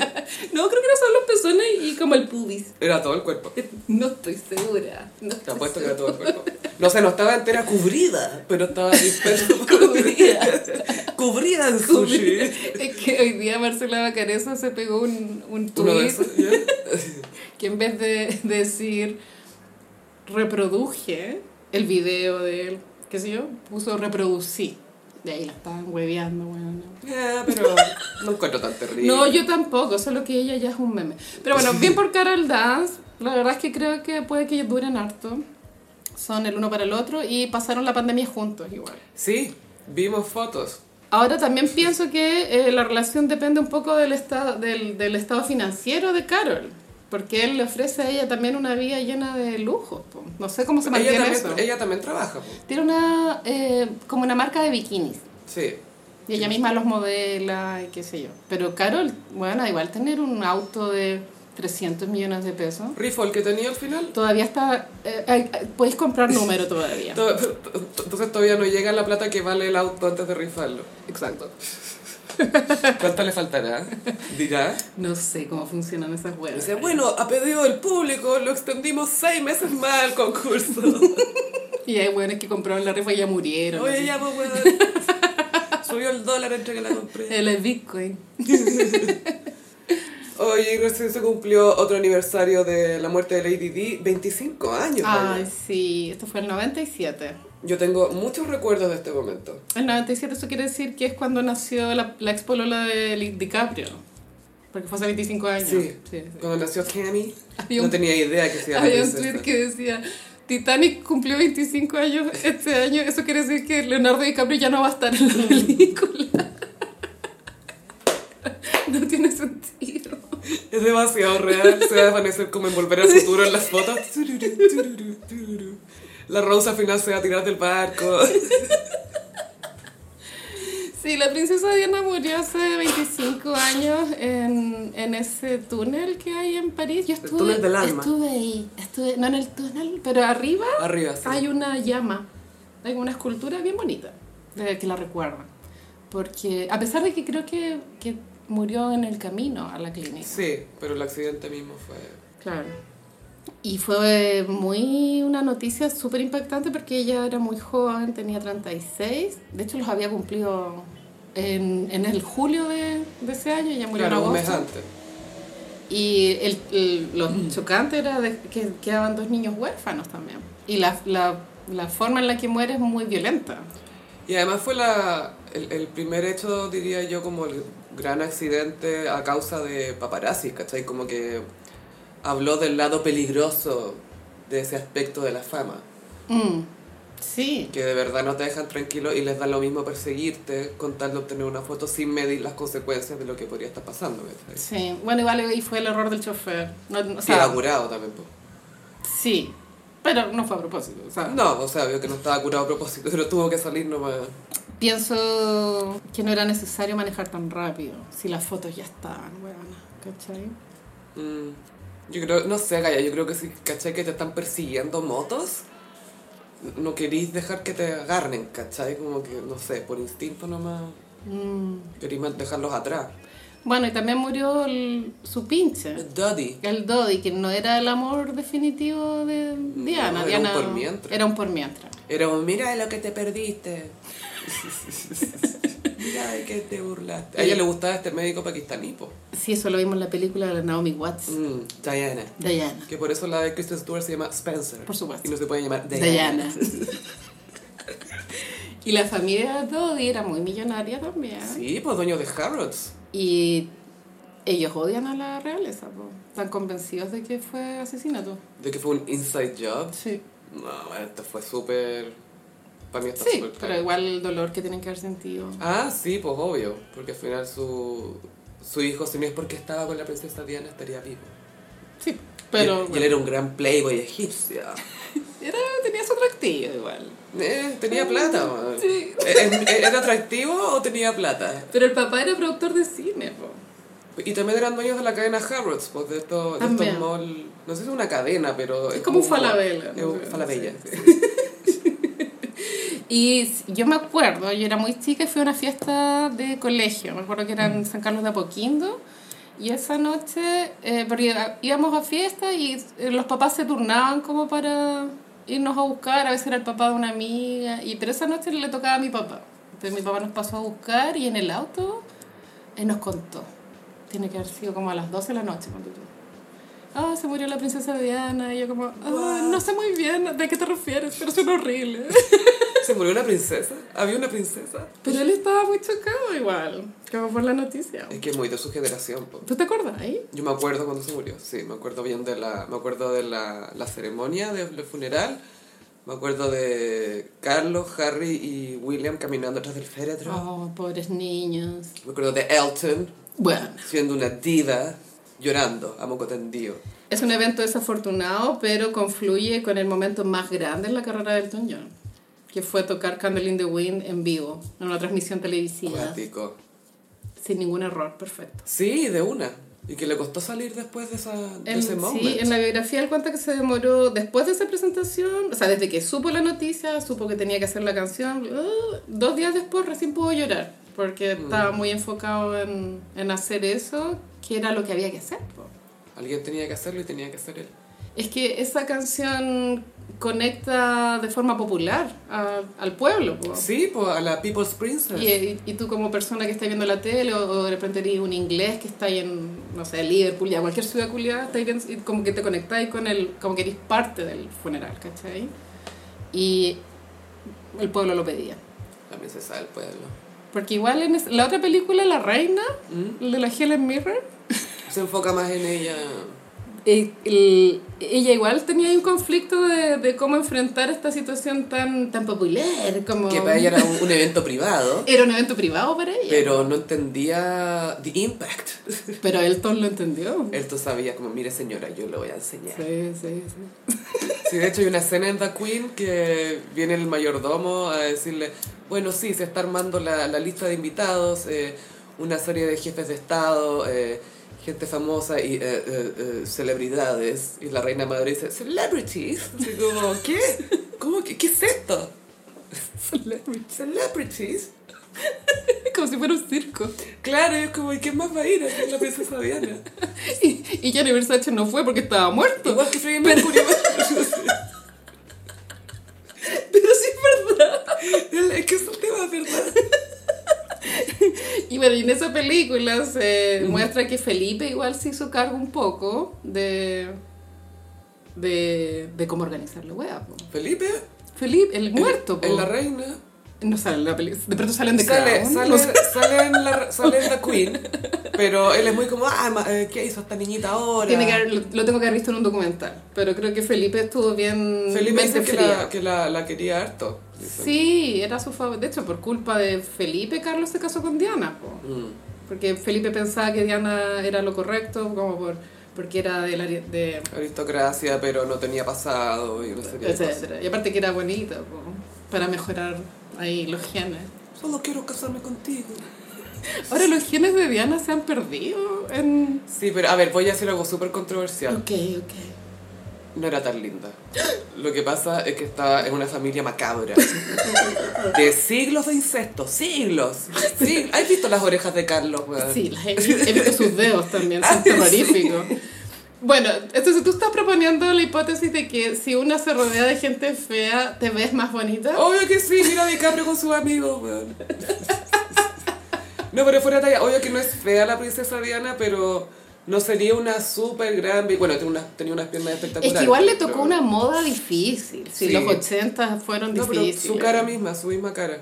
Speaker 2: No, creo que no son los pezones y como el pubis.
Speaker 1: Era todo el cuerpo.
Speaker 2: No estoy segura. No
Speaker 1: Te
Speaker 2: estoy
Speaker 1: apuesto que era todo el cuerpo. No sé, no estaba entera cubrida, pero estaba
Speaker 2: *laughs*
Speaker 1: disperso.
Speaker 2: Cubrida.
Speaker 1: cubrida en
Speaker 2: segura.
Speaker 1: sushi.
Speaker 2: Es que hoy día Marcela Bacareza se pegó un, un
Speaker 1: Uno de
Speaker 2: tweet
Speaker 1: esos, ¿ya?
Speaker 2: que en vez de *laughs* decir reproduje el video de él, qué sé yo, puso reproducí. De ahí la estaban hueveando, bueno.
Speaker 1: Ah, pero no encuentro tan terrible.
Speaker 2: No, yo tampoco, solo que ella ya es un meme. Pero bueno, bien por Carol Dance, la verdad es que creo que puede que duren harto. Son el uno para el otro y pasaron la pandemia juntos igual.
Speaker 1: Sí, vimos fotos.
Speaker 2: Ahora también pienso que eh, la relación depende un poco del estado, del, del estado financiero de Carol. Porque él le ofrece a ella también una vida llena de lujos. po. No sé cómo se
Speaker 1: Ella
Speaker 2: mantiene
Speaker 1: también,
Speaker 2: eso.
Speaker 1: ella también trabaja. po.
Speaker 2: Tiene una, eh, como una marca de bikinis.
Speaker 1: Sí.
Speaker 2: Y ella misma los modela y qué sé yo. Pero Carol, bueno, igual tener un auto de 300 millones de pesos.
Speaker 1: Rifle que tenía al final.
Speaker 2: Todavía está... eh, hay- hay- podéis comprar número todavía.
Speaker 1: *laughs* To- to- to- Entonces todavía no llega la plata que vale el auto antes de rifarlo. Exacto. *laughs* ¿Cuánto le faltará? Dirá.
Speaker 2: No sé cómo funcionan esas huevas.
Speaker 1: Dice, bueno, a pedido del público lo extendimos seis meses más al
Speaker 2: *laughs*
Speaker 1: concurso.
Speaker 2: Y hay hueones que compraron la rifa y ya murieron.
Speaker 1: Oye,
Speaker 2: así.
Speaker 1: ya, pues, weón.
Speaker 2: *laughs*
Speaker 1: Subió el dólar entre que la compré.
Speaker 2: El Bitcoin.
Speaker 1: Oye, y recién se cumplió otro aniversario de la muerte de Lady D. 25 años.
Speaker 2: Ay,
Speaker 1: vaya.
Speaker 2: sí, esto fue el 97.
Speaker 1: Yo tengo muchos recuerdos de este momento.
Speaker 2: El 97 eso quiere decir que es cuando nació la, la expolola de Li- DiCaprio. Porque fue hace 25 años.
Speaker 1: Sí.
Speaker 2: sí, sí.
Speaker 1: Cuando nació Cammy,
Speaker 2: Había
Speaker 1: no
Speaker 2: un-
Speaker 1: tenía idea que se iba a
Speaker 2: Había un
Speaker 1: hacer
Speaker 2: tweet
Speaker 1: esto.
Speaker 2: que decía, Titanic cumplió 25 años este año, eso quiere decir que Leonardo DiCaprio ya no va a estar en la película. *laughs* No tiene sentido.
Speaker 1: Es demasiado real, se va a desvanecer como en volver al futuro en las
Speaker 2: *laughs*
Speaker 1: fotos. La Rosa al final se va a tirar del
Speaker 2: *laughs*
Speaker 1: barco.
Speaker 2: Sí, la princesa Diana murió hace 25 años en, en ese túnel que hay en París. Yo estuve,
Speaker 1: túnel del alma.
Speaker 2: estuve ahí, estuve, no en el túnel, pero arriba
Speaker 1: Arriba, sí.
Speaker 2: hay una llama, hay una escultura bien bonita de que la recuerda. Porque a pesar de que creo que, que murió en el camino a la clínica.
Speaker 1: Sí, pero el accidente mismo fue...
Speaker 2: Claro. Y fue muy una noticia súper impactante porque ella era muy joven, tenía 36. De hecho, los había cumplido en, en el julio de, de ese año. Ella murió
Speaker 1: Claro,
Speaker 2: en
Speaker 1: un mes
Speaker 2: agosto.
Speaker 1: antes.
Speaker 2: Y el, el- lo chocante era de que quedaban dos niños huérfanos también. Y la, la, la forma en la que muere es muy violenta.
Speaker 1: Y además fue la, el, el primer hecho, diría yo, como el gran accidente a causa de paparazzi, ¿cachai? Como que habló del lado peligroso de ese aspecto de la fama.
Speaker 2: Mm, Sí.
Speaker 1: que de verdad no te dejan tranquilo y les da lo mismo perseguirte con tal de obtener una foto sin medir las consecuencias de lo que podría estar pasando. ¿cachai?
Speaker 2: Sí, bueno, igual y fue el error del chofer. No, no, o
Speaker 1: Que era
Speaker 2: sea,
Speaker 1: curado también. po.
Speaker 2: sí, pero no fue a propósito. O sea,
Speaker 1: No, o sea, vio que no estaba curado a propósito, *laughs* pero tuvo que salir nomás.
Speaker 2: Pienso que no era necesario manejar tan rápido si las fotos ya estaban, huevona, ¿cachai?
Speaker 1: Mm. Yo creo, no sé, Gaya, yo creo que si cachai que te están persiguiendo motos, no querís dejar que te agarren, cachai, como que, no sé, por instinto nomás,
Speaker 2: Mm.
Speaker 1: querís man- dejarlos atrás.
Speaker 2: Bueno, y también murió el- su pinche,
Speaker 1: Daddy.
Speaker 2: el Dodi, que no era el amor definitivo de Diana.
Speaker 1: era
Speaker 2: Diana
Speaker 1: un por mientras.
Speaker 2: Era un por mientras.
Speaker 1: Era un, mira de lo que te perdiste. *laughs* mira de que te burlaste. A ella le gustaba este médico pakistaní, po.
Speaker 2: Sí, eso lo vimos en la película de Naomi Watts.
Speaker 1: Mm, Diana.
Speaker 2: Diana.
Speaker 1: Que por eso la de Kristen Stewart se llama Spencer.
Speaker 2: Por supuesto.
Speaker 1: Y no se puede llamar Diana.
Speaker 2: Diana. y la familia Dodi era muy millonaria también.
Speaker 1: *laughs* Sí, pues dueño de Harrods.
Speaker 2: Y ellos odian a la realeza, po. están convencidos de que fue asesinato.
Speaker 1: De que fue un inside job.
Speaker 2: Sí.
Speaker 1: No, bueno, esto fue súper... Para mí está
Speaker 2: Sí,
Speaker 1: súper
Speaker 2: pero
Speaker 1: claro.
Speaker 2: igual el dolor que tienen que haber sentido.
Speaker 1: Ah, sí, pues obvio. Porque al final su, su hijo, si no es porque estaba con la princesa Diana, estaría vivo.
Speaker 2: Sí, pero
Speaker 1: Y él- y él era un gran playboy egipcio.
Speaker 2: era, tenía su atractivo igual.
Speaker 1: Eh, tenía plata, man.
Speaker 2: Sí.
Speaker 1: Eh, eh, ¿Era atractivo o tenía plata?
Speaker 2: Pero el papá era productor de cine, po.
Speaker 1: Y también eran dueños de la cadena Harrods, pues de estos, de estos
Speaker 2: También.
Speaker 1: mall. No sé si es una cadena, pero.
Speaker 2: Es como un Falabella,
Speaker 1: Es un
Speaker 2: no sé,
Speaker 1: Falabella.
Speaker 2: no
Speaker 1: sí.
Speaker 2: Y s- yo me acuerdo, yo era muy chica y fui a una fiesta de colegio. Me acuerdo que era en San Carlos de Apoquindo. Y esa noche, eh, porque a- íbamos a fiesta y eh, los papás se turnaban como para irnos a buscar. A veces era el papá de una amiga. Y, pero esa noche le tocaba a mi papá. Entonces mi papá nos pasó a buscar y en el auto eh, nos contó. Tiene que haber sido como a las 12 de la noche cuando tú. Ah, se murió la princesa Diana. Y yo como, "Ah, no sé muy bien de qué te refieres, pero suena horrible.
Speaker 1: *laughs* ¿Se murió una princesa? ¿Había una princesa?
Speaker 2: Pero él estaba muy chocado igual, como por la noticia.
Speaker 1: Es que es muy de su generación, po.
Speaker 2: ¿Tú te acuerdas ahí?
Speaker 1: Yo me acuerdo cuando se murió, sí, me acuerdo bien de la, me acuerdo de la, la ceremonia del funeral Me acuerdo de Carlos, Harry y William caminando atrás del féretro.
Speaker 2: Oh, pobres niños.
Speaker 1: Me acuerdo de Elton
Speaker 2: Bueno,
Speaker 1: siendo una diva llorando a moco tendido.
Speaker 2: es un evento desafortunado, pero confluye con el momento más grande en la carrera de Elton John, que fue tocar Candle in the Wind en vivo, en una transmisión televisiva,
Speaker 1: Cuático.
Speaker 2: sin ningún error, perfecto.
Speaker 1: Sí, de una. Y que le costó salir después de, esa, de
Speaker 2: Él-
Speaker 1: ese momento.
Speaker 2: sí, en la biografía él cuenta que se demoró después de esa presentación, o sea, desde que supo la noticia, supo que tenía que hacer la canción, uh, dos días después recién pudo llorar,
Speaker 1: Mm.
Speaker 2: porque estaba muy enfocado en, en hacer eso, que era lo que había que hacer. po.
Speaker 1: Alguien tenía que hacerlo y tenía que hacer él.
Speaker 2: Es que esa canción conecta de forma popular a- al pueblo. po.
Speaker 1: Sí, pues a la People's Princess.
Speaker 2: Y, eh, y- y tú como persona que está viendo la tele o, o de repente eres un inglés que está ahí en, no sé, Liverpool, ya cualquier ciudad culiada, estáis viendo y como que te conectáis con el, como que eres parte del funeral, ¿cachai? Y el pueblo lo pedía.
Speaker 1: La princesa del pueblo.
Speaker 2: Porque igual en es- la otra película, La Reina, de la Helen Mirren,
Speaker 1: ¿Mm? Se enfoca más en ella.
Speaker 2: eh, el- ella igual tenía ahí un conflicto de, de cómo enfrentar esta situación tan, tan popular, como...
Speaker 1: Que para ella era un, un evento
Speaker 2: *laughs*
Speaker 1: privado,
Speaker 2: Era un evento privado para ella.
Speaker 1: pero no entendía the impact.
Speaker 2: Pero Elton lo entendió.
Speaker 1: Él tú sabía como, mire señora, yo le voy a enseñar.
Speaker 2: Sí, sí, sí.
Speaker 1: Sí, de hecho hay una escena en The Queen que viene el mayordomo a decirle, bueno, sí, se está armando la, la lista de invitados, eh, una serie de jefes de Estado, eh, gente famosa y eh, eh, eh, celebridades. Y la reina madre dice, celebrities. Así como, ¿qué? ¿Cómo que? ¿Qué es esto? *laughs* Celebrities.
Speaker 2: *laughs* Como si fuera un circo.
Speaker 1: Claro, es como, ¿y qué más va a ir a hacer la princesa Diana?
Speaker 2: Y, y Gianni Versace no fue porque estaba muerto. *laughs*
Speaker 1: Igual que Freddie Mercury. *laughs*
Speaker 2: Pero sí es verdad.
Speaker 1: es que es el tema, ¿verdad?
Speaker 2: Y bueno, y en esa película se muestra que Felipe igual se hizo cargo un poco de. de, de cómo organizar la wea. po.
Speaker 1: Felipe,
Speaker 2: Felipe, el muerto, po.
Speaker 1: en la reina.
Speaker 2: No sale en la película. De pronto salen de
Speaker 1: sale,
Speaker 2: Crown,
Speaker 1: sale,
Speaker 2: no sé.
Speaker 1: sale en la, sale en la
Speaker 2: *laughs*
Speaker 1: Queen, pero él es muy como, ah, ma- eh, ¿qué hizo esta niñita ahora?
Speaker 2: Tiene que haber- lo, lo tengo que haber visto en un documental. Pero creo que Felipe estuvo bien.
Speaker 1: Felipe
Speaker 2: mente
Speaker 1: dice que,
Speaker 2: fría.
Speaker 1: la, que la, la quería harto. dice.
Speaker 2: Sí, era su favorito. De hecho, por culpa de Felipe, Carlos se casó con Diana. po.
Speaker 1: Mm.
Speaker 2: Porque Felipe pensaba que Diana era lo correcto, como por, porque era de la... De,
Speaker 1: Aristocracia, pero no tenía pasado y una serie de cosas.
Speaker 2: etcétera. Y aparte que era bonita, po, para mejorar ahí los
Speaker 1: *laughs*
Speaker 2: genes.
Speaker 1: Solo quiero casarme contigo.
Speaker 2: Ahora los genes de Diana se han perdido en...
Speaker 1: Sí, pero a ver, voy a hacer algo súper controversial.
Speaker 2: Ok, ok.
Speaker 1: No era tan
Speaker 2: *gasps*
Speaker 1: linda. Lo que pasa es que está en una familia
Speaker 2: *laughs*
Speaker 1: macabra. De siglos de incestos,
Speaker 2: *laughs*
Speaker 1: siglos. Sí, ¿Has visto las orejas de Carlos? weón? *laughs*
Speaker 2: Sí, las he, he visto sus dedos también,
Speaker 1: Ah,
Speaker 2: son
Speaker 1: sí.
Speaker 2: terroríficos. Bueno, entonces tú estás proponiendo la hipótesis de que si una se rodea de gente fea, te ves más bonita.
Speaker 1: Obvio que sí, mira a DiCaprio con sus amigos, weón. No, pero fuera de talla, obvio que no es fea la princesa Diana, pero no sería una súper gran... vi- Bueno, tenía unas, tenía unas piernas
Speaker 2: Es
Speaker 1: espectaculares.
Speaker 2: que igual le tocó
Speaker 1: pero-
Speaker 2: una moda difícil. Si
Speaker 1: Sí.
Speaker 2: los 80 fueron
Speaker 1: No, pero
Speaker 2: difíciles.
Speaker 1: su cara misma, su misma cara.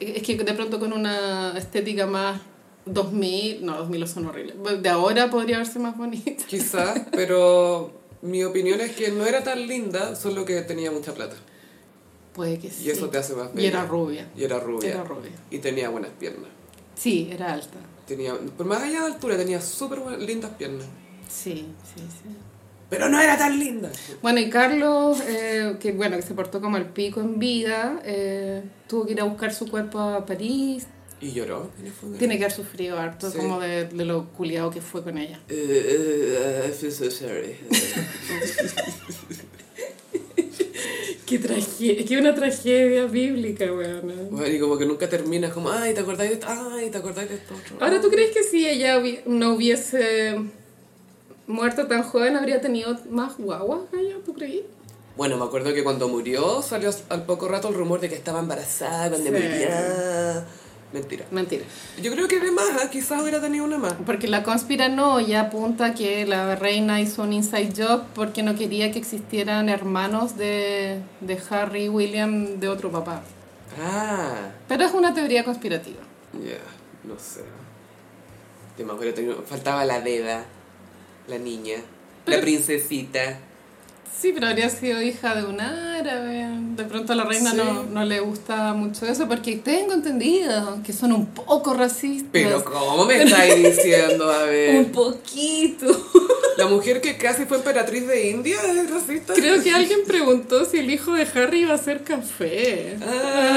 Speaker 2: Es que de pronto con una estética más 2000, no, 2000 son horribles. De ahora podría verse más bonita. *laughs*
Speaker 1: Quizás, pero mi opinión es que no era tan linda, solo que tenía mucha plata.
Speaker 2: Puede que sí.
Speaker 1: Y eso te hace más
Speaker 2: Y
Speaker 1: bella.
Speaker 2: era rubia.
Speaker 1: Y era rubia.
Speaker 2: Era rubia.
Speaker 1: Y tenía buenas piernas.
Speaker 2: Sí, era alta.
Speaker 1: Tenía, por más allá de altura, tenía súper buen- lindas piernas.
Speaker 2: Sí, sí, sí.
Speaker 1: Pero no era tan linda.
Speaker 2: Bueno, y Carlos, eh, que bueno, que se portó como el pico en vida, eh, tuvo que ir a buscar su cuerpo a París.
Speaker 1: Y lloró. en el funeral.
Speaker 2: Tiene que haber sufrido harto,
Speaker 1: Sí.
Speaker 2: como de, de lo culiado que fue con ella.
Speaker 1: Eh, eh, I feel so
Speaker 2: *laughs*
Speaker 1: sorry.
Speaker 2: Qué tragedia, qué una tragedia bíblica, weón.
Speaker 1: Bueno, y como que nunca terminas como, ay, ¿te acordáis de esto? Ay, ¿te acordáis de esto? otro?"
Speaker 2: Ahora, ¿tú crees que si ella hubi- no hubiese muerto tan joven, habría tenido más guaguas, Gaya? ¿Tú creí?
Speaker 1: Bueno, me acuerdo que cuando murió salió al poco rato el rumor de que estaba embarazada, cuando
Speaker 2: Sí.
Speaker 1: murió. Mentira.
Speaker 2: Mentira.
Speaker 1: Yo creo que de más, ¿eh? quizás hubiera tenido una más.
Speaker 2: Porque la conspiranoia apunta que la reina hizo un inside job porque no quería que existieran hermanos de, de Harry y William de otro papá.
Speaker 1: Ah,
Speaker 2: Pero es una teoría conspirativa.
Speaker 1: ya, no sé. Yo me acuerdo, tenía- faltaba la deda, la niña, la princesita.
Speaker 2: Sí, pero habría sido hija de un árabe. De pronto a la reina
Speaker 1: Sí.
Speaker 2: no, no le gusta mucho eso, porque tengo entendido que son un poco racistas.
Speaker 1: Pero ¿cómo me estáis
Speaker 2: *laughs*
Speaker 1: diciendo? A ver.
Speaker 2: un poquito.
Speaker 1: La mujer que casi fue emperatriz de India es racista.
Speaker 2: Creo que alguien preguntó si el hijo de Harry iba a hacer café.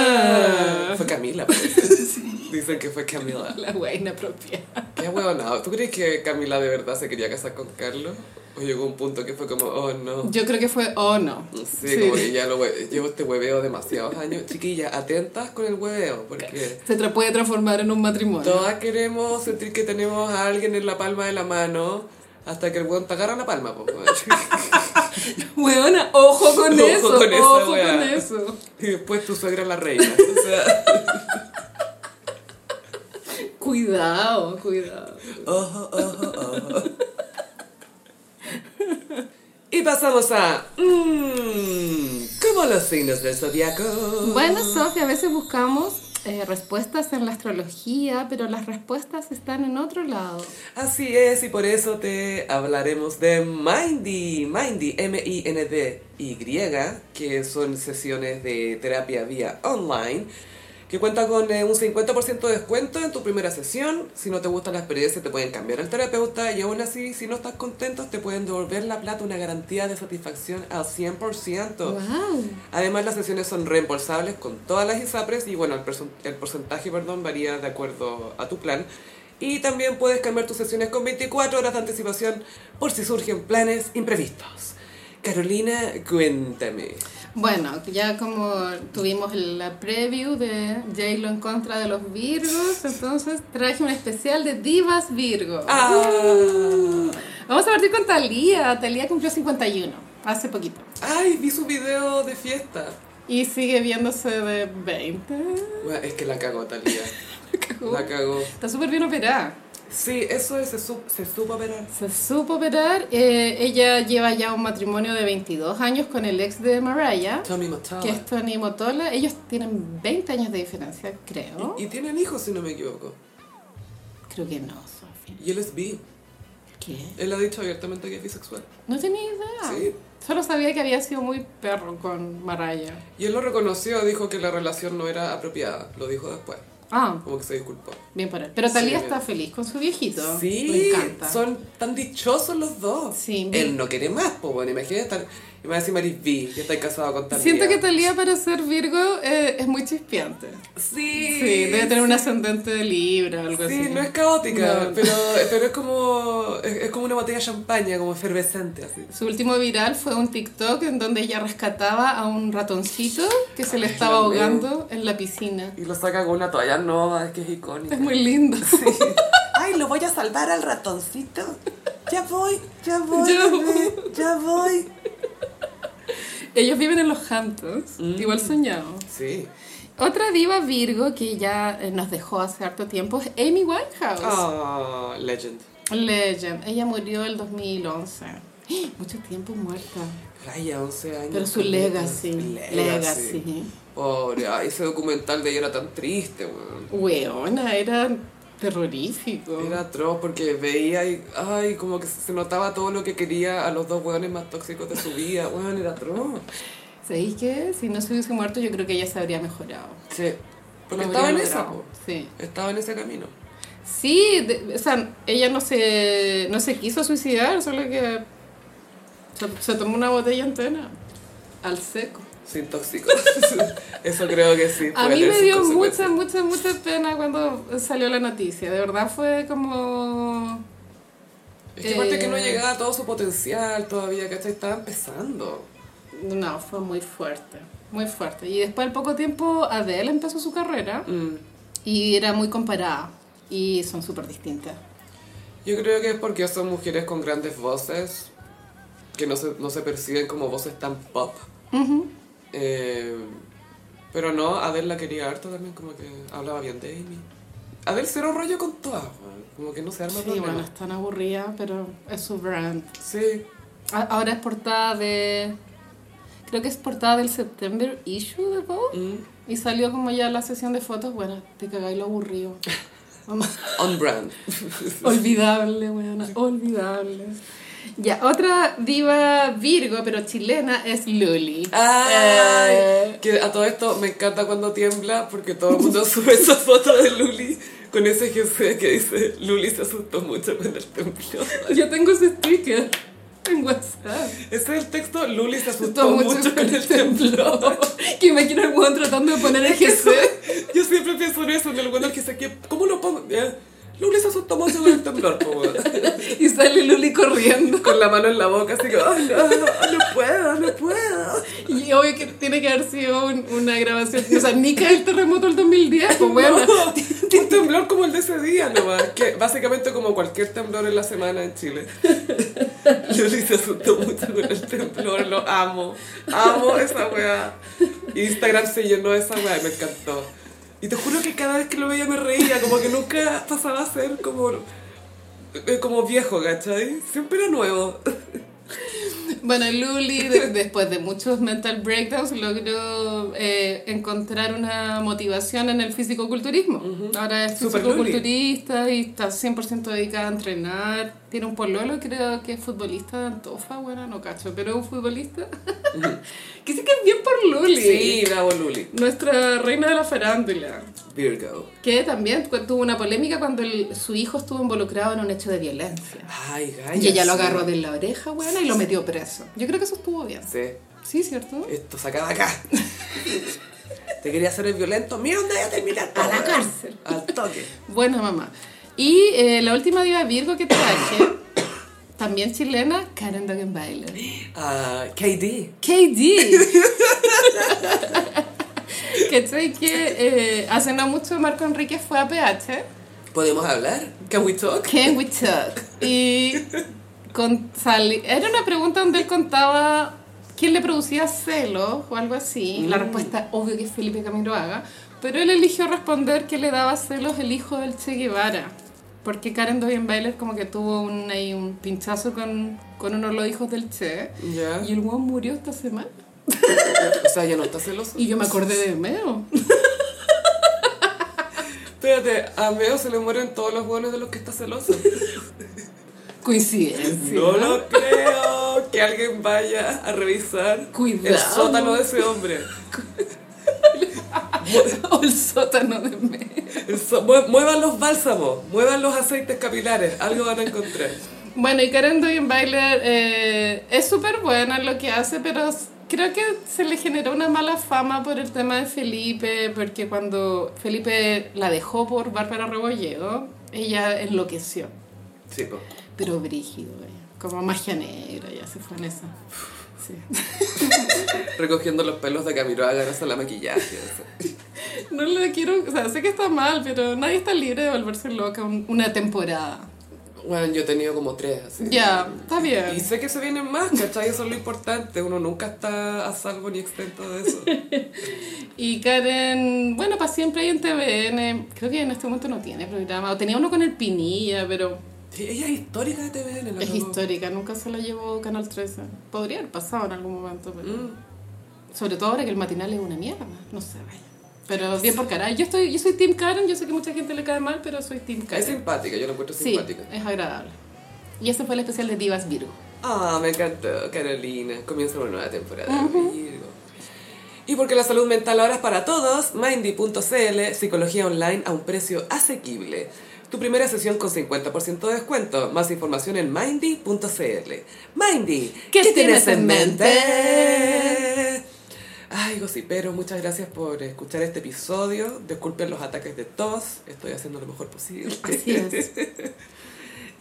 Speaker 1: Ah, fue Camila. pues. Dicen que fue Camila.
Speaker 2: La wea inapropiada.
Speaker 1: Qué huevonado. ¿Tú crees que Camila de verdad se quería casar con Carlos? O llegó un punto que fue como, oh no.
Speaker 2: Yo creo que fue, oh no.
Speaker 1: Sí, como que ya lo hue- llevo este hueveo demasiados años. Chiquilla, atentas con el hueveo, porque
Speaker 2: Se tra- puede transformar en un matrimonio.
Speaker 1: todas queremos sentir que tenemos a alguien en la palma de la mano hasta que el hueón te agarra la palma, po, weón. *laughs*
Speaker 2: Weona, ojo con
Speaker 1: Ojo
Speaker 2: eso.
Speaker 1: con esa
Speaker 2: ojo
Speaker 1: wea.
Speaker 2: con eso.
Speaker 1: Y después tu suegra es la reina. O sea,
Speaker 2: Cuidado, cuidado.
Speaker 1: ojo, ojo, ojo. Y pasamos a. Mmm, ¿Cómo los signos del zodiaco?
Speaker 2: Bueno, Sofía, a veces buscamos eh, respuestas en la astrología, pero las respuestas están en otro lado.
Speaker 1: Así es, y por eso te hablaremos de Mindy, Mindy, M-I-N-D-Y, que son sesiones de terapia vía online, que cuenta con eh, un 50% de descuento en tu primera sesión. Si no te gusta la experiencia, te pueden cambiar al terapeuta y aún así, si no estás contento, te pueden devolver la plata, una garantía de satisfacción al 100%.
Speaker 2: Wow.
Speaker 1: Además, las sesiones son reembolsables con todas las ISAPRES y bueno, el, perso- el porcentaje perdón, varía de acuerdo a tu plan. Y también puedes cambiar tus sesiones con 24 horas de anticipación por si surgen planes imprevistos. Carolina, cuéntame.
Speaker 2: Bueno, ya como tuvimos la preview de J-Lo en contra de los Virgos, entonces traje un especial de Divas Virgo.
Speaker 1: Ah.
Speaker 2: Vamos a partir con Thalía. Thalía cumplió 51, hace poquito.
Speaker 1: ¡Ay! Vi su video de fiesta.
Speaker 2: Y sigue viéndose de 20.
Speaker 1: Bueno, es que la cagó, Talía. La cagó.
Speaker 2: Está súper bien operada.
Speaker 1: Sí, eso es, se, su- se supo operar.
Speaker 2: Se supo operar. eh, ella lleva ya un matrimonio de 22 años con el ex de Mariah,
Speaker 1: Tommy Motala.
Speaker 2: que es Tony Motola. Ellos tienen 20 años de diferencia, creo.
Speaker 1: Y, y tienen hijos, si no me equivoco.
Speaker 2: Creo que no, Sofía.
Speaker 1: Y él es bi.
Speaker 2: ¿Qué?
Speaker 1: Él ha dicho abiertamente que es bisexual.
Speaker 2: No tenía idea.
Speaker 1: Sí.
Speaker 2: Solo sabía que había sido muy perro con Mariah.
Speaker 1: Y él lo reconoció, dijo que la relación no era apropiada, lo dijo después,
Speaker 2: Ah,
Speaker 1: como que se disculpó.
Speaker 2: bien por él. Pero Talía
Speaker 1: Sí.
Speaker 2: está feliz con su viejito. Le encanta.
Speaker 1: son tan dichosos los dos.
Speaker 2: Sí.
Speaker 1: Él no quiere más, pues bueno, imagínate estar, imagínate si Maris B, que está casado con tal
Speaker 2: Siento que
Speaker 1: día.
Speaker 2: Talía para ser Virgo eh, es muy chispeante.
Speaker 1: Sí,
Speaker 2: Sí, debe tener un ascendente de Libra o algo así.
Speaker 1: Sí, no es caótica,
Speaker 2: No.
Speaker 1: Pero, pero es como es, es como una botella de champaña, como efervescente, así.
Speaker 2: Su último viral fue un TikTok en donde ella rescataba a un ratoncito que se le
Speaker 1: Ay,
Speaker 2: estaba
Speaker 1: la wea.
Speaker 2: ahogando en la piscina.
Speaker 1: Y lo saca con una toalla no, es que es icónica.
Speaker 2: Es muy lindo. *laughs*
Speaker 1: *laughs* Ay, lo voy a salvar al ratoncito. Ya voy, ya
Speaker 2: voy, Ya bebé,
Speaker 1: ya voy.
Speaker 2: Ellos viven en los Hamptons,
Speaker 1: Mm.
Speaker 2: igual soñado.
Speaker 1: Sí.
Speaker 2: Otra diva Virgo que ya eh, nos dejó hace harto tiempo es Amy Winehouse.
Speaker 1: Ah, legend.
Speaker 2: Legend. Ella murió el 2011. ¡Ah! *gasps* Mucho tiempo muerta.
Speaker 1: Raya, 11 años.
Speaker 2: Pero su legacy. Legacy.
Speaker 1: Pobre, ay, ese documental de ella era tan triste, weón.
Speaker 2: Weona, era terrorífico.
Speaker 1: Era atroz porque veía y, ay, como que se notaba todo lo que quería a los dos weones más tóxicos de su vida. Weón, era atroz.
Speaker 2: ¿Sabéis qué? Si no se hubiese muerto, yo creo que ella se habría mejorado.
Speaker 1: Sí. Porque
Speaker 2: No
Speaker 1: estaba en
Speaker 2: habría
Speaker 1: esa,
Speaker 2: logrado.
Speaker 1: po.
Speaker 2: Sí.
Speaker 1: Estaba en ese camino.
Speaker 2: Sí, de- o sea, ella no se, no se quiso suicidar, solo que se, se tomó una botella entera al seco.
Speaker 1: Sin tóxicos. *laughs* Eso creo que sí.
Speaker 2: A
Speaker 1: puede
Speaker 2: mí
Speaker 1: tener
Speaker 2: me
Speaker 1: sus
Speaker 2: dio
Speaker 1: consecuencias.
Speaker 2: mucha, mucha, mucha pena cuando salió la noticia. De verdad fue como...
Speaker 1: Es que aparte
Speaker 2: Eh.
Speaker 1: que no llegaba a todo su potencial todavía, ¿cachai? Estaba empezando.
Speaker 2: No, fue muy fuerte, muy fuerte. Y después al poco tiempo Adele empezó su carrera
Speaker 1: Mm.
Speaker 2: y era muy comparada. Y son súper distintas.
Speaker 1: Yo creo que es porque son mujeres con grandes voces que no se, no se perciben como voces tan pop. Eh, pero no, Adele la quería harto también, como que hablaba bien de Amy. Adele cero rollo con todas, weón. como que no se arma
Speaker 2: Sí,
Speaker 1: problema.
Speaker 2: bueno, están aburridas, pero es su brand.
Speaker 1: Sí,
Speaker 2: A- Ahora es portada de. Creo que es portada del September issue de Vogue.
Speaker 1: Mm.
Speaker 2: Y salió como ya la sesión de fotos. Bueno, te cagáis lo aburrido.
Speaker 1: on brand.
Speaker 2: *laughs* olvidable, weona, olvidable. Ya, otra diva Virgo, pero chilena, es Luli.
Speaker 1: Ay,
Speaker 2: Eh,
Speaker 1: que a todo esto me encanta cuando tiembla porque todo el mundo *laughs* sube esa foto de Luli con ese jefe que dice Luli se asustó mucho con el temblor.
Speaker 2: yo tengo ese sticker en WhatsApp.
Speaker 1: Ese es el texto, Luli se asustó,
Speaker 2: Asustó
Speaker 1: mucho, con el temblor.
Speaker 2: que imagino el weón tratando de poner el GC.
Speaker 1: Yo siempre pienso en eso, en el bueno que sé que, ¿cómo lo pongo? Eh, Luli se asustó mucho con el temblor, po, weón.
Speaker 2: Y sale Luli corriendo.
Speaker 1: con la mano en la boca, así que, "Ay, no, no, no puedo, no puedo.
Speaker 2: Y obvio que tiene que haber sido un- una grabación. O sea, ni cae el terremoto del 2010. Pues bueno,
Speaker 1: *laughs* No, un temblor como el de ese día nomás, que básicamente como cualquier temblor en la semana en Chile. Luli se asustó mucho con el temblor, lo amo, amo esa weá. Instagram se llenó de esa weá y me encantó. Y te juro que cada vez que lo veía me reía, como que nunca pasaba a ser como, eh, como viejo, ¿cachai? Siempre era nuevo.
Speaker 2: bueno Luli, de- después de muchos mental breakdowns, logró eh, encontrar una motivación en el fisicoculturismo. Ahora es
Speaker 1: Super Luli.
Speaker 2: fisicoculturista y está 100% dedicada a entrenar. Tiene un pololo, creo que es futbolista de Antofa. Bueno, no cacho, pero es un futbolista. *laughs* que sí que es bien por Luli.
Speaker 1: Sí, bravo Luli.
Speaker 2: Nuestra reina de la farándula.
Speaker 1: Virgo.
Speaker 2: Que también cu- tuvo una polémica cuando el- su hijo estuvo involucrado en un hecho de violencia.
Speaker 1: Ay, gaya.
Speaker 2: Y ella lo
Speaker 1: sí.
Speaker 2: agarró de la oreja, weona, y lo metió preso. Yo creo que eso estuvo bien.
Speaker 1: Sí.
Speaker 2: Sí, ¿cierto?
Speaker 1: Esto, saca de acá. Te quería hacer el violento. Mira dónde voy a terminar.
Speaker 2: A la cárcel.
Speaker 1: Al toque.
Speaker 2: Buena mamá. Y eh, la última diva Virgo que traje, *coughs* también chilena, Karen Dogenbailer.
Speaker 1: Ah, KD.
Speaker 2: KD. *laughs* ¿Cachai? Que eh, hace no mucho Marco Enrique fue a PH.
Speaker 1: ¿Podemos hablar? ¿Can we talk?
Speaker 2: Can we talk? Y con, sali- era una pregunta donde él contaba quién le producía celos o algo así.
Speaker 1: Mm.
Speaker 2: La respuesta, obvio que es Felipe Camiroaga. Pero él eligió responder que le daba celos el hijo del Che Guevara. Porque Karen Doyen Bailer como que tuvo un, ahí un pinchazo con, con uno de los hijos del Che.
Speaker 1: Ya.
Speaker 2: Y el guau murió esta semana.
Speaker 1: O sea, ya no está celoso.
Speaker 2: Y yo me acordé de Meo.
Speaker 1: Espérate, a Meo se le mueren todos los huevos de los que está
Speaker 2: *laughs*
Speaker 1: celoso.
Speaker 2: Coincidencia.
Speaker 1: No lo creo. Que alguien vaya a revisar
Speaker 2: Cuidado.
Speaker 1: el sótano de ese hombre.
Speaker 2: *laughs* O el sótano de Meo.
Speaker 1: El so- mue- muevan los bálsamos, muevan los aceites capilares. Algo van a encontrar.
Speaker 2: Bueno, y Karen Dogenbailer eh, es súper buena en lo que hace, pero s- creo que se le generó una mala fama por el tema de Felipe, porque cuando Felipe la dejó por Bárbara Rebolledo, ella enloqueció,
Speaker 1: Chico.
Speaker 2: pero brígido, eh, como magia negra, ya se fue en esa. Sí. *laughs*
Speaker 1: Recogiendo los pelos de Camiroaga, no la maquillaje. así.
Speaker 2: No le quiero, o sea, sé que está mal, pero nadie está libre de volverse loca un- una temporada.
Speaker 1: Bueno, yo he tenido como tres, así.
Speaker 2: Ya, está bien.
Speaker 1: Y sé que se vienen más, ¿cachai? Eso es lo importante. Uno nunca está a salvo ni exento de
Speaker 2: *laughs*
Speaker 1: eso.
Speaker 2: Y Karen, bueno, para siempre hay en TVN, creo que en este momento no tiene programa, o tenía uno con el Pinilla, pero
Speaker 1: Sí, ella es histórica de TVN, la
Speaker 2: es
Speaker 1: loco.
Speaker 2: histórica, nunca se la llevó Canal 13. Podría haber pasado en algún momento, pero...
Speaker 1: Mm.
Speaker 2: Sobre todo ahora que el matinal es una mierda, no sé, vaya. Pero bien por caray, yo, estoy, yo soy Team Karen, yo sé que mucha gente le cae mal, pero soy Team
Speaker 1: Es
Speaker 2: Karen.
Speaker 1: simpática, yo la encuentro
Speaker 2: Sí,
Speaker 1: simpática.
Speaker 2: es agradable. Y ese fue el especial de Divas Virgo.
Speaker 1: Ah, me encantó, Carolina. Comienza una nueva temporada. de Virgo. Y porque la salud mental ahora es para todos, Mindy.cl, psicología online a un precio asequible. Tu primera sesión con 50% de descuento. Más información en Mindy.cl. Mindy,
Speaker 2: ¿Qué tienes en mente?
Speaker 1: Ay, gocipero, muchas gracias por escuchar este episodio. Disculpen los ataques de tos, estoy haciendo lo mejor posible. *laughs*
Speaker 2: Así es.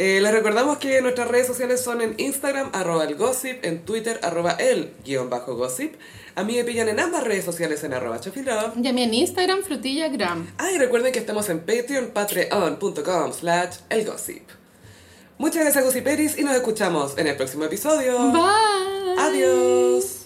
Speaker 1: Eh, les recordamos que nuestras redes sociales son en Instagram, arroba el gossip, en Twitter, arroba el guión bajo gossip. A mí me pillan en ambas redes sociales en arroba chofilove.
Speaker 2: Y a mí en Instagram, frutillagram.
Speaker 1: Ah, y recuerden que estamos en Patreon, patreon.com slash el gossip. Muchas gracias, Gossiperis, y nos escuchamos en el próximo episodio.
Speaker 2: Bye.
Speaker 1: Oh. Adiós.